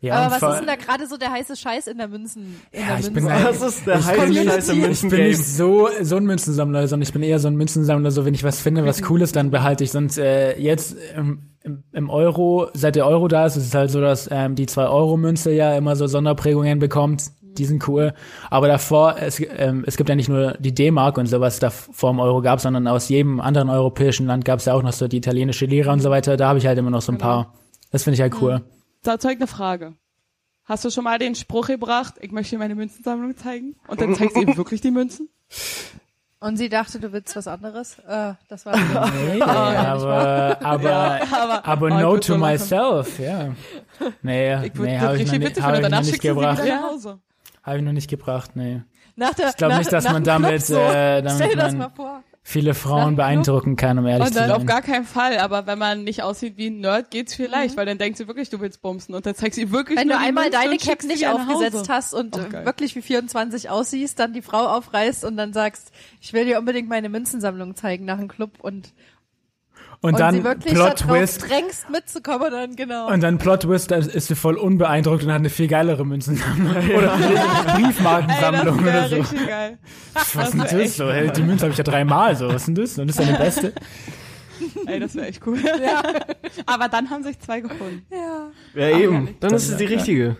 D: Ja, und
B: Aber
D: vor-
B: was ist denn da gerade so der heiße Scheiß in der Münzen? In
D: Ja,
B: der
D: ich bin
B: Münzen?
D: da-
E: Das ist der
D: Ich
E: heiße
D: bin-
E: Scheiß im
D: Ich bin
E: München-Game.
D: nicht so, so ein Münzensammler, sondern ich bin eher so ein Münzensammler, so wenn ich was finde, was cool ist, dann behalte ich. Sonst äh, jetzt im, im- im Euro, seit der Euro da ist, ist es halt so, dass ähm, die 2-Euro-Münze ja immer so Sonderprägungen bekommt. Die sind cool. Aber davor, es, ähm, es gibt ja nicht nur die D-Mark und sowas, da vor dem Euro gab, sondern aus jedem anderen europäischen Land gab es ja auch noch so die italienische Lira und so weiter. Da habe ich halt immer noch so ein paar. Das finde ich halt cool.
C: Zeug eine Frage. Hast du schon mal den Spruch gebracht, ich möchte dir meine Münzensammlung zeigen? Und dann zeigst du ihm wirklich die Münzen?
B: Und sie dachte, du willst was anderes. Äh, das war wieder-
D: Nee, aber, aber, aber, no
C: gut,
D: to
C: so machen.
D: myself, ja. Nee,
C: Ich würde
D: nee,
C: das
D: habe ich, noch
C: richtig
D: nicht-
C: witzig
D: hab
C: finden.
D: ich noch
C: Danach
D: nicht
C: schickst du sie
D: gebracht.
C: wieder nach Hause.
D: Habe ich noch nicht gebracht, nee.
B: nach der,
D: Ich glaube
B: nach,
D: nicht, dass
B: nach
D: man
B: dem Club
D: damit,
B: so.
D: äh,
B: Stell dir
D: damit
B: das mal
D: man
B: vor.
D: viele Frauen
B: Nach dem Club.
D: beeindrucken kann, um ehrlich
C: Und
D: zu
C: dann auf
D: sein.
C: gar keinen Fall, aber wenn man nicht aussieht wie ein Nerd, geht's vielleicht, weil dann denkt sie wirklich, du willst bumsen und dann zeigst du ihr wirklich
B: Mhm. Wenn
C: nur
B: du
C: die
B: einmal
C: Münzen
B: deine
C: und
B: Cap
C: schickst sie
B: nicht
C: wieder nach
B: aufgesetzt
C: Hause.
B: hast und
C: Auch
B: äh,
C: geil.
B: wirklich wie 24 aussiehst, dann die Frau aufreißt und dann sagst, ich will dir unbedingt meine Münzensammlung zeigen nach dem Club und,
D: Und
B: sie
D: dann
B: wirklich
D: Plot
B: darauf
D: Twist.
B: drängst mitzukommen und dann genau.
D: Und dann Plot Twist, da ist- ist sie voll unbeeindruckt und hat eine viel geilere Münzensammlung. Oder eine Briefmarkensammlung
C: Ey,
D: oder
C: das
D: so.
C: wäre richtig geil.
D: Was ist
C: wär
D: denn das
C: echt
D: so? Hey, die Münze habe ich ja dreimal so. Was ist denn das? Und das ist deine beste?
C: Ey, das wäre echt cool. Aber dann haben sich zwei gefunden.
B: ja,
E: Ja, eben. Dann ist es die richtige.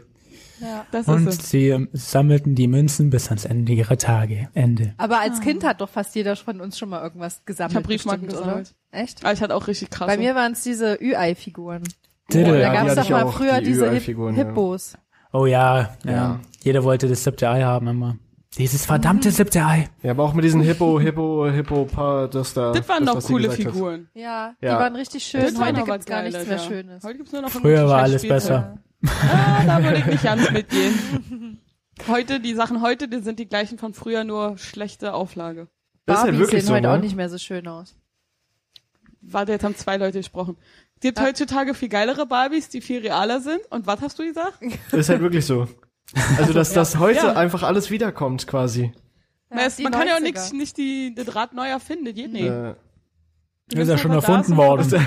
B: ja.
C: Das
D: Und
C: ist es.
D: sie ähm, sammelten die Münzen bis ans Ende ihrer Tage. Ende.
B: Aber als Kind hat doch fast jeder von uns schon mal irgendwas gesammelt.
C: Ich hab Briefmarken
B: bestimmt,
C: gesammelt.
B: Oder? Echt?
C: Aber Ah, ich hatte auch richtig krass.
B: Bei mir waren es diese Ü-Ei-Figuren.
D: Diddle.
E: Oh,
B: da
E: ja, die
B: gab es
E: hatte
B: doch
E: ich
B: mal
E: auch,
B: früher
E: die
B: diese Hip
E: Ü-Ei-Figuren, ja.
B: Hippos.
D: Oh ja, ja.
E: Ja.
D: Jeder wollte das siebte Ei haben immer. Dieses verdammte siebte Ei.
E: Ja, aber auch mit diesen Hippo, Hippo, Hippo, Paar, das da.
C: das waren
E: das,
C: doch
E: was sie
C: coole
E: gesagt hat.
C: Figuren.
B: Ja, die
E: Ja.
B: waren richtig schön.
C: Das war
B: Heute
C: noch
B: gibt's
C: was
B: gar
C: Geiles,
B: nichts mehr
C: ja.
B: Schönes.
C: Heute gibt's nur noch
D: Früher
C: irgendwelche
D: war alles
C: Scheißspielzeug.
D: besser.
C: Ah, da würde ich nicht ganz mitgehen. Heute, die Sachen heute, die sind die gleichen von früher, nur schlechte Auflage.
E: Das ist halt
B: Barbies
E: wirklich
B: sehen
E: so,
B: heute
E: ne?
B: auch nicht mehr so schön aus.
C: Warte, jetzt haben zwei Leute gesprochen. Es gibt
B: Ja.
C: heutzutage viel geilere Barbies, die viel realer sind. Und was hast du gesagt?
E: Ist halt wirklich so. Also, dass das heute
C: Ja.
E: einfach alles wiederkommt, quasi.
C: Na, es,
B: die
C: man kann ja auch
B: 90er.
C: nix, nicht die, das Rad neu erfinden, das geht nicht.
E: Äh,
D: Das ist ja schon
C: aber da
D: erfunden
C: ist-
D: worden. Das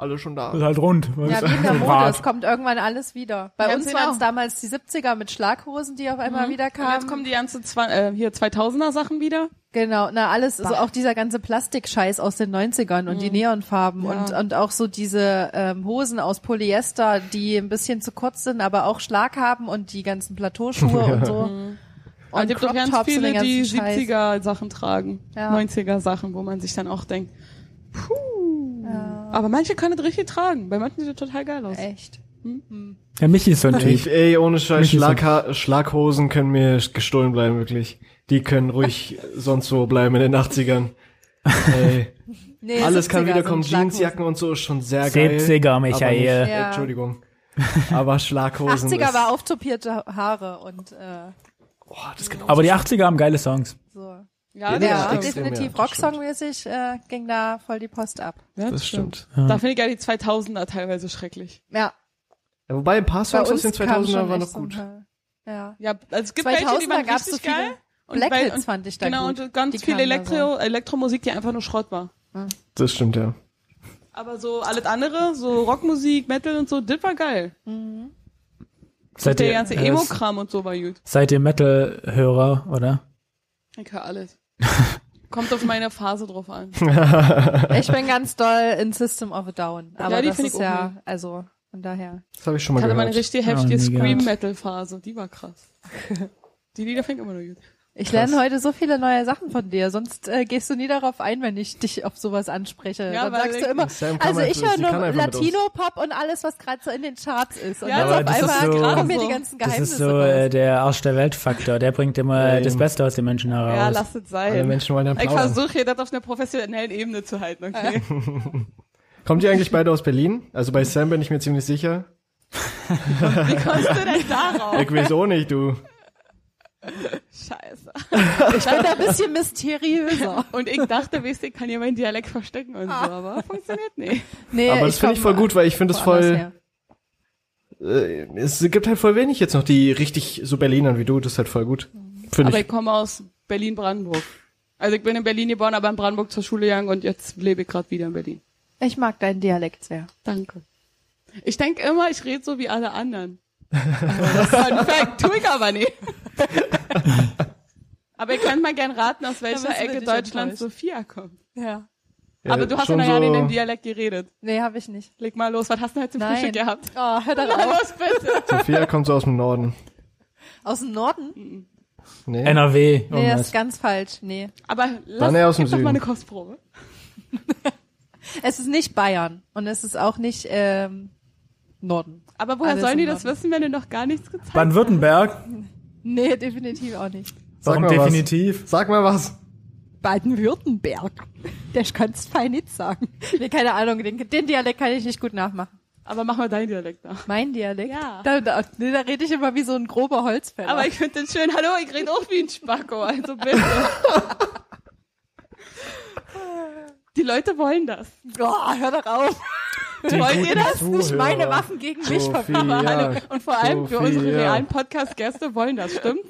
E: alle schon
D: ist
E: da.
D: halt rund.
B: Ja, wie in der Mode, es kommt irgendwann alles wieder. Bei
C: Ja,
B: uns
C: sehen
B: waren es
C: auch. Mhm.
B: damals die 70er mit Schlaghosen, die auf einmal wieder
C: Und jetzt
B: kamen.
C: kommen die ganzen zwei, äh, hier 2000er Sachen wieder.
B: Genau, na alles, also auch dieser ganze Plastikscheiß aus den 90ern und die Neonfarben
C: Mm. Ja.
B: und, und auch so diese ähm, Hosen aus Polyester, die ein bisschen zu kurz sind, aber auch Schlag haben und die ganzen Plateauschuhe und
C: Mm.
B: so.
C: Und es gibt auch ganz
B: Crop-Tops und
C: viele,
B: den ganzen
C: die
B: Scheiß.
C: 70er Sachen tragen.
B: Ja.
C: 90er Sachen, wo man sich dann auch denkt, puh. Aber manche können das richtig tragen. Bei manchen sieht das total geil aus.
B: Echt.
D: Ja, Michi ist so ein
E: Ich,
D: Typ.
E: ey, ohne Scheiß,
D: Mich ist
E: Schlagha Schlaghosen können mir gestohlen bleiben, wirklich. Die können ruhig sonst so bleiben in den 80ern. Ey,
B: Nee,
E: alles kann
B: 70er
E: wiederkommen.
B: sind Schlaghosen.
E: Jeansjacken und so ist schon sehr geil.
D: 70er,
E: Aber nicht, äh,
D: Michael.
B: Ja.
E: Entschuldigung. Aber Schlaghosen.
B: 80er
E: ist,
B: war auftopierte Ha- Haare und äh,
E: Boah, das kann auch
D: Aber die 80er haben geile Songs.
B: so.
C: Ja, das
E: Ja, das
B: Ja,
C: stimmt.
E: extrem, ja,
B: definitiv
E: das stimmt.
B: Rocksong-mäßig äh, ging da voll die Post ab.
C: Ja,
E: Das stimmt.
C: Da finde ich ja die 2000er teilweise schrecklich.
B: Ja,
E: Ja, wobei ein paar
B: bei
E: Songs aus
B: uns
E: den
B: kam
E: 2000ern
B: schon
E: waren
B: echt
E: noch
B: so ein
E: gut.
B: paar. Ja.
C: Ja, also es gibt welche, die
B: 2000er
C: waren
B: gab's
C: richtig
B: so viele
C: geil. Und
B: Black
C: weil-
B: Hits fand ich da
C: Genau,
B: gut.
C: und ganz
B: Die
C: viel
B: kamen da so.
C: Elektro, Elektromusik, die einfach nur Schrott war.
E: Das stimmt, ja.
C: Aber so alles andere, so Rockmusik, Metal und so, das war geil.
D: Seid
C: Der
D: ihr,
C: ganze
D: äh,
C: Emo-Kram und so war gut.
D: seid ihr Metal-Hörer, oder?
C: Ich höre alles. Kommt auf meine Phase drauf
B: Oh,
C: an.
B: Ich bin ganz doll in System of a Down. Aber
C: Ja, die
B: das
C: find ich
B: ist ja,
C: okay.
B: also von daher.
E: Das habe ich schon mal
C: Ich hatte mal eine
E: gehört.
C: richtig
D: Ja,
C: heftige
D: nie gehört.
C: Scream-Metal-Phase. Die war krass. Die Lieder fängt immer nur gut.
B: Ich lerne heute so viele neue Sachen von dir, sonst äh, gehst du nie darauf ein, wenn ich dich auf sowas anspreche.
C: Ja,
B: Dann
C: weil
B: sagst du
C: ich-
B: immer,
E: Sam kann
B: also ich
E: einfach-
B: höre
E: sie kann
B: nur
E: einfach mit uns.
B: Latino-Pop und alles, was gerade so in den Charts ist. Und
C: Ja,
B: jetzt
D: aber
B: auf
D: das ist
B: einmal
D: so-
B: kommen mir die
C: so.
B: ganzen
D: Das
B: Geheimnisse
D: ist so äh, der Arsch der Welt-Faktor. Der bringt immer
E: Ja,
D: das
E: eben.
D: Beste aus den Menschen heraus.
C: Ja, lass es
E: Alle
C: sein.
E: Menschen wollen dann
C: Ich
E: plaudern.
C: versuche hier das auf einer professionellen Ebene zu halten, okay?
E: Kommt ihr eigentlich beide aus Berlin? Also bei Sam bin ich mir ziemlich sicher.
C: Wie kommst du denn darauf?
E: Ich weiß auch nicht, du.
C: Scheiße.
B: ich bin da ein bisschen mysteriöser.
C: Und ich dachte, weißt du, ich kann hier meinen Dialekt verstecken und so,
B: Ah.
C: aber funktioniert nicht.
B: Nee,
E: Aber das finde ich
B: komm
E: voll gut, weil ich finde es
B: woanders
E: voll.
B: her.
E: Äh, es gibt halt voll wenig jetzt noch, die richtig so Berlinern wie du. Das ist halt voll gut.
C: Aber
E: Finde ich.
C: ich komme aus Berlin-Brandenburg. Also ich bin in Berlin geboren, aber in Brandenburg zur Schule gegangen und jetzt lebe ich gerade wieder in Berlin.
B: Ich mag deinen Dialekt sehr.
C: Danke. Ich denke immer, ich rede so wie alle anderen. Fun Fact, tue ich aber nie. aber ihr könnt mal gern raten, aus
B: Da
C: welcher
B: bist du
C: Ecke
B: wirklich
C: Deutschlands
B: enttäuscht.
C: Sophia kommt.
B: Ja.
E: Ja,
C: aber du hast ja
E: schon
C: noch ja
E: so-
C: nicht in dem Dialekt geredet.
B: Nee, habe ich nicht.
C: Leg mal los, was hast du denn heute zum
B: Nein.
C: Frühstück gehabt?
B: Oh,
C: Na
B: hör darauf.
C: los, bitte.
E: Sophia kommt so aus dem Norden.
B: Aus dem
E: Oh,
B: Norden?
E: Nee.
D: NRW.
B: Nee, das
D: irgendwas.
B: ist ganz falsch. Nee.
C: Aber lass
E: Dann eher aus dem
C: gib doch mal
E: Süden.
C: eine Kostprobe.
B: Es ist nicht Bayern und es ist auch nicht ähm, Norden.
C: Aber woher
B: Alles
C: sollen die
B: im
C: das
B: Norden.
C: wissen, wenn du noch gar nichts gezeigt hast?
D: Baden-Württemberg.
B: Nee, definitiv auch nicht.
E: Sag
D: Warum
E: mal was.
D: definitiv?
E: Sag mal was.
B: Baden-Württemberg. Der kann es fein nicht sagen. Nee, keine Ahnung, den, den Dialekt kann ich nicht gut nachmachen.
C: Aber mach mal deinen Dialekt nach.
B: Mein Dialekt?
C: Ja.
B: Da, da, nee, da rede ich immer wie so ein grober Holzfäller.
C: Aber ich finde den schön. Hallo, ich rede auch wie ein Spacko, also bitte. Die Leute wollen das.
B: oh, hör doch auf.
C: Wollt ihr das?
B: Nicht meine Waffen gegen mich verwenden.
C: Aber
E: Sophia.
C: hallo. Und vor allem für
E: Sophia.
C: unsere realen Podcast-Gäste wollen das, stimmt?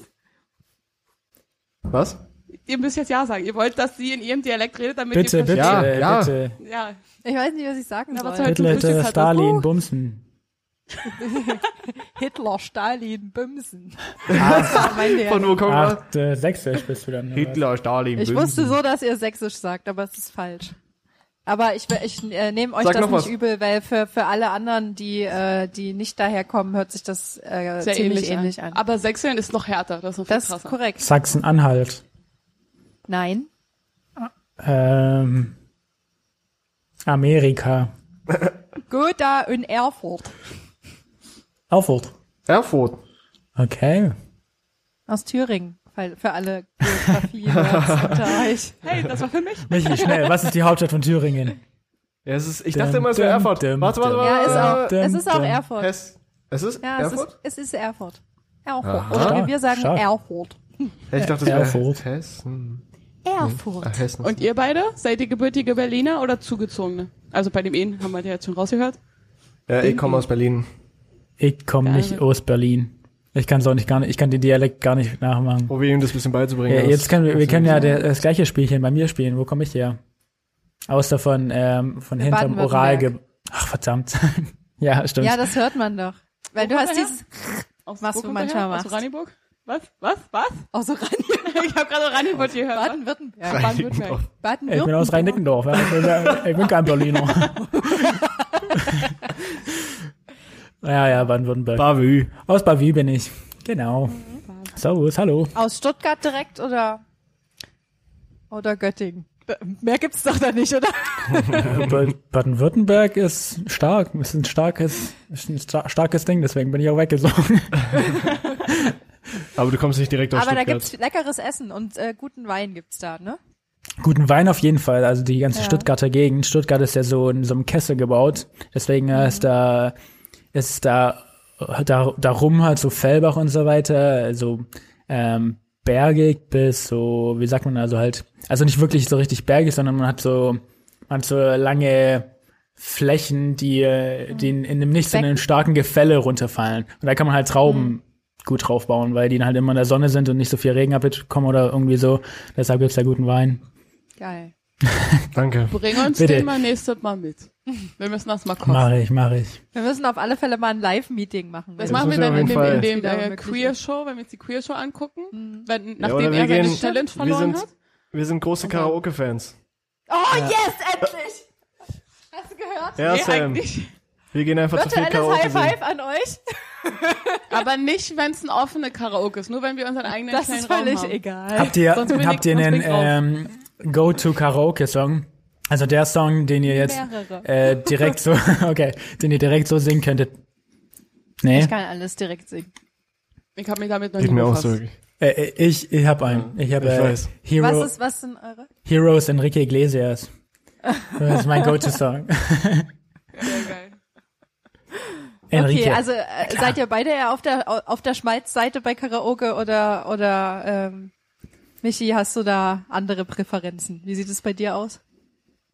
E: Was?
C: Ihr müsst jetzt Ja sagen. Ihr wollt, dass sie in ihrem Dialekt redet, damit
D: Bitte,
C: ihr
D: bitte,
E: Ja, ja.
D: bitte.
C: bitte. Ja.
B: Ich weiß nicht, was ich sagen
C: Na, was soll-
B: soll.
D: Bitte,
C: du bist jetzt
D: Leute,
C: halt
D: Stalin,
C: so-
D: Bumsen.
B: Hitler, Stalin, Bümsen. Das war mein
E: Von
B: Dialekt.
E: wo kommt man?
D: Ach, äh, Sächsisch bist du dann. oder
E: Stalin,
B: Ich wusste so, dass ihr sächsisch sagt, aber es ist falsch. Aber ich, will- ich äh, nehme euch
E: Sag
B: das
E: noch
B: nicht
E: was.
B: übel, weil für, für alle anderen, die, äh, die nicht daherkommen, hört sich das äh,
C: Sehr
B: ziemlich
C: ähnlich, ähnlich an.
B: an.
C: Aber Sächseln ist noch härter. Das ist noch viel
B: Das ist
C: krasser.
D: was?
B: korrekt.
D: Sachsen-Anhalt.
B: Nein.
D: Ähm, Amerika.
B: Goethe in Erfurt.
D: Erfurt.
E: Erfurt.
D: Okay.
B: Aus Thüringen. Weil für alle Geografie unter euch.
C: Hey, das war für mich.
D: Michi, schnell. Was ist die Hauptstadt von Thüringen?
E: Ja, es ist, ich
D: Dum,
E: dachte immer, es wäre
D: dum,
E: Erfurt.
D: dum,
E: warte, warte,
D: dum.
E: warte.
B: Ja, ist auch,
D: Dum,
B: es ist auch
D: dum.
B: Erfurt.
E: Hess. Es ist
B: Ja, es
E: Erfurt?
B: ist, es ist Erfurt. Erfurt.
E: Aha.
B: Oder wie wir sagen,
D: Stark.
B: Erfurt.
E: Hä, ich dachte, es wäre
D: Erfurt.
E: Hessen. Ah,
B: Erfurt.
E: Hessen.
C: Und ihr beide? Seid ihr gebürtige Berliner oder zugezogene? Also bei dem einen haben wir ja jetzt schon rausgehört.
E: ja, ich komme aus Berlin.
D: Ich komme nicht aus Berlin. Ich kann es auch nicht gar nicht, ich kann den Dialekt gar nicht nachmachen.
E: Probier ihm das ein bisschen beizubringen.
D: Ja,
E: Oh, das-
D: jetzt können wir, wir
E: das-
D: können ja der, das gleiche Spielchen bei mir spielen. Wo komme ich her? Außer von, ähm, von hinterm
B: Baden-Württemberg.
D: Oralge. Ach, verdammt. ja, stimmt.
B: Ja, das hört man doch. Weil du hast
C: kommt er
B: dieses
C: Aus
B: Was
C: wo
B: du
C: kommt
B: manchmal
C: er her?
B: machst.
C: Aus Oranienburg? Was? Was? Was?
B: aus
C: Ich habe gerade Oranienburg gehört.
B: Baden-Württemberg.
C: Baden-Württemberg.
D: ich bin aus
B: Baden-Württemberg.
D: Rhein-Dickendorf. Ja. Ich, bin, ja- ich bin kein Berliner. ja, ja, Baden-Württemberg.
E: Bavü.
D: Aus Bavü bin ich. Genau. Servus, hallo.
B: Aus Stuttgart direkt oder oder Göttingen. Mehr gibt's doch da nicht, oder?
D: Ba- Baden-Württemberg ist stark, ist ein starkes, ist ein sta starkes Ding, deswegen bin ich auch weggesogen.
E: Aber du kommst nicht direkt aus
B: Aber da
E: Stuttgart.
B: gibt's leckeres Essen und äh, guten Wein gibt's da, ne?
D: Guten Wein auf jeden Fall, also die ganze
B: Ja.
D: Stuttgarter Gegend. Stuttgart ist ja so in so einem Kessel gebaut, deswegen äh, ist da, ist da, da, darum halt so Fellbach und so weiter, so ähm, bergig bis so, wie sagt man also halt, also nicht wirklich so richtig bergig, sondern man hat so, man hat so lange Flächen, die, äh, die in, in einem nicht so einem starken Gefälle runterfallen. Und da kann man halt Trauben gut draufbauen, weil die dann halt immer in der Sonne sind und nicht so viel Regen abbekommen oder irgendwie so. Deshalb gibt's da guten Wein.
B: Geil.
E: Danke.
C: Bring uns
D: Bitte.
C: den mal nächstes Mal mit. Wir müssen das mal kosten.
D: Mache ich, mache ich.
B: Wir müssen auf alle Fälle mal ein Live-Meeting machen.
C: Das
E: Ja,
C: machen wir
E: das
C: dann in
E: müssen
C: dem,
E: wir auf
C: in
E: jeden
C: dem
B: Fall. Wieder
C: äh,
B: möglich.
C: Queer-Show, wenn wir uns die Queer-Show angucken,
B: Mhm.
C: wenn,
E: oder
C: nachdem
E: wir
C: er seine
E: gehen-
C: Challenge
E: Wir
C: verloren
E: sind,
C: hat.
E: wir sind große Karaoke-Fans.
B: Oh yes, endlich! Hast du gehört?
E: Ja,
C: Nee,
E: Sam.
C: eigentlich.
E: Wir gehen einfach zu viel
B: Virtuelles
E: Karaoke
B: High
E: singen.
B: Five an euch.
C: Aber nicht, wenn es ein offene Karaoke ist, nur wenn wir unseren eigenen
B: Das
C: kleinen
B: ist völlig
C: Raum haben.
B: egal.
D: Habt ihr,
C: Sonst bin ich-
D: habt ihr
C: sonst bin
D: einen
C: ich raus.
D: ähm, Go-To-Karaoke-Song? Also der Song, den ihr jetzt
B: Mehrere.
D: äh, direkt so, okay, den ihr direkt so singen könntet. Nee,
B: Ich kann alles direkt singen.
C: Ich habe mich damit noch
E: Geht
C: nie
E: mir auch
C: befasst.
E: so. Ich
D: äh, äh, ich, ich habe einen. Ich habe
E: Ich
D: äh,
E: weiß.
D: Hero,
B: Was ist, was sind eure?
D: Heroes Enrique Iglesias. Das ist mein Go-To-Song.
C: Sehr geil.
D: Enrique.
B: Okay, also äh, seid ihr beide eher auf der au- auf der Schmalzseite bei Karaoke oder oder ähm, Michi, hast du da andere Präferenzen? Wie sieht es bei dir aus?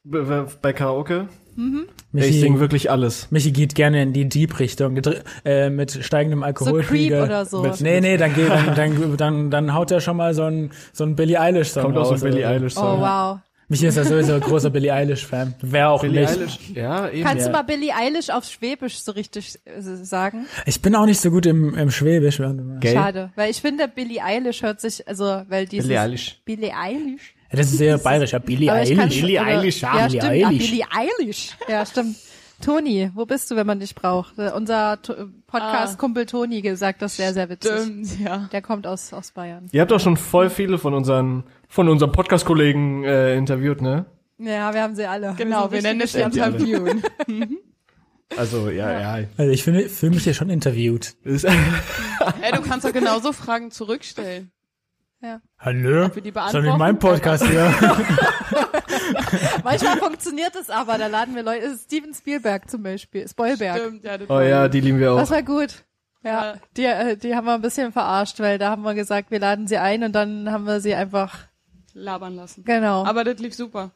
E: B- w- Bei Karaoke? Ich
D: Michi,
E: singe wirklich alles.
D: Michi geht gerne in die Deep-Richtung Gedr- äh, mit steigendem Alkoholpegel.
B: Creep oder so.
D: Mit, nee, nee, dann, geht, dann, dann, dann, dann haut er schon mal so ein, so ein Billie Eilish-Song
E: Kommt aus
D: raus.
E: dem Billie
D: Also,
E: Eilish
B: Oh
E: Song.
B: wow.
D: Mich ist ja sowieso ein großer Billie Eilish-Fan. Wer auch
E: Billie
D: nicht.
E: Eilish. Ja, eben.
B: Kannst
D: Ja.
B: du mal Billie Eilish auf Schwäbisch so richtig äh, sagen?
D: Ich bin auch nicht so gut im, im Schwäbisch. warte mal.
E: Gell?
B: Schade, weil ich finde, Billie Eilish hört sich, also, weil dieses...
E: Billie Eilish.
B: Billie Eilish?
D: Ja, Das ist eher bayerisch. Ja, Billie
B: Aber ich kann
D: Eilish.
B: schon- oder-
D: ja,
B: Ja,
D: Billie
B: stimmt, ja,
D: Eilish.
B: Billie Eilish. Ja, stimmt. Toni, wo bist du, wenn man dich braucht? Äh, Unser To- Podcast-Kumpel Toni gesagt das sehr, sehr witzig.
C: Stimmt, ja.
B: Der kommt aus, aus Bayern.
E: Ihr habt doch schon voll viele von unseren, von unseren Podcast-Kollegen äh, interviewt, ne?
B: Ja, wir haben sie alle.
C: Genau, wir nennen es Interviewen.
E: Also, ja, ja.
D: Also ich fühle fühl mich hier schon interviewt.
E: Ist,
C: Ey, du kannst doch genauso Fragen zurückstellen.
D: Hallo?
C: wir die
D: Ist doch nicht mein
C: beantworten?
D: Podcast hier.
B: Manchmal funktioniert es aber, da laden wir Leute. Steven Spielberg zum Beispiel, Spoilberg.
C: Stimmt, ja. das
E: oh ja, die lieben wir
B: Das
E: auch.
B: war gut. Ja,
C: Ja.
B: die, äh, die haben wir ein bisschen verarscht, weil da haben wir gesagt, wir laden sie ein und dann haben wir sie einfach,
C: labern lassen.
B: genau. Mhm.
C: Aber das lief super.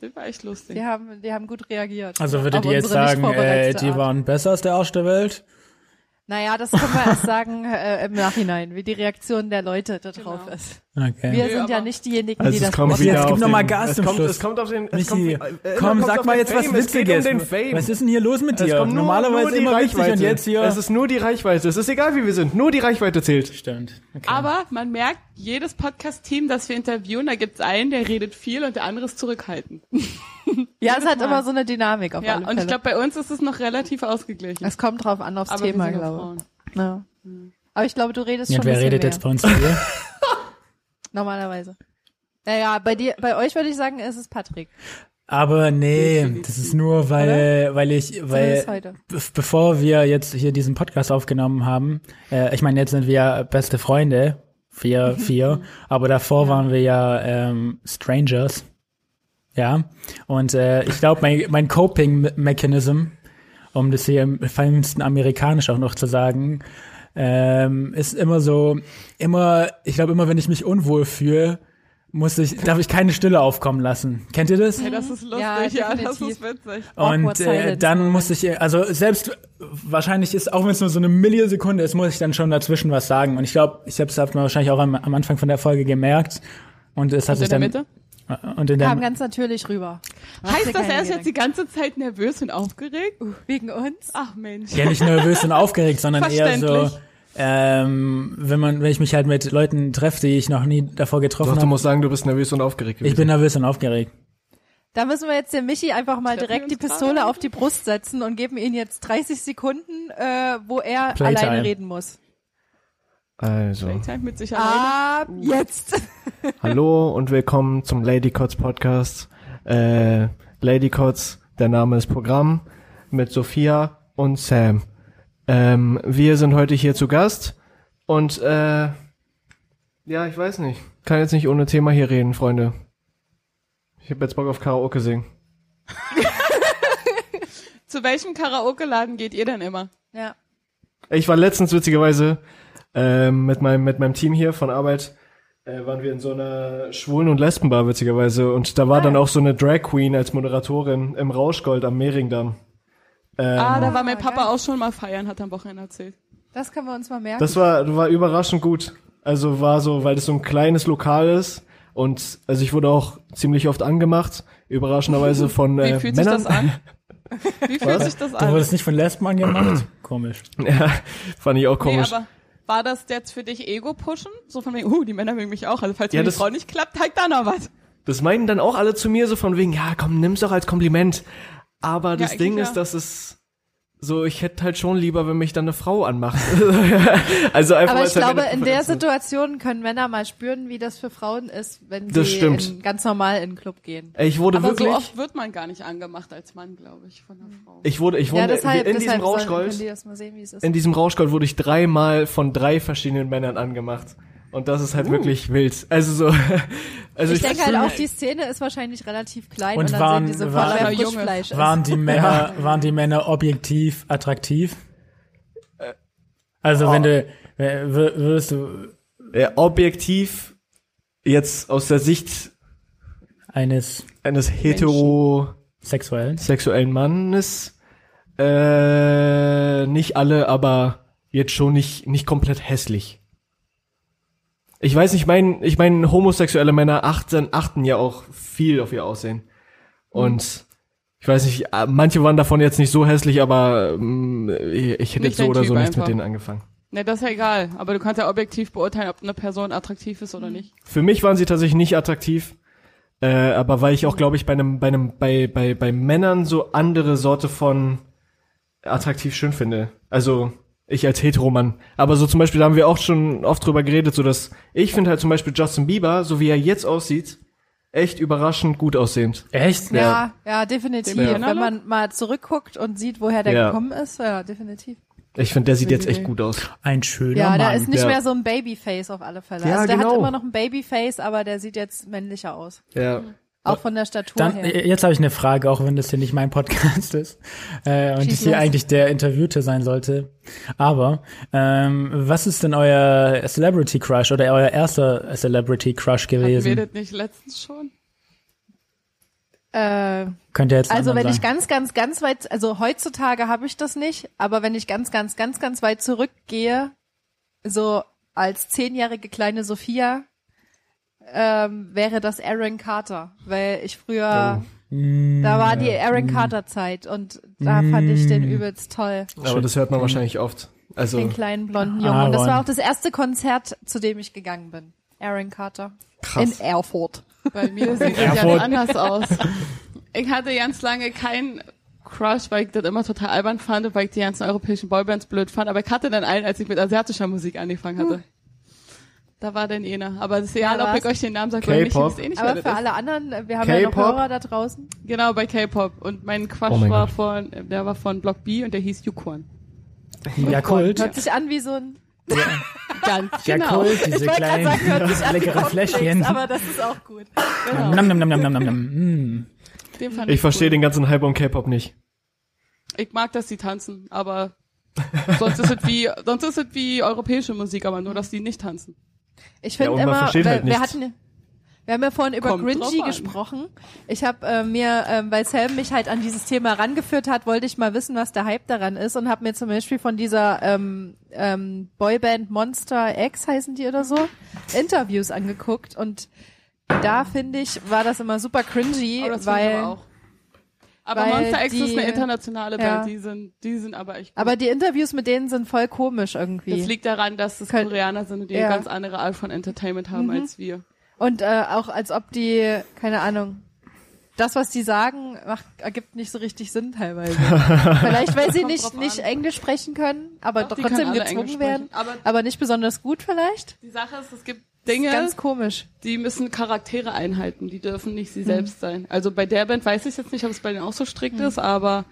C: Das war echt lustig.
B: die haben, die haben gut reagiert.
D: Also würdet
B: Auf
D: ihr jetzt
B: unsere nicht
D: sagen, äh,
B: vorbereitete
D: die
B: Art.
D: waren besser als der Arsch der Welt?
B: Naja, das können wir erst sagen äh, im Nachhinein, wie die Reaktion der Leute da drauf
C: Genau.
B: ist.
D: Okay.
B: Wir
C: Nö,
B: sind ja
C: aber-
B: nicht diejenigen,
E: Also
B: die
E: es
B: das
E: kommt
B: machen.
D: Jetzt
E: wieder
D: gib
E: auf
D: noch
E: den,
D: mal Gas
E: es
D: zum
E: kommt,
D: Schluss.
E: Es kommt auf den, es
D: Michi,
E: kommt, äh,
D: komm,
E: kommt
D: sag
E: auf
D: mal
E: den
D: jetzt was
E: Fame. Es geht
D: Witziges.
E: Um den Fame.
D: Was ist denn hier los mit
E: es
D: dir?
E: kommt nur,
D: Normalerweise
E: nur die
D: immer witzig
E: Reichweite.
D: und jetzt hier.
E: Es ist nur die Reichweite. Es ist egal, wie wir sind. Nur die Reichweite zählt.
D: Stimmt. Okay.
C: Aber man merkt, jedes Podcast-Team, das wir interviewen, da gibt's einen, der redet viel und der andere ist zurückhaltend.
B: Ja, es hat immer so eine Dynamik auf
C: Ja,
B: alle
C: und
B: Fälle.
C: ich glaube, bei uns ist es noch relativ ausgeglichen.
B: es kommt drauf an aufs
C: Aber wir
B: Thema,
C: sind ja
B: glaube
C: Frauen.
B: ich. Ja. Aber ich glaube, du redest
D: Ja,
B: schon
D: und
B: ein
D: wer
B: bisschen
D: redet
B: mehr.
D: jetzt bei uns hier?
B: Normalerweise. Naja, bei dir, bei euch würde ich sagen, ist es Patrick.
D: Aber nee, das ist nur, weil, weil ich, weil,
B: Zumindest heute.
D: be- bevor wir jetzt hier diesen Podcast aufgenommen haben, äh, ich meine, jetzt sind wir ja beste Freunde, vier, vier, aber davor waren wir ja ähm, Strangers. Ja, und äh, ich glaube, mein, mein Coping-Mechanism, um das hier im feinsten amerikanisch auch noch zu sagen, ähm, ist immer so, immer, ich glaube, immer wenn ich mich unwohl fühle, muss ich, darf ich keine Stille aufkommen lassen. Kennt ihr das?
C: Hey, das ist lustig,
B: Mhm. Ja,
C: ja, das
B: definitiv.
C: ist witzig.
B: Awkward
D: Und äh,
B: silence
D: dann
B: moment.
D: muss ich, äh, also selbst äh, wahrscheinlich ist, auch wenn es nur so eine Millisekunde ist, muss ich dann schon dazwischen was sagen. Und ich glaube, ich habe es habt man wahrscheinlich auch am, am Anfang von der Folge gemerkt. Und es hat
C: Und
D: sich
C: in der
D: dann
C: Mitte?
D: äh, und in
B: Kam
D: der
B: ganz natürlich rüber. Hast dir
C: Heißt das,
B: keine
C: er ist jetzt die
B: Gedanken.
C: ganze Zeit nervös und aufgeregt?
B: wegen uns?
C: Ach Mensch.
D: ja nicht nervös und aufgeregt, sondern eher so,
C: Verständlich.
D: ähm, wenn man, wenn ich mich halt mit Leuten treffe, die ich noch nie davor
E: Doch,
D: getroffen
E: du
D: habe.
E: musst sagen, du bist nervös und aufgeregt gewesen.
D: Ich bin nervös und aufgeregt.
B: Da müssen wir jetzt dem Michi einfach mal
C: Treffen
B: direkt
C: wir
B: die
C: uns gerade
B: Pistole
C: irgendwo?
B: auf die Brust setzen und geben ihm jetzt 30 Sekunden, äh, wo er
D: Playtime.
B: alleine reden muss.
E: also,
C: Zeit mit sich
B: Ah.
C: alleine.
B: Ab jetzt.
E: hallo und willkommen zum Lady Kotz Podcast. Äh, Lady Kotz, der Name ist Programm, mit Sophia und Sam. Ähm, wir sind heute hier zu Gast und äh, ja, ich weiß nicht. Kann jetzt nicht ohne Thema hier reden, Freunde. Ich hab jetzt Bock auf Karaoke singen.
C: Zu welchem Karaoke-Laden geht ihr denn immer?
B: Ja.
E: Ich war letztens witzigerweise ähm, mit, meinem, mit meinem Team hier von Arbeit, äh, waren wir in so einer Schwulen- und Lesbenbar witzigerweise. Und da war
C: Ah.
E: dann auch so eine Drag Queen als Moderatorin im Rauschgold am Mehringdamm. Ähm,
C: Ah, da war mein
B: Ah,
C: Papa
B: geil.
C: auch schon mal feiern, hat er am Wochenende erzählt.
B: Das können wir uns mal merken.
E: Das war, war überraschend gut. Also war so, weil das so ein kleines Lokal ist. Und also ich wurde auch ziemlich oft angemacht, überraschenderweise von
C: Wie
E: äh,
C: fühlt
E: Männern.
C: sich das an? Wie fühlt sich das
D: Du
C: an?
D: wurdest nicht von Lesben angemacht? Komisch.
E: ja, fand ich auch
C: Nee,
E: komisch.
C: aber war das jetzt für dich Ego-Pushen? So von wegen, uh, die Männer mögen mich auch. Also falls
E: Ja,
C: mir die
E: das-
C: Frau nicht klappt, halt da noch was.
E: das meinen dann auch alle zu mir so von wegen, ja, komm, nimm's doch als Kompliment. Aber das
C: eigentlich
E: Ding
C: ja.
E: ist, dass es so, ich hätte halt schon lieber, wenn mich dann eine Frau anmacht. also einfach
B: aber
E: weil
B: ich
E: es halt
B: glaube,
E: meine
B: in der
E: Präferenz ist.
B: Situation können Männer mal spüren, wie das für Frauen ist, wenn
E: Das
B: sie
E: stimmt.
B: in, ganz normal in den Club gehen.
E: Ey, Ich wurde
C: Aber
E: wirklich,
C: so oft wird man gar nicht angemacht als Mann, glaube ich, von einer Frau.
E: ich wurde, ich wurde
B: ja, deshalb,
E: in diesem
B: deshalb sollen- können die
E: Rauschgold,
B: das mal sehen, wie es ist.
E: in diesem Rauschgold wurde ich dreimal von drei verschiedenen Männern angemacht. Und das ist halt wirklich wild. Also so, also
B: Uh.
E: ich,
B: ich denke halt
D: fühl-
B: auch, die Szene ist wahrscheinlich relativ klein und,
D: Und
B: dann
D: waren-
B: sehen die sofort,
D: waren-
B: wer
C: Junge.
B: Frischfleisch ist.
D: Waren die Männer, waren die Männer objektiv attraktiv? Also wenn
B: Oh.
D: du äh, wür- würdest du
E: äh, objektiv jetzt aus der Sicht
D: eines
E: eines hetero,
D: Sexuellen?
E: sexuellen Mannes. Äh, nicht alle, aber jetzt schon nicht, nicht komplett hässlich. Ich weiß nicht, mein, ich meine, homosexuelle Männer achten, achten ja auch viel auf ihr Aussehen. Und ich weiß nicht, ah, manche waren davon jetzt nicht so hässlich, aber mm, ich, ich hätte
C: Nicht
E: jetzt so
C: dein
E: oder
C: Typ
E: so nichts
C: einfach.
E: mit denen angefangen.
C: Ne, das ist ja egal. Aber du kannst ja objektiv beurteilen, ob eine Person attraktiv ist oder nicht.
E: Für mich waren sie tatsächlich nicht attraktiv. Äh, aber weil ich auch, glaube ich, bei einem, bei einem, bei, bei, bei Männern so andere Sorte von attraktiv schön finde. Also ich als Heteromann. Aber so zum Beispiel, da haben wir auch schon oft drüber geredet, so dass ich finde halt zum Beispiel Justin Bieber, so wie er jetzt aussieht, echt überraschend gut aussehend.
D: Echt?
B: Ja, ja, definitiv.
C: Den
B: Wenn man mal zurückguckt und sieht, woher der
E: Ja.
B: gekommen ist, ja, definitiv.
E: Ich finde, der sieht jetzt echt gut aus.
D: Ein schöner
B: Ja,
D: Mann.
B: der ist nicht
E: Ja.
B: mehr so ein Babyface auf alle Fälle.
E: Ja,
B: also der
E: genau.
B: hat immer noch ein Babyface, aber der sieht jetzt männlicher aus.
E: Ja.
B: Auch von der Statur
D: Dann,
B: her.
D: äh, jetzt habe ich eine Frage, auch wenn das hier nicht mein Podcast ist äh, und
B: Schieß
D: ich hier
B: los.
D: eigentlich der Interviewte sein sollte. Aber ähm, was ist denn euer Celebrity Crush oder euer erster Celebrity Crush
E: also-
C: Hatten wir
D: gewesen?
C: das nicht letztens schon?
B: Äh,
D: Könnt ihr jetzt einen
B: also wenn
D: anderen
B: ich
D: sagen.
B: ganz, ganz, ganz weit, also heutzutage habe ich das nicht, aber wenn ich ganz, ganz, ganz, ganz weit zurückgehe, so als zehnjährige kleine Sophia, ähm, wäre das Aaron Carter, weil ich früher,
D: Oh.
B: da war
D: Mm.
B: die Aaron Carter Zeit und da fand ich den übelst toll.
E: Aber das hört man wahrscheinlich oft. Also
B: Den kleinen blonden Jungen. Und das
D: Aaron.
B: war auch das erste Konzert, zu dem ich gegangen bin. Aaron Carter.
E: Krass.
B: In Erfurt.
C: Bei mir sieht es ja
D: Erfurt.
C: anders aus. Ich hatte ganz lange keinen Crush, weil ich das immer total albern fand und weil ich die ganzen europäischen Boybands blöd fand. Aber ich hatte dann einen, als ich mit asiatischer Musik angefangen
B: Hm.
C: hatte. Da war dann jener. Aber es ist egal,
B: Da
C: ob ich
B: war's.
C: euch den Namen sage oder nicht, ich
E: K-Pop.
C: wisst eh nicht,
B: Aber
C: wer
B: für
C: das ist.
B: alle anderen, äh, wir haben ja noch
E: K-Pop?
B: Hörer da draußen.
C: Genau, bei K-Pop. Und mein Crush
E: Oh mein
C: war
E: Gott.
C: von, der war von Block B und der hieß Yukwon.
D: Hm, Ja, Kult.
B: Hört sich an wie so ein,
C: Ganz
D: Ja,
C: genau.
D: Kult, diese
B: wollte gerade
D: kleinen
B: sagen, hört sich an wie
D: leckeren Fläschchen.
B: Cornflakes, aber das ist auch gut.
C: genau.
D: Nam, nam, nam, nam, nam, nam, nam. Mm.
C: Den fand
E: ich verstehe
C: cool.
E: den ganzen Hype um K-Pop nicht.
C: Ich mag, dass die tanzen, aber sonst ist es wie, sonst ist es wie europäische Musik, aber nur, dass die nicht tanzen.
B: Ich
E: Ja,
B: finde
E: und man
B: immer,
E: versteht
B: wir,
E: halt
B: wir
E: nichts.
B: hatten, wir haben ja vorhin über
C: Kommt
B: Gringy
C: drauf an.
B: gesprochen. Ich habe äh, mir, ähm, weil Sam mich halt an dieses Thema rangeführt hat, wollte ich mal wissen, was der Hype daran ist und habe mir zum Beispiel von dieser ähm, ähm, Boyband Monster X heißen die oder so Interviews angeguckt und da finde ich war das immer super cringy,
C: Aber das finde ich
B: weil
C: aber auch. Aber
B: weil
C: Monster X ist
B: die-
C: eine internationale
B: ja.
C: Band, die sind, die sind aber echt gut.
B: aber die Interviews mit denen sind voll komisch
C: das
B: irgendwie.
C: liegt daran, dass es
B: Könnt-
C: Koreaner sind und die
B: Ja. Mhm.
C: eine ganz andere Art von Entertainment haben als wir.
B: Und äh, auch als ob die keine Ahnung das, was die sagen, macht, ergibt nicht so richtig Sinn teilweise. vielleicht, weil sie
C: Kommt
B: nicht,
C: drauf
B: nicht
C: an.
B: Englisch sprechen können, aber
C: Doch, die
B: trotzdem
C: können alle
B: gezwungen
C: Englisch
B: werden.
C: sprechen. Aber-
B: aber nicht besonders gut vielleicht.
C: Die Sache ist, es gibt
B: Das ist
C: Dinge,
B: Ganz komisch.
C: die müssen Charaktere einhalten, die dürfen nicht sie
B: Mhm.
C: selbst sein. Also bei der Band weiß ich jetzt nicht, ob es bei denen auch so strikt ist, aber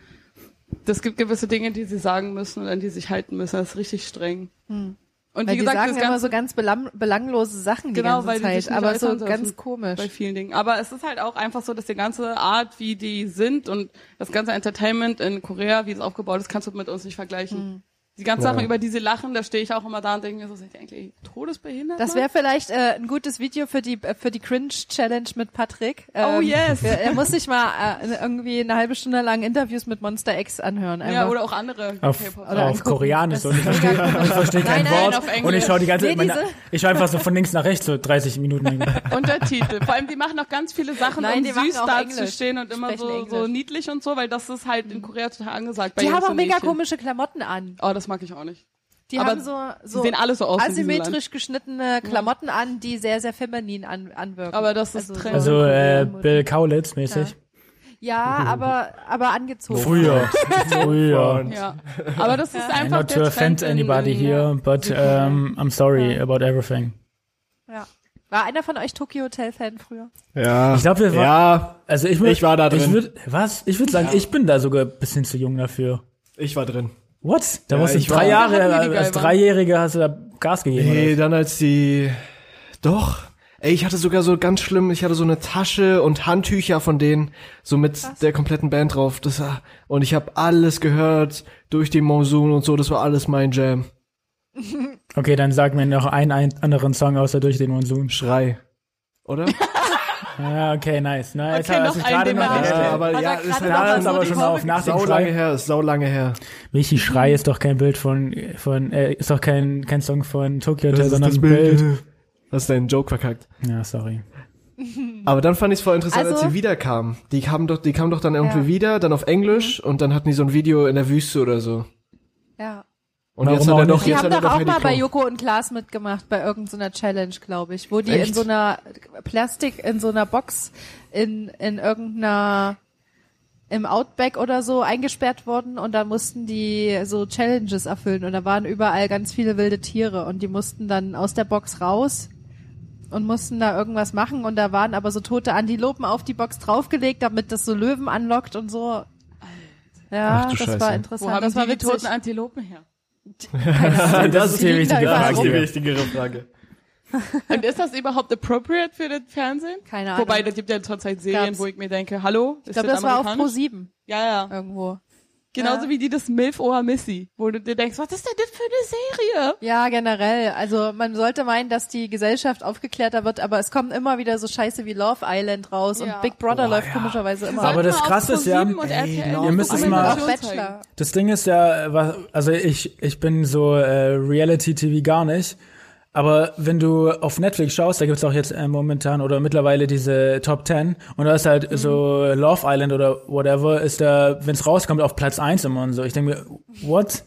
C: es gibt gewisse Dinge, die sie sagen müssen und an die sie sich halten müssen. Das ist richtig streng. Und
B: Mhm. Weil
C: wie gesagt,
B: die sagen
C: das
B: immer
C: ganze
B: so ganz belang belanglose Sachen
C: Genau,
B: die ganze
C: weil die
B: Zeit,
C: sich nicht
B: aber so
C: äußern dürfen.
B: ganz komisch.
C: bei vielen Dingen. Aber es ist halt auch einfach so, dass die ganze Art, wie die sind und das ganze Entertainment in Korea, wie es aufgebaut ist, kannst du mit uns nicht vergleichen.
B: Mhm.
C: Die ganzen Sachen, über die sie lachen, da stehe ich auch immer da und denke mir so, seid ihr eigentlich todesbehindert?
B: Das
C: Mann?
B: wäre vielleicht äh, ein gutes Video für die äh, für die Cringe Challenge mit Patrick. Ähm,
C: Oh, yes.
B: Er, er muss sich mal äh, irgendwie eine halbe Stunde lang Interviews mit Monster X anhören. Einfach.
C: Ja, oder auch andere.
D: Auf,
C: K-Pop.
B: Oder
D: auf
B: angucken.
D: Koreanisch
B: Das
D: und ich
B: ist mega
D: verstehe
B: komisch.
D: versteh kein
B: Nein, nein,
D: Wort
C: auf Englisch.
D: und ich schaue die ganze
B: Nee,
D: Zeit, meine,
B: diese-
D: ich schaue einfach so von links nach rechts, so 30 Minuten lang.
C: Untertitel. Vor allem, die machen auch ganz viele Sachen,
B: Nein,
C: um
B: die machen
C: süß
B: auch
C: dazustehen und
B: Englisch.
C: immer so,
B: Sprechen
C: so
B: Englisch. Mhm.
C: niedlich und so, weil das ist halt in Korea total angesagt. Bei
B: die haben
C: Jungs
B: auch
C: und
B: mega
C: Mädchen.
B: komische Klamotten an.
C: Oh, das mag ich auch nicht.
B: Die
C: Aber
B: haben so, so
C: sehen alle so aus in diesem
B: asymmetrisch geschnittene Klamotten an, die sehr, sehr feminin an, anwirken.
C: Aber das ist Trend.
D: Also äh,
B: Mode.
D: Bill Kaulitz mäßig.
B: Ja, aber, aber
D: Oh.
B: angezogen.
D: Früher. Früher.
C: Ja. Aber das ist
D: I'm
C: einfach
D: not to
C: der Trend
D: offend
C: in-
D: anybody
C: in-
D: here, but um, I'm sorry about everything.
B: Ja. War einer von euch Tokyo Hotel Fan früher?
E: Ja.
D: Ich glaub, wir war-
E: Ja,
D: Also ich, würd,
E: Ich war da
D: Ich
E: drin.
D: würd, was? Ich würde sagen, ich bin da sogar ein bisschen zu jung dafür.
E: ich war drin.
D: What? Da
E: Ja,
D: warst du
E: ich
D: drei
E: war-
D: Jahre,
C: Sachen, die geil
D: als
C: waren.
D: Dreijähriger hast du da Gas gegeben.
E: Nee,
D: oder?
E: dann als die. Doch. Ey, ich hatte sogar so ganz schlimm, ich hatte so eine Tasche und Handtücher von denen, so mit der kompletten Band drauf. Das war, und ich habe alles gehört durch den Monsun und so, das war alles mein Jam.
D: Okay, dann sag mir noch einen, einen anderen Song außer durch den Monsun.
E: Schrei. Oder?
D: Ah, okay, nice. Na, jetzt
C: Okay, noch
D: hast
C: Also
D: du
C: einen,
D: gerade
C: den
D: noch
C: wir
D: nicht-
C: alle
D: Ja, aber
E: aber
B: Hat
E: ja,
B: er
E: ist
B: gerade
E: halt
B: noch
D: da
B: mal
D: ist
B: so
D: aber
B: die
D: schon auf nach dem
E: sau lange
D: Schrei.
E: her, ist sau lange her.
D: Michi Schrei ist doch kein Bild von, von äh, ist doch kein, kein Song von Tokyo Hotel, sondern ein
E: Bild.
D: Bild.
E: Hast deinen Joke verkackt.
D: Ja, sorry.
E: Aber dann fand ich es voll interessant, als
F: Also-
E: sie wiederkam. Die kamen doch, die kamen doch dann irgendwie
B: Ja.
E: wieder, dann auf Englisch und dann hatten die so ein Video in der Wüste oder so.
B: Ja.
E: Und
D: Warum
E: jetzt hat
D: auch
E: er doch
D: nicht?
B: Die
E: jetzt
B: haben
E: hat er
B: doch
E: doch
B: auch mal
E: Heidi
B: bei
E: Klum.
B: Joko und Klaas mitgemacht, bei irgendeiner Challenge, glaube ich, wo die in
E: Echt?
B: so einer Plastik, in so einer Box, in, in irgendeiner, im Outback oder so eingesperrt wurden und dann mussten die so Challenges erfüllen und da waren überall ganz viele wilde Tiere und die mussten dann aus der Box raus und mussten da irgendwas machen und da waren aber so tote Antilopen auf die Box draufgelegt, damit das so Löwen anlockt und so.
E: Ach
B: Ja,
E: du
B: das
E: Scheiße.
B: war
C: Wo
B: interessant.
C: haben
B: das war
C: die, die
B: witzig.
C: toten Antilopen her?
D: Das,
B: ist die liegen da wichtige überall
E: Das ist die
B: Frage.
E: wichtigere Frage.
C: Und ist das überhaupt appropriate für das Fernsehen?
B: Keine Ahnung.
C: Wobei, das gibt ja zurzeit Serien,
B: Gab's.
C: wo ich mir denke, hallo, ist
B: ich glaube, das war auf Pro
C: amerikanisch?
B: 7
C: Ja, ja.
B: irgendwo.
C: Genauso
B: Ja.
C: wie die das Milf oder Missy, wo du dir denkst, was ist denn das für eine Serie?
B: Ja, generell. Also man sollte meinen, dass die Gesellschaft aufgeklärter wird, aber es kommen immer wieder so Scheiße wie Love Island raus
C: Ja.
B: und Big Brother läuft
D: ja.
B: komischerweise immer.
D: Aber
C: Sollten
D: das
C: wir auf
D: Krasse ist ja,
C: ProSieben und
D: ey, genau.
C: RTL
D: ihr müsst es mal-
B: auch
C: Dokumentation zeigen.
B: Bachelor.
D: Das Ding ist ja, äh, was- also ich, ich bin so äh, Reality-TV gar nicht. Aber wenn du auf Netflix schaust, da gibt's auch jetzt äh, momentan oder mittlerweile diese Top 10 und da ist halt
C: Mhm.
D: so Love Island oder whatever, ist da, wenn's rauskommt, auf Platz 1 immer und so. Ich denke mir, what?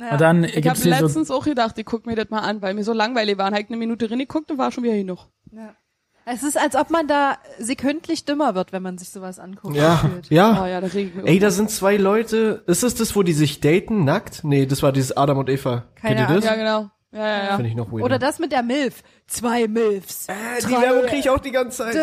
D: Und dann
C: Ich
D: gibt's
C: habe
D: hier so,
C: letztens auch gedacht, ich guck mir das mal an, weil mir so langweilig war. Und hab ich eine Minute reingeguckt und war schon wieder genug.
B: Es ist, als ob man da sekündlich dümmer wird, wenn man sich sowas anguckt.
E: Ja,
B: gefühlt.
E: ja.
C: Oh ja, da reg ich mich
E: Ey,
C: auf.
E: da sind zwei Leute. Ist es das, wo die sich daten, nackt? Nee, das war dieses Adam und Eva.
B: Keine
E: Kennt ihr das?
C: Ja, genau. Ja, ja, ja.
E: Finde ich noch weird. Äh,
B: Oder das mit der Milf. Zwei Milfs.
E: die Werbung kriege ich auch die ganze Zeit.
B: Dö.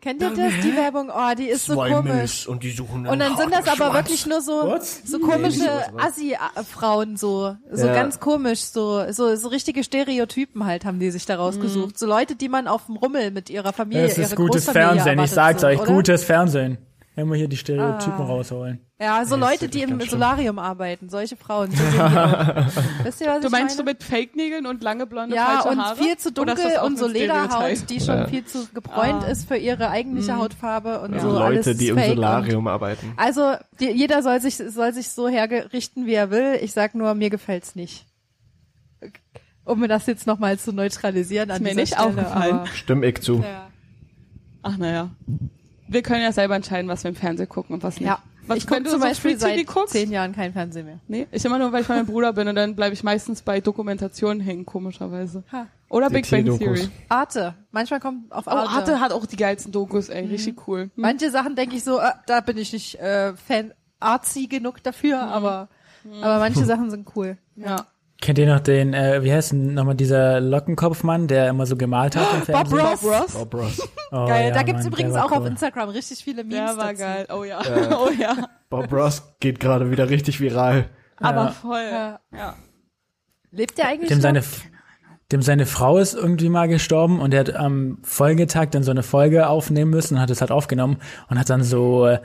B: Kennt ihr das? Die Werbung, oh, die ist so komisch.
E: und die suchen
B: Und dann sind das aber wirklich nur so,
D: What?
B: so
E: Nee,
B: komische
E: nicht sowas, oder?
B: Assi-Frauen, so, so
E: Ja.
B: ganz komisch, so, so, so richtige Stereotypen halt haben die sich da rausgesucht. So Leute, die man auf dem Rummel mit ihrer Familie,
D: es ist
B: ihre
D: gutes
B: Großfamilie
D: Fernsehen, ich
B: erwartet,
D: sag's
B: so,
D: euch,
B: oder? Ah.
D: gutes Fernsehen. Wenn wir hier die Stereotypen rausholen.
B: Ja, so Leute, die im Solarium arbeiten, solche Frauen. So sehen die aus. Wisst ihr, was
C: Du
B: ich
C: meinst du
B: meine?
C: mit Fake-Nägeln und lange blonde,
B: ja,
C: falsche
B: und
C: Haare?
B: viel zu
C: Oder ist
B: dunkel
C: das auch
B: und so
C: ein Stereotyp? Mhm.
B: Lederhaut, die schon viel zu gebräunt
C: Ah.
B: ist für ihre eigentliche Hautfarbe und so alles
E: Also Leute,
B: ist
E: die im
B: fake und-
E: Solarium arbeiten.
B: Also die, jeder soll sich soll sich so herrichten, wie er will. Ich sag nur, mir gefällt's nicht. Um mir das jetzt nochmal zu neutralisieren an
C: mir
B: dieser
C: nicht
B: Stelle,
C: aufgefallen.
B: aber-
E: Stimme ich zu.
B: Ja.
C: Ach naja. Wir können ja selber entscheiden, was wir im Fernsehen gucken und was nicht.
B: ja.
C: Was,
B: ich
C: wenn
B: gucke
C: du
B: zum
C: so
B: Beispiel
C: Free-TV
B: seit
C: guckst?
B: zehn Jahren kein Fernsehen mehr.
C: Nee, ich immer nur, weil ich bei meinem Bruder bin und dann bleibe ich meistens bei Dokumentationen hängen, komischerweise.
B: Ha.
C: Oder
E: Die
C: Big Bang
E: T-Dokus.
C: Theory.
B: Arte. Manchmal kommt auf
C: Oh,
B: Arte.
C: Arte hat auch die geilsten Dokus, ey,
B: Mhm.
C: richtig cool. Hm.
B: Manche Sachen denke ich so, äh, da bin ich nicht äh, Fan artsy genug dafür,
C: Hm.
B: aber aber manche Sachen sind cool.
C: Ja.
D: Kennt ihr noch den, äh, wie heißt denn nochmal dieser Lockenkopfmann, der immer so gemalt hat im Fernsehen?
B: Ross.
E: Oh, Bros.
D: Oh,
B: Geil.
D: ja,
B: da gibt's
D: Mann,
B: übrigens
D: der war
B: auch auf
D: cool.
B: Instagram richtig viele
C: Der
B: Memes
C: war
B: dazu.
C: geil. Oh ja. Oh ja.
E: Bob Ross geht gerade wieder richtig viral.
C: Aber voll.
B: Ja.
C: Ja.
B: Lebt der eigentlich
D: dem
B: noch?
D: seine, dem seine Frau ist irgendwie mal gestorben und er hat am Folgetag dann so eine Folge aufnehmen müssen und hat es halt aufgenommen und hat dann so äh,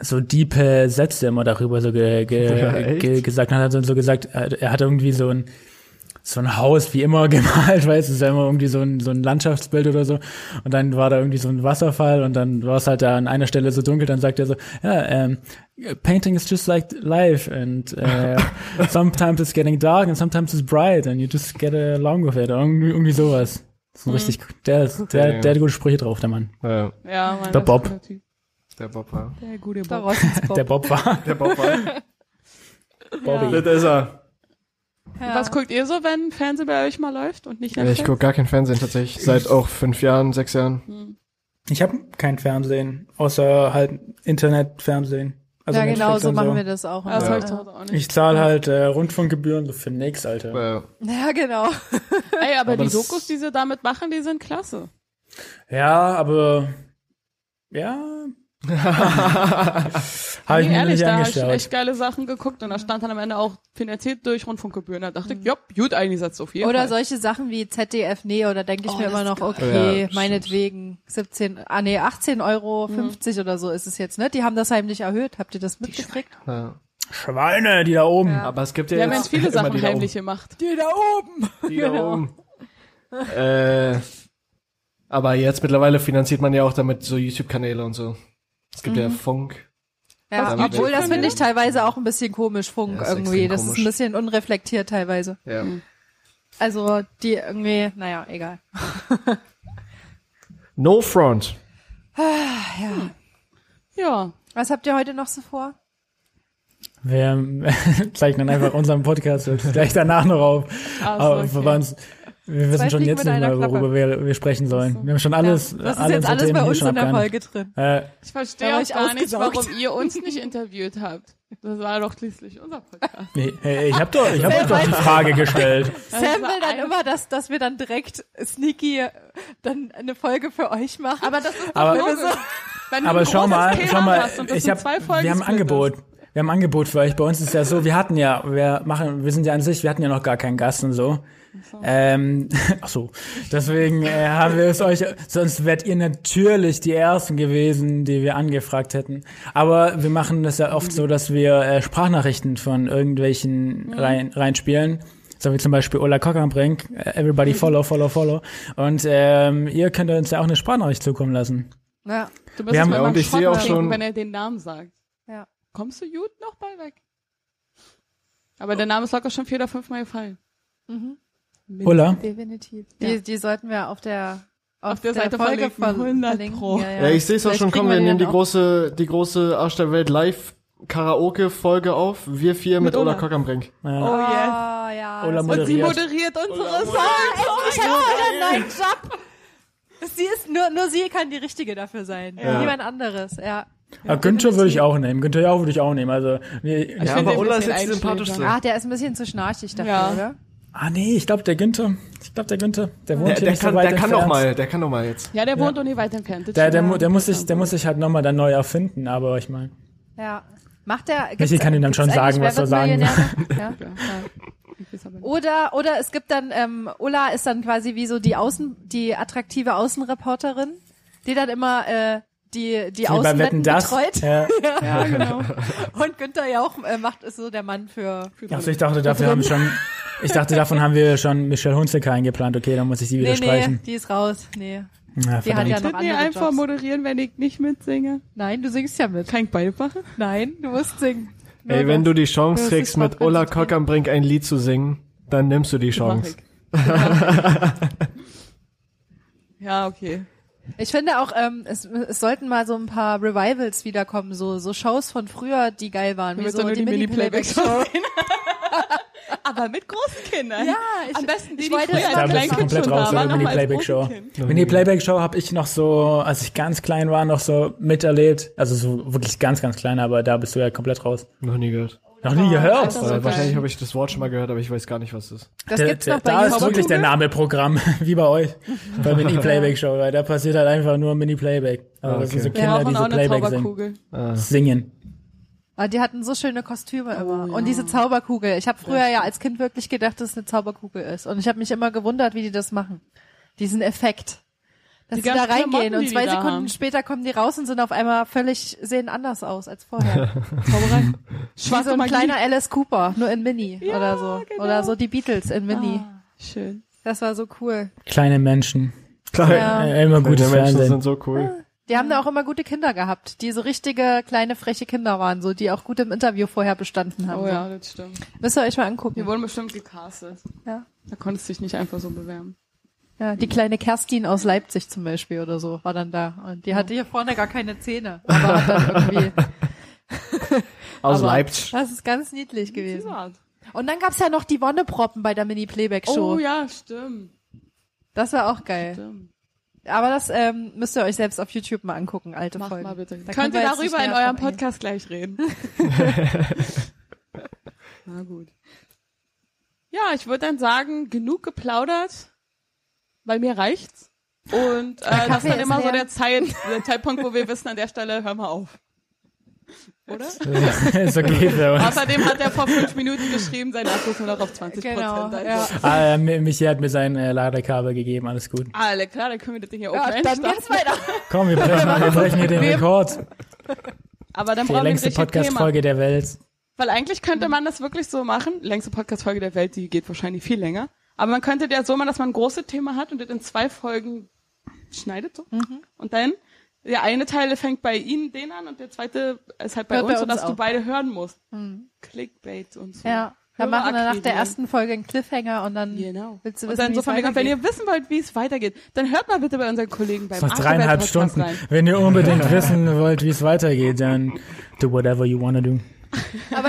D: so diepe Sätze immer darüber so ge, ge,
E: Ja, echt?
D: ge, gesagt und hat dann so gesagt, äh, er er hat irgendwie so ein so ein Haus wie immer gemalt, weißt du, es ist ja immer irgendwie so ein, so ein Landschaftsbild oder so. Und dann war da irgendwie so ein Wasserfall und dann war es halt da an einer Stelle so dunkel, dann sagt er so, ja, ähm, painting is just like life and äh, sometimes it's getting dark and sometimes it's bright and you just get along with it. Irgendwie, irgendwie sowas. Das ist ein richtig, der, ist- der, der hat gute Sprüche drauf, der Mann.
E: Ja,
C: Ja, Mann,
D: Der
C: das ist
D: Bob.
C: guter Typ.
E: der Bob war.
C: Der gute
B: Der
C: Bob.
B: Rossensbob.
D: Der Bob war.
E: Der Bob war.
D: Bobby.
E: Das ist er.
B: Ja.
C: Was guckt ihr so, wenn Fernsehen bei euch mal läuft und nicht
E: Ich
C: Netflix?
E: gucke gar kein Fernsehen tatsächlich. Seit auch fünf Jahren, sechs Jahren.
D: Ich habe kein Fernsehen, außer halt Internetfernsehen. Also
B: ja, genau,
D: Netflix
B: so
D: und
B: machen wir das auch.
C: Ah, Das
E: Ja.
C: hab ich zu Hause auch nicht.
D: Ich zahle halt äh, Rundfunkgebühren so für nix, Alter.
E: Äh,
B: Ja, genau.
C: Ey, aber,
E: Aber
C: die
E: das-
C: Dokus, die sie damit machen, die sind klasse.
D: Ja, aber ja. habe ich
C: nee,
D: mir noch
C: ehrlich, da
D: nicht
C: habe ich schon
D: angeschaut.
C: echt geile Sachen geguckt und da stand dann am Ende auch finanziert durch Rundfunkgebühren. Da dachte
D: Mhm.
C: ich, jopp, gut Einsatz auf jeden
B: Oder
C: Fall.
B: solche Sachen wie ZDF Neo, da denke ich
C: Oh,
B: mir
C: das
B: immer
C: ist
B: noch,
C: geil.
B: okay,
E: Ja, stimmt.
B: meinetwegen 17, ah nee, 18,50 Euro oder so ist es jetzt, ne? Die haben das heimlich erhöht, habt ihr das mitgekriegt?
E: ja.
D: Schweine, die da oben.
E: Aber es gibt
C: Wir
E: ja
C: haben jetzt
E: jetzt
C: viele
E: immer
C: Sachen
E: die da
B: um.
C: heimlich gemacht.
B: Die da oben!
E: oben. Die da oben. Äh, aber jetzt mittlerweile finanziert man ja auch damit so YouTube-Kanäle und so. Es gibt ja Funk.
B: Ja,
E: Damit
B: obwohl das
E: wir-
B: finde ich teilweise auch ein bisschen komisch, Funk
E: Ja, ist
B: irgendwie.
E: extrem
B: Das ist
E: komisch.
B: ein bisschen unreflektiert teilweise.
E: Ja.
B: Also die irgendwie, naja, egal.
E: No front.
C: Ja.
B: Was habt ihr heute noch so vor?
D: Wir ähm, zeichnen einfach unseren Podcast jetzt gleich danach noch auf.
C: Ah, so,
D: Aber
C: okay.
D: wir, waren's, wir wissen
B: Zwei
D: schon
B: Fliegen
D: jetzt
B: mit
D: nicht
B: einer
D: mehr,
B: Klappe.
D: worüber wir, wir sprechen sollen. Wir haben schon alles.
B: ja, das ist
D: alle
B: jetzt
D: unsere
B: alles
D: Themen
B: bei
D: hier
B: uns
D: schon
B: in der
D: abgehandelt.
B: Folge drin.
D: Äh,
C: Ich
B: Da
C: verstehe
B: war
C: auch
B: ich
C: gar nicht,
B: ausgesaugt.
C: warum ihr uns nicht interviewt habt. Das war doch schließlich unser Podcast.
D: nee, hey, ich habe doch, ich hab euch doch die Frage gestellt.
B: Sam
C: war
B: will dann
C: ein-
B: immer, dass, dass wir dann direkt sneaky äh, dann eine Folge für euch machen.
C: Aber das ist
D: Aber-
C: doch logisch. Wenn du
D: Aber
C: ein
D: schau
C: großes
D: mal,
C: Thema
D: schau mal,
C: hast und das
D: ich
C: in
D: hab,
C: zwei Folgen
D: wir haben ein
C: splittest.
D: Angebot. Wir haben ein Angebot für euch. Bei uns ist ja so, wir hatten ja, wir machen, wir sind ja an sich, wir hatten ja noch gar keinen Gast und so. Ähm, ach so. Deswegen äh, haben wir es euch, sonst wärt ihr natürlich die Ersten gewesen, die wir angefragt hätten. Aber wir machen das ja oft so, dass wir äh, Sprachnachrichten von irgendwelchen
C: Mhm.
D: rein, reinspielen. So wie zum Beispiel Ola Cockerbrink, äh, Everybody Follow, Follow, Follow. Und ähm, ihr könnt uns ja auch eine Sprachnachricht zukommen lassen.
B: Ja.
C: Du
D: Wir
C: bist
D: haben-
C: mit
D: Ja,
E: und
C: meinem
E: ich
C: Schott
E: sehe auch
C: trinken,
E: schon-
C: wenn er den Namen sagt.
B: Ja.
C: Kommst du gut noch bei weg? Aber der Name ist locker schon vier oder fünfmal gefallen.
B: Mhm.
D: Ola?
B: Definitiv.
C: Ja.
B: Die, die sollten wir auf der, auf
C: Auf der Seite
B: Folge
C: verlinken.
B: verl-
C: 100
B: verlinken.
C: Pro.
B: Ja, ja.
E: Ja, ich sehe es auch
B: Vielleicht
E: schon kommen.
B: kriegen
E: Wir
B: den
E: nehmen die
B: auch.
E: große, die große Arsch der Welt live Karaoke-Folge auf. Wir vier mit,
C: Mit
E: Ola
C: Ola.
E: Kockerbrink.
D: Ja.
B: Oh,
C: Oh, yes.
B: ja.
D: Ola
B: das-
C: Und sie
D: Moderiert.
C: moderiert unsere Sache.
B: Ah, Ich habe wieder einen neuen Job. Sie ist nur, nur sie kann die richtige dafür sein. Niemand anderes, ja.
D: Ah, Günther würde ich auch nehmen. Günther Jauch würde ich auch nehmen. Also, nee,
E: Ja,
C: finde
E: aber
C: den
E: Ola ist
C: bisschen
E: jetzt die sympathischste.
B: Ach, Ah, der ist ein bisschen zu schnarchig dafür,
C: Ja.
B: oder?
D: ah, nee, ich glaube, der Günther, ich glaube, der Günther, der wohnt
E: Der,
D: hier
E: der
D: nicht
E: kann,
D: so weit
E: der kann doch
D: entfernt.
E: mal, der kann doch mal jetzt.
C: Ja, der wohnt und ihr weit entfernt. Das
D: Der, der,
C: stimmt.
D: mu- der muss sich, der muss sich halt nochmal dann neu erfinden, aber ich meine.
B: Ja. Macht der.
D: Michi kann ihm dann schon sagen, was er sagen
B: will. Ja.
C: Ich weiß aber nicht.
B: Oder, oder es gibt dann, ähm, Ulla ist dann quasi wie so die Außen, die attraktive Außenreporterin, die dann immer, äh, die, die Außenwetten betreut.
D: Ja.
B: Ja, genau. Und Günther Jauch äh, macht ist so der Mann für.
D: Also ich dachte, dafür haben wir schon, ich dachte, davon haben wir schon Michelle Hunziker eingeplant. Okay, dann muss ich die wieder
B: Nee, nee,
D: streichen.
B: die ist raus. Nee.
D: Ja,
B: Die hat
D: verdammt.
B: ja noch
C: Könnt ihr
B: andere
C: einfach
B: Jobs.
C: moderieren, wenn ich nicht mitsinge?
B: Nein, du singst ja mit.
C: Kann ich beide machen?
B: Nein, du musst singen. Nur
E: Ey, wenn
B: das.
E: du die Chance
B: das
E: kriegst,
B: ist
E: mit
B: mal
E: Ola
B: konzentriert.
E: Kockerbrink ein Lied zu singen, dann nimmst du die Chance.
C: Ja, okay.
B: Ich finde auch, ähm, es, es sollten mal so ein paar Revivals wiederkommen, so, so Shows von früher, die geil waren, wie
C: Damit
B: so
C: dann nur
B: die
C: die
B: Mini-Playback-Show.
C: Aber mit großen Kindern.
B: Ja,
C: Am besten die,
B: ich
C: die
B: wollte
C: früher
B: es
D: Da
C: als
D: bist du
B: mal sagen.
C: Kleinkind
D: komplett
C: schon
D: raus
C: da
D: über
C: waren,
D: die
C: nochmal als
D: Mini-Playback-Show.
C: Profikind.
D: Mini-Playback-Show habe ich noch so, als ich ganz klein war, noch so miterlebt. Also so wirklich ganz, ganz klein, aber da bist du ja komplett raus.
E: Noch nie gehört.
D: Noch nie gehört.
E: Äh,
B: Also
E: wahrscheinlich habe ich das Wort schon mal gehört, aber ich weiß gar nicht, was es ist.
B: Das
D: Der-
B: gibt's
D: der-
B: noch bei
D: da ist
B: YouTube.
D: wirklich der Name Programm, wie bei euch. Bei Mini-Playback-Show, weil da passiert halt einfach nur Mini-Playback. Also das
E: Okay.
D: sind so
E: Wir
C: Wir
D: Kinder, die
C: brauchen auch
D: so
C: eine
D: Playback singen.
C: Zauberkugel.
D: singen.
B: Ah, die hatten so schöne
C: Oh,
B: Kostüme immer. Und diese Zauberkugel. Ich habe früher ja als Kind wirklich gedacht, dass es eine Zauberkugel ist. Und ich habe mich immer gewundert, wie die das machen. Diesen Effekt. Dass
C: Die
B: die da
C: ganzen
B: reingehen
C: Klamotten,
B: und
C: die
B: zwei
C: die da
B: Sekunden
C: haben.
B: später kommen die raus und sind auf einmal völlig, sehen anders aus als vorher.
C: Zauberei.
B: wie so
C: Schwarze
B: ein
C: Magie.
B: kleiner Alice Cooper, nur in Mini oder so.
C: genau. Ah.
B: Oder so die Beatles in Mini.
C: Schön.
B: Das war so cool.
D: Kleine Menschen.
E: Klar,
B: Ja.
D: Äh, immer
E: gute
D: gutes
E: Menschen
D: Fernsehen.
E: sind so cool.
B: Die haben da auch immer gute Kinder gehabt, die so richtige kleine freche Kinder waren, so die auch gut im Interview vorher bestanden haben.
C: Oh
B: so.
C: ja, das stimmt.
B: Müsst ihr euch mal
C: Wir
B: angucken.
C: wurden bestimmt gecastet.
B: Ja.
C: Da konntest du dich nicht einfach so bewerben.
B: Ja,
C: Mhm.
B: die kleine Kerstin aus Leipzig zum Beispiel oder so war dann da. Und die hatte hier vorne gar keine Zähne. Aber hat dann irgendwie,
E: Aus
B: Ah, Aber-
E: Leipzig.
B: das ist ganz niedlich gewesen.
C: Art.
B: Und dann gab's ja noch die Wonneproppen bei der Mini-Playback-Show.
C: Oh ja, stimmt.
B: Das war auch geil.
C: stimmt.
B: Aber das ähm, müsst ihr euch selbst auf YouTube mal angucken, alte
C: Macht
B: Folgen.
C: mal bitte.
B: Da können
C: Könnt ihr
B: wir jetzt nicht
C: darüber in
B: näher drauf
C: eurem
B: eingehen.
C: Podcast gleich reden. Na gut. Ja, ich würde dann sagen, genug geplaudert. Bei mir reicht's. Und äh, das ist dann
B: ist
C: immer so
B: leer.
C: der, Zeit, der Zeitpunkt, wo wir wissen, an der Stelle, hör mal auf. Oder?
D: ist okay für uns.
C: Außerdem hat er vor fünf Minuten geschrieben, sein Akku ist nur noch auf 20
B: Genau,
C: Prozent. Also.
B: ja.
D: Ah, äh, Mi- Michi hat mir sein äh, Ladekabel gegeben, alles gut.
C: Alle klar, dann können wir das Ding hier
B: Ja,
C: oben
B: dann
C: starten.
B: geht's weiter.
D: Komm, wir brechen, wir brechen hier den Rekord.
C: Aber dann
D: Die
C: brauchen wir ein
D: längste
C: richtiges Thema.
D: Podcast-Folge der Welt.
C: Weil eigentlich könnte man das wirklich so machen. Längste Podcast-Folge der Welt, die geht wahrscheinlich viel länger. Aber man könnte das ja so machen, dass man ein großes Thema hat und das in zwei Folgen schneidet. So.
B: Mhm.
C: Und dann, der eine Teil fängt bei Ihnen den an und der zweite ist halt bei
B: Hört
C: uns,
B: bei uns
C: sodass
B: auf. Mhm.
C: du beide hören musst. Clickbait und so.
B: Ja.
C: Hörer
B: Dann machen wir nach der
C: akquirieren.
B: ersten Folge einen Cliffhanger und dann
C: Genau.
B: willst du
C: und
B: wissen,
C: dann
B: wie
C: so
B: es
C: von wegen, wenn
B: weitergeht.
C: ihr wissen wollt, wie es weitergeht, dann hört mal bitte bei unseren Kollegen beim
D: Das ist
C: Archibald
D: dreieinhalb
C: Podcast
D: Stunden.
C: rein.
D: Wenn ihr unbedingt wissen wollt, wie es weitergeht, dann do whatever you wanna do.
B: Aber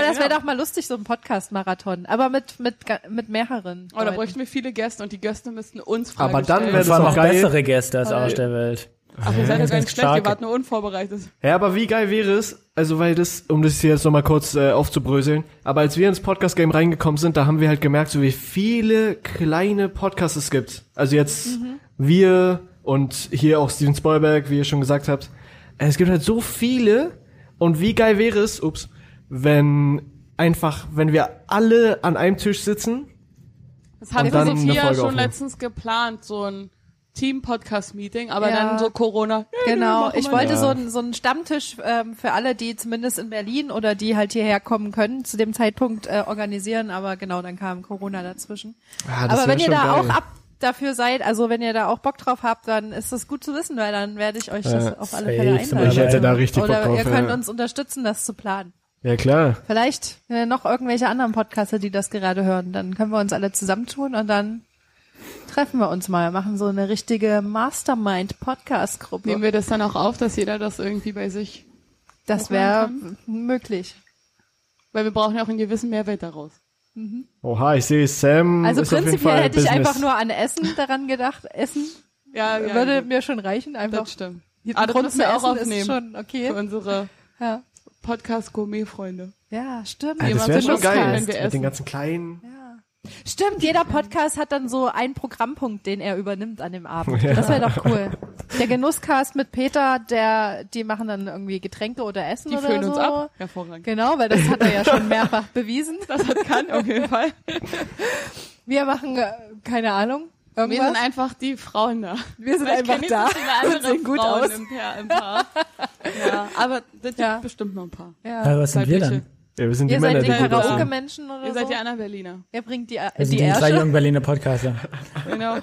B: das wäre doch mal lustig, so ein Podcast-Marathon. Aber mit, mit, ga- mit mehreren.
C: Oh, da
B: Leuten.
C: bräuchten wir viele Gäste und die Gäste müssten uns Fragen
E: Aber dann
C: stellen.
E: wär
D: Das
E: das
D: waren
E: auch
D: noch
E: geil.
D: bessere Gäste als Arsch der Welt.
C: Ach, ihr seid doch gar nicht
D: ganz
C: schlecht, ihr
D: stark.
C: wart nur unvorbereitet.
E: Ja, aber wie geil wäre es, also weil das, um das hier jetzt nochmal kurz äh, aufzubröseln, aber als wir ins Podcast-Game reingekommen sind, da haben wir halt gemerkt, so wie viele kleine Podcasts es gibt. Also jetzt
B: Mhm.
E: wir und hier auch Steven Spoilberg, wie ihr schon gesagt habt. Es gibt halt so viele und wie geil wäre es, ups, wenn einfach, wenn wir alle an einem Tisch sitzen.
C: Das hatte
E: dann eine
C: Sophia
E: Folge
C: schon
E: aufnehmen.
C: letztens geplant, so ein Team-Podcast-Meeting, aber
B: Ja.
C: dann so Corona.
B: Genau, ich wollte so, einen, so einen Stammtisch ähm, für alle, die zumindest in Berlin oder die halt hierher kommen können, zu dem Zeitpunkt äh, organisieren, aber genau, dann kam Corona dazwischen.
E: Ah,
B: aber
E: wär
B: wenn ihr
E: schon
B: da
E: geil.
B: auch ab dafür seid, also wenn ihr da auch Bock drauf habt, dann ist das gut zu wissen, weil dann werde ich euch das auf alle Fälle
D: safe,
B: einladen.
D: ich hätte
E: da richtig
B: oder
E: Bock drauf,
B: ihr könnt
E: ja.
B: uns unterstützen, das zu planen.
E: Ja klar.
B: Vielleicht äh, noch irgendwelche anderen Podcaster, die das gerade hören, dann können wir uns alle zusammentun und dann treffen wir uns mal, machen so eine richtige Mastermind-Podcast-Gruppe.
C: Nehmen wir das dann auch auf, dass jeder das irgendwie bei sich,
B: Das wäre möglich.
C: weil wir brauchen ja auch einen gewissen Mehrwert daraus.
E: Oha, ich sehe Sam.
B: Also
E: Hm, ist auf jeden
B: prinzipiell
E: Fall
B: hätte ich
E: Business.
B: einfach nur an Essen daran gedacht. Essen
C: Ja, ja,
B: würde
C: gut,
B: mir schon reichen, einfach.
C: das stimmt.
B: Jeden
C: Ah, das
B: Grund
C: müssen
B: zu
C: wir auch
B: essen ist
C: aufnehmen
B: schon
C: für
B: okay.
C: unsere
B: Ja.
C: Podcast-Gourmet-Freunde.
B: ja, stimmt.
E: Ja, das
C: jemand
E: wäre
C: mit
E: schon
C: Lust
E: geil.
C: hat, wenn wir
E: Mit
C: essen.
E: den ganzen kleinen.
B: Stimmt, jeder Podcast hat dann so einen Programmpunkt, den er übernimmt an dem Abend. Das wäre doch cool. Der Genusscast mit Peter, der, die machen dann irgendwie Getränke oder Essen
C: Die
B: oder
C: füllen
B: so.
C: uns ab. Hervorragend.
B: Genau, weil das hat er ja schon mehrfach bewiesen.
C: Das hat kann auf jeden Fall.
B: Wir machen, äh, keine Ahnung,
C: Wir sind
B: irgendwas.
C: einfach die Frauen da.
B: Wir sind,
C: Vielleicht kenne ich so viele andere
B: und sehen gut
C: Frauen
B: aus.
C: Im Paar, im Paar. ja, aber das gibt
B: Ja.
C: bestimmt noch ein paar.
B: Ja.
D: Ja, Äh, was sind wir dann?
E: Ja, wir sind
B: Ihr
E: die
B: seid
E: Männer,
B: die
E: die
C: Karaoke-
E: Karaoke
B: Karaoke-Menschen oder
C: Ihr
B: so?
C: seid die Anna Berliner.
B: Ihr bringt die, äh,
D: Wir sind
B: die
D: die drei
B: Ärsche.
D: jungen Berliner Podcaster.
C: Genau.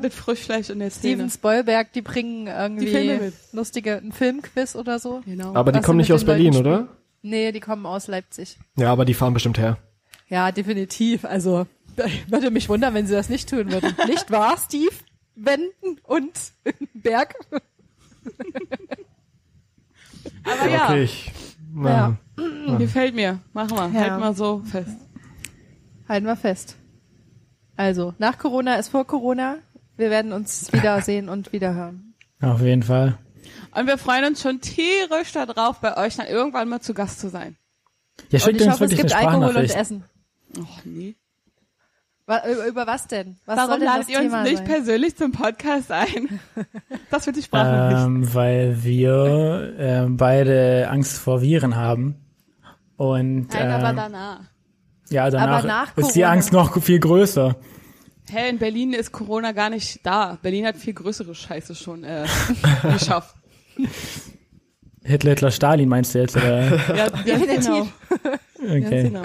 C: Mit Frischfleisch in der Szene.
B: Steven Spoilberg, die bringen irgendwie
C: Die Filme mit.
B: lustige einen Filmquiz oder so.
C: Genau.
E: Aber die
B: Was
E: kommen
B: sie
E: nicht
B: mit
E: aus
B: den
E: Berlin,
B: Leuten
E: oder?
B: Nee, die kommen aus Leipzig.
E: Ja, aber die fahren bestimmt her.
B: Ja, definitiv. Also würde mich wundern, wenn sie das nicht tun würden. Nicht wahr, Steve? Wenden und Berg.
C: aber ja,
E: Okay, ich, na,
B: Ja.
C: gefällt mir. Machen wir.
B: Ja.
C: Halt mal so fest.
B: Halten wir fest. Also, nach Corona ist vor Corona. Wir werden uns wiedersehen und wiederhören.
D: Auf jeden Fall.
C: Und wir freuen uns schon tierisch darauf, bei euch dann irgendwann mal zu Gast zu sein.
D: Ja,
B: Und
D: schickt
B: ich
D: uns
B: hoffe, es
D: wirklich eine
B: gibt Alkohol und
D: Sprachnachricht.
B: Essen. Oh,
C: Och nee.
B: Wa- Über über was denn? Was soll
C: Warum
B: denn
C: ladet
B: das
C: ihr uns
B: Thema
C: nicht
B: sein?
C: persönlich zum Podcast ein? Das wird die Sprache nicht.
D: Ähm, weil wir ähm, beide Angst vor Viren haben. Und
C: Nein, aber
D: ähm,
C: danach.
D: ja, danach
B: Aber nach
D: ist die
B: Corona.
D: Angst noch viel größer.
C: Hä, in Berlin ist Corona gar nicht da. Berlin hat viel größere Scheiße schon äh, geschafft.
D: Hitler, Hitler, Stalin meinst du jetzt? Oder?
C: Ja,
B: Definitiv.
D: Okay.
C: genau.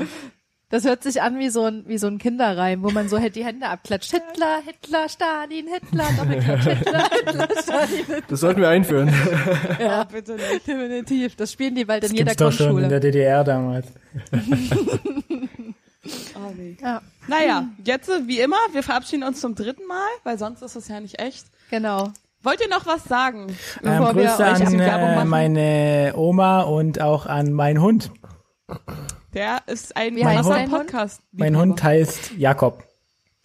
B: Das hört sich an wie so ein, wie so ein Kinderreim, wo man so halt die Hände abklatscht. Hitler, Hitler, Stalin, Hitler, Doppelklatsch, Hitler, Hitler, Stalin.
E: Das sollten wir einführen.
C: Ja, bitte nicht.
B: Definitiv. Das spielen die bald in
D: Das
B: jeder
D: gibt's doch schon in der
B: Grundschule.
D: DDR damals.
C: Oh, nee.
B: Ja,
C: Naja, jetzt äh, wie immer, wir verabschieden uns zum dritten Mal, weil sonst ist es ja nicht echt.
B: genau.
C: Wollt ihr noch was sagen?
D: Ähm,
B: Bevor wir
D: Grüße
B: euch
D: an
B: die Werbung
D: äh,
B: machen.
D: meine Oma und auch an meinen Hund.
C: Der ist ein
B: Wie heißt
C: krasser
B: dein Hund?
C: Podcast.
D: Mein Hund heißt Jakob.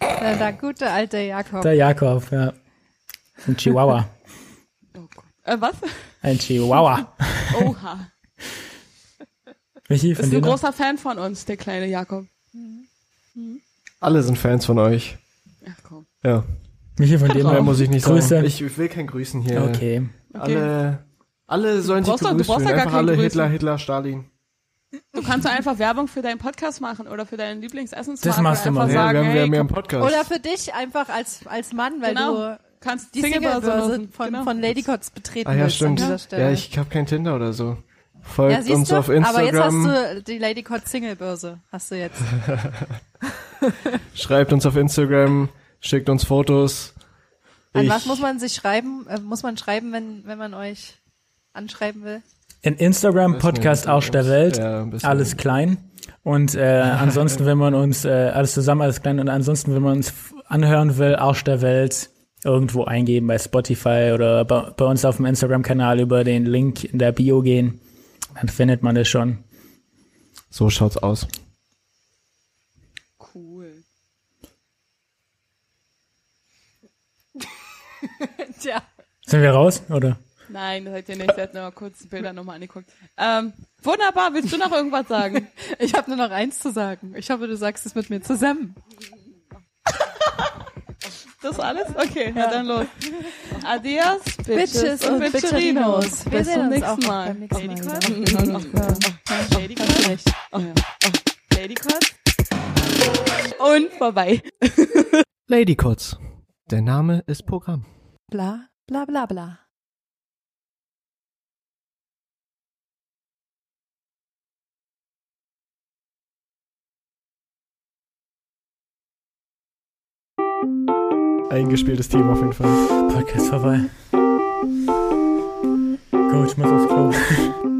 B: Na, der gute alte Jakob.
D: Der Jakob, ja. Ein Chihuahua.
C: Äh, was?
D: Ein Chihuahua.
C: Oha.
D: Michi, von
C: Ist
D: dir
C: ein
D: noch?
C: großer Fan von uns, der kleine Jakob.
E: Alle sind Fans von euch.
C: Ach komm.
E: Ja,
D: Michi, von dir
E: mehr
D: noch?
E: muss ich nicht
D: Oh, Grüße.
E: sagen. Ich äh, will kein Grüßen hier.
D: Okay.
E: Alle, alle sollen
C: Du
E: sich
C: brauchst doch- du
E: begrüßt
C: brauchst
E: fühlen.
C: doch gar
E: Einfach
C: kein
E: alle
C: Grüßen.
E: Hitler, Hitler, Stalin.
C: Du kannst doch einfach Werbung für deinen Podcast machen oder für deinen Lieblingsessensmarkt.
D: Das machst
C: oder
D: du mal.
C: einfach
E: Ja,
C: Sagen,
E: wir haben, wir
C: hey,
E: haben ja
C: komm,
E: einen Podcast.
B: Oder für dich einfach als, als Mann, weil
C: Genau.
B: du
C: kannst
B: die
C: Singlebörse
B: Singlebörse
C: nutzen.
B: von,
C: Genau.
B: von Ladycots betreten
E: ah ja,
B: willst
E: stimmt.
B: an dieser Stelle.
E: Ja, ich habe kein Tinder oder so.
B: ne? ja,
E: Folgt
B: siehst
E: uns
B: du?
E: auf Instagram.
B: Aber jetzt hast du die Ladycots Singlebörse. Hast du jetzt.
E: Schreibt uns auf Instagram. Schickt uns Fotos.
B: An
E: Ich-
B: was muss man sich schreiben? Äh, muss man schreiben, wenn, wenn man euch anschreiben will?
D: In Instagram, Podcast
E: Weiß nicht,
D: Arsch der Welt.
E: Ja, ein bisschen.
D: Alles klein. Und äh, ansonsten, wenn man uns äh, alles zusammen, alles klein, und ansonsten, wenn man uns f- anhören will, Arsch der Welt, irgendwo eingeben bei Spotify oder bei, bei uns auf dem Instagram-Kanal über den Link in der Bio gehen, dann findet man das schon.
E: So schaut's aus.
C: Cool.
B: Tja.
D: Sind wir raus, oder?
C: Nein, das seid ihr nicht. Wir hatten mal kurz die Bilder nochmal angeguckt. Ähm, wunderbar, willst du noch irgendwas sagen?
B: Ich habe nur noch eins zu sagen. Ich hoffe, du sagst es mit mir zusammen.
C: Das alles? Okay, na dann los. Adios, Bitches, und Bitcherinos.
B: Bitcherinos. Wir
C: Bis
B: sehen
C: zum
B: uns
C: nächsten
B: auch
C: Mal.
B: beim nächsten Mal
C: Lady Cut. Lady Cut. Und vorbei.
E: Lady Kotz. Der Name ist Programm.
B: Bla, bla, bla, bla.
E: Eingespieltes Team auf jeden Fall.
D: Podcast vorbei. Gut, ich muss aufs Klo.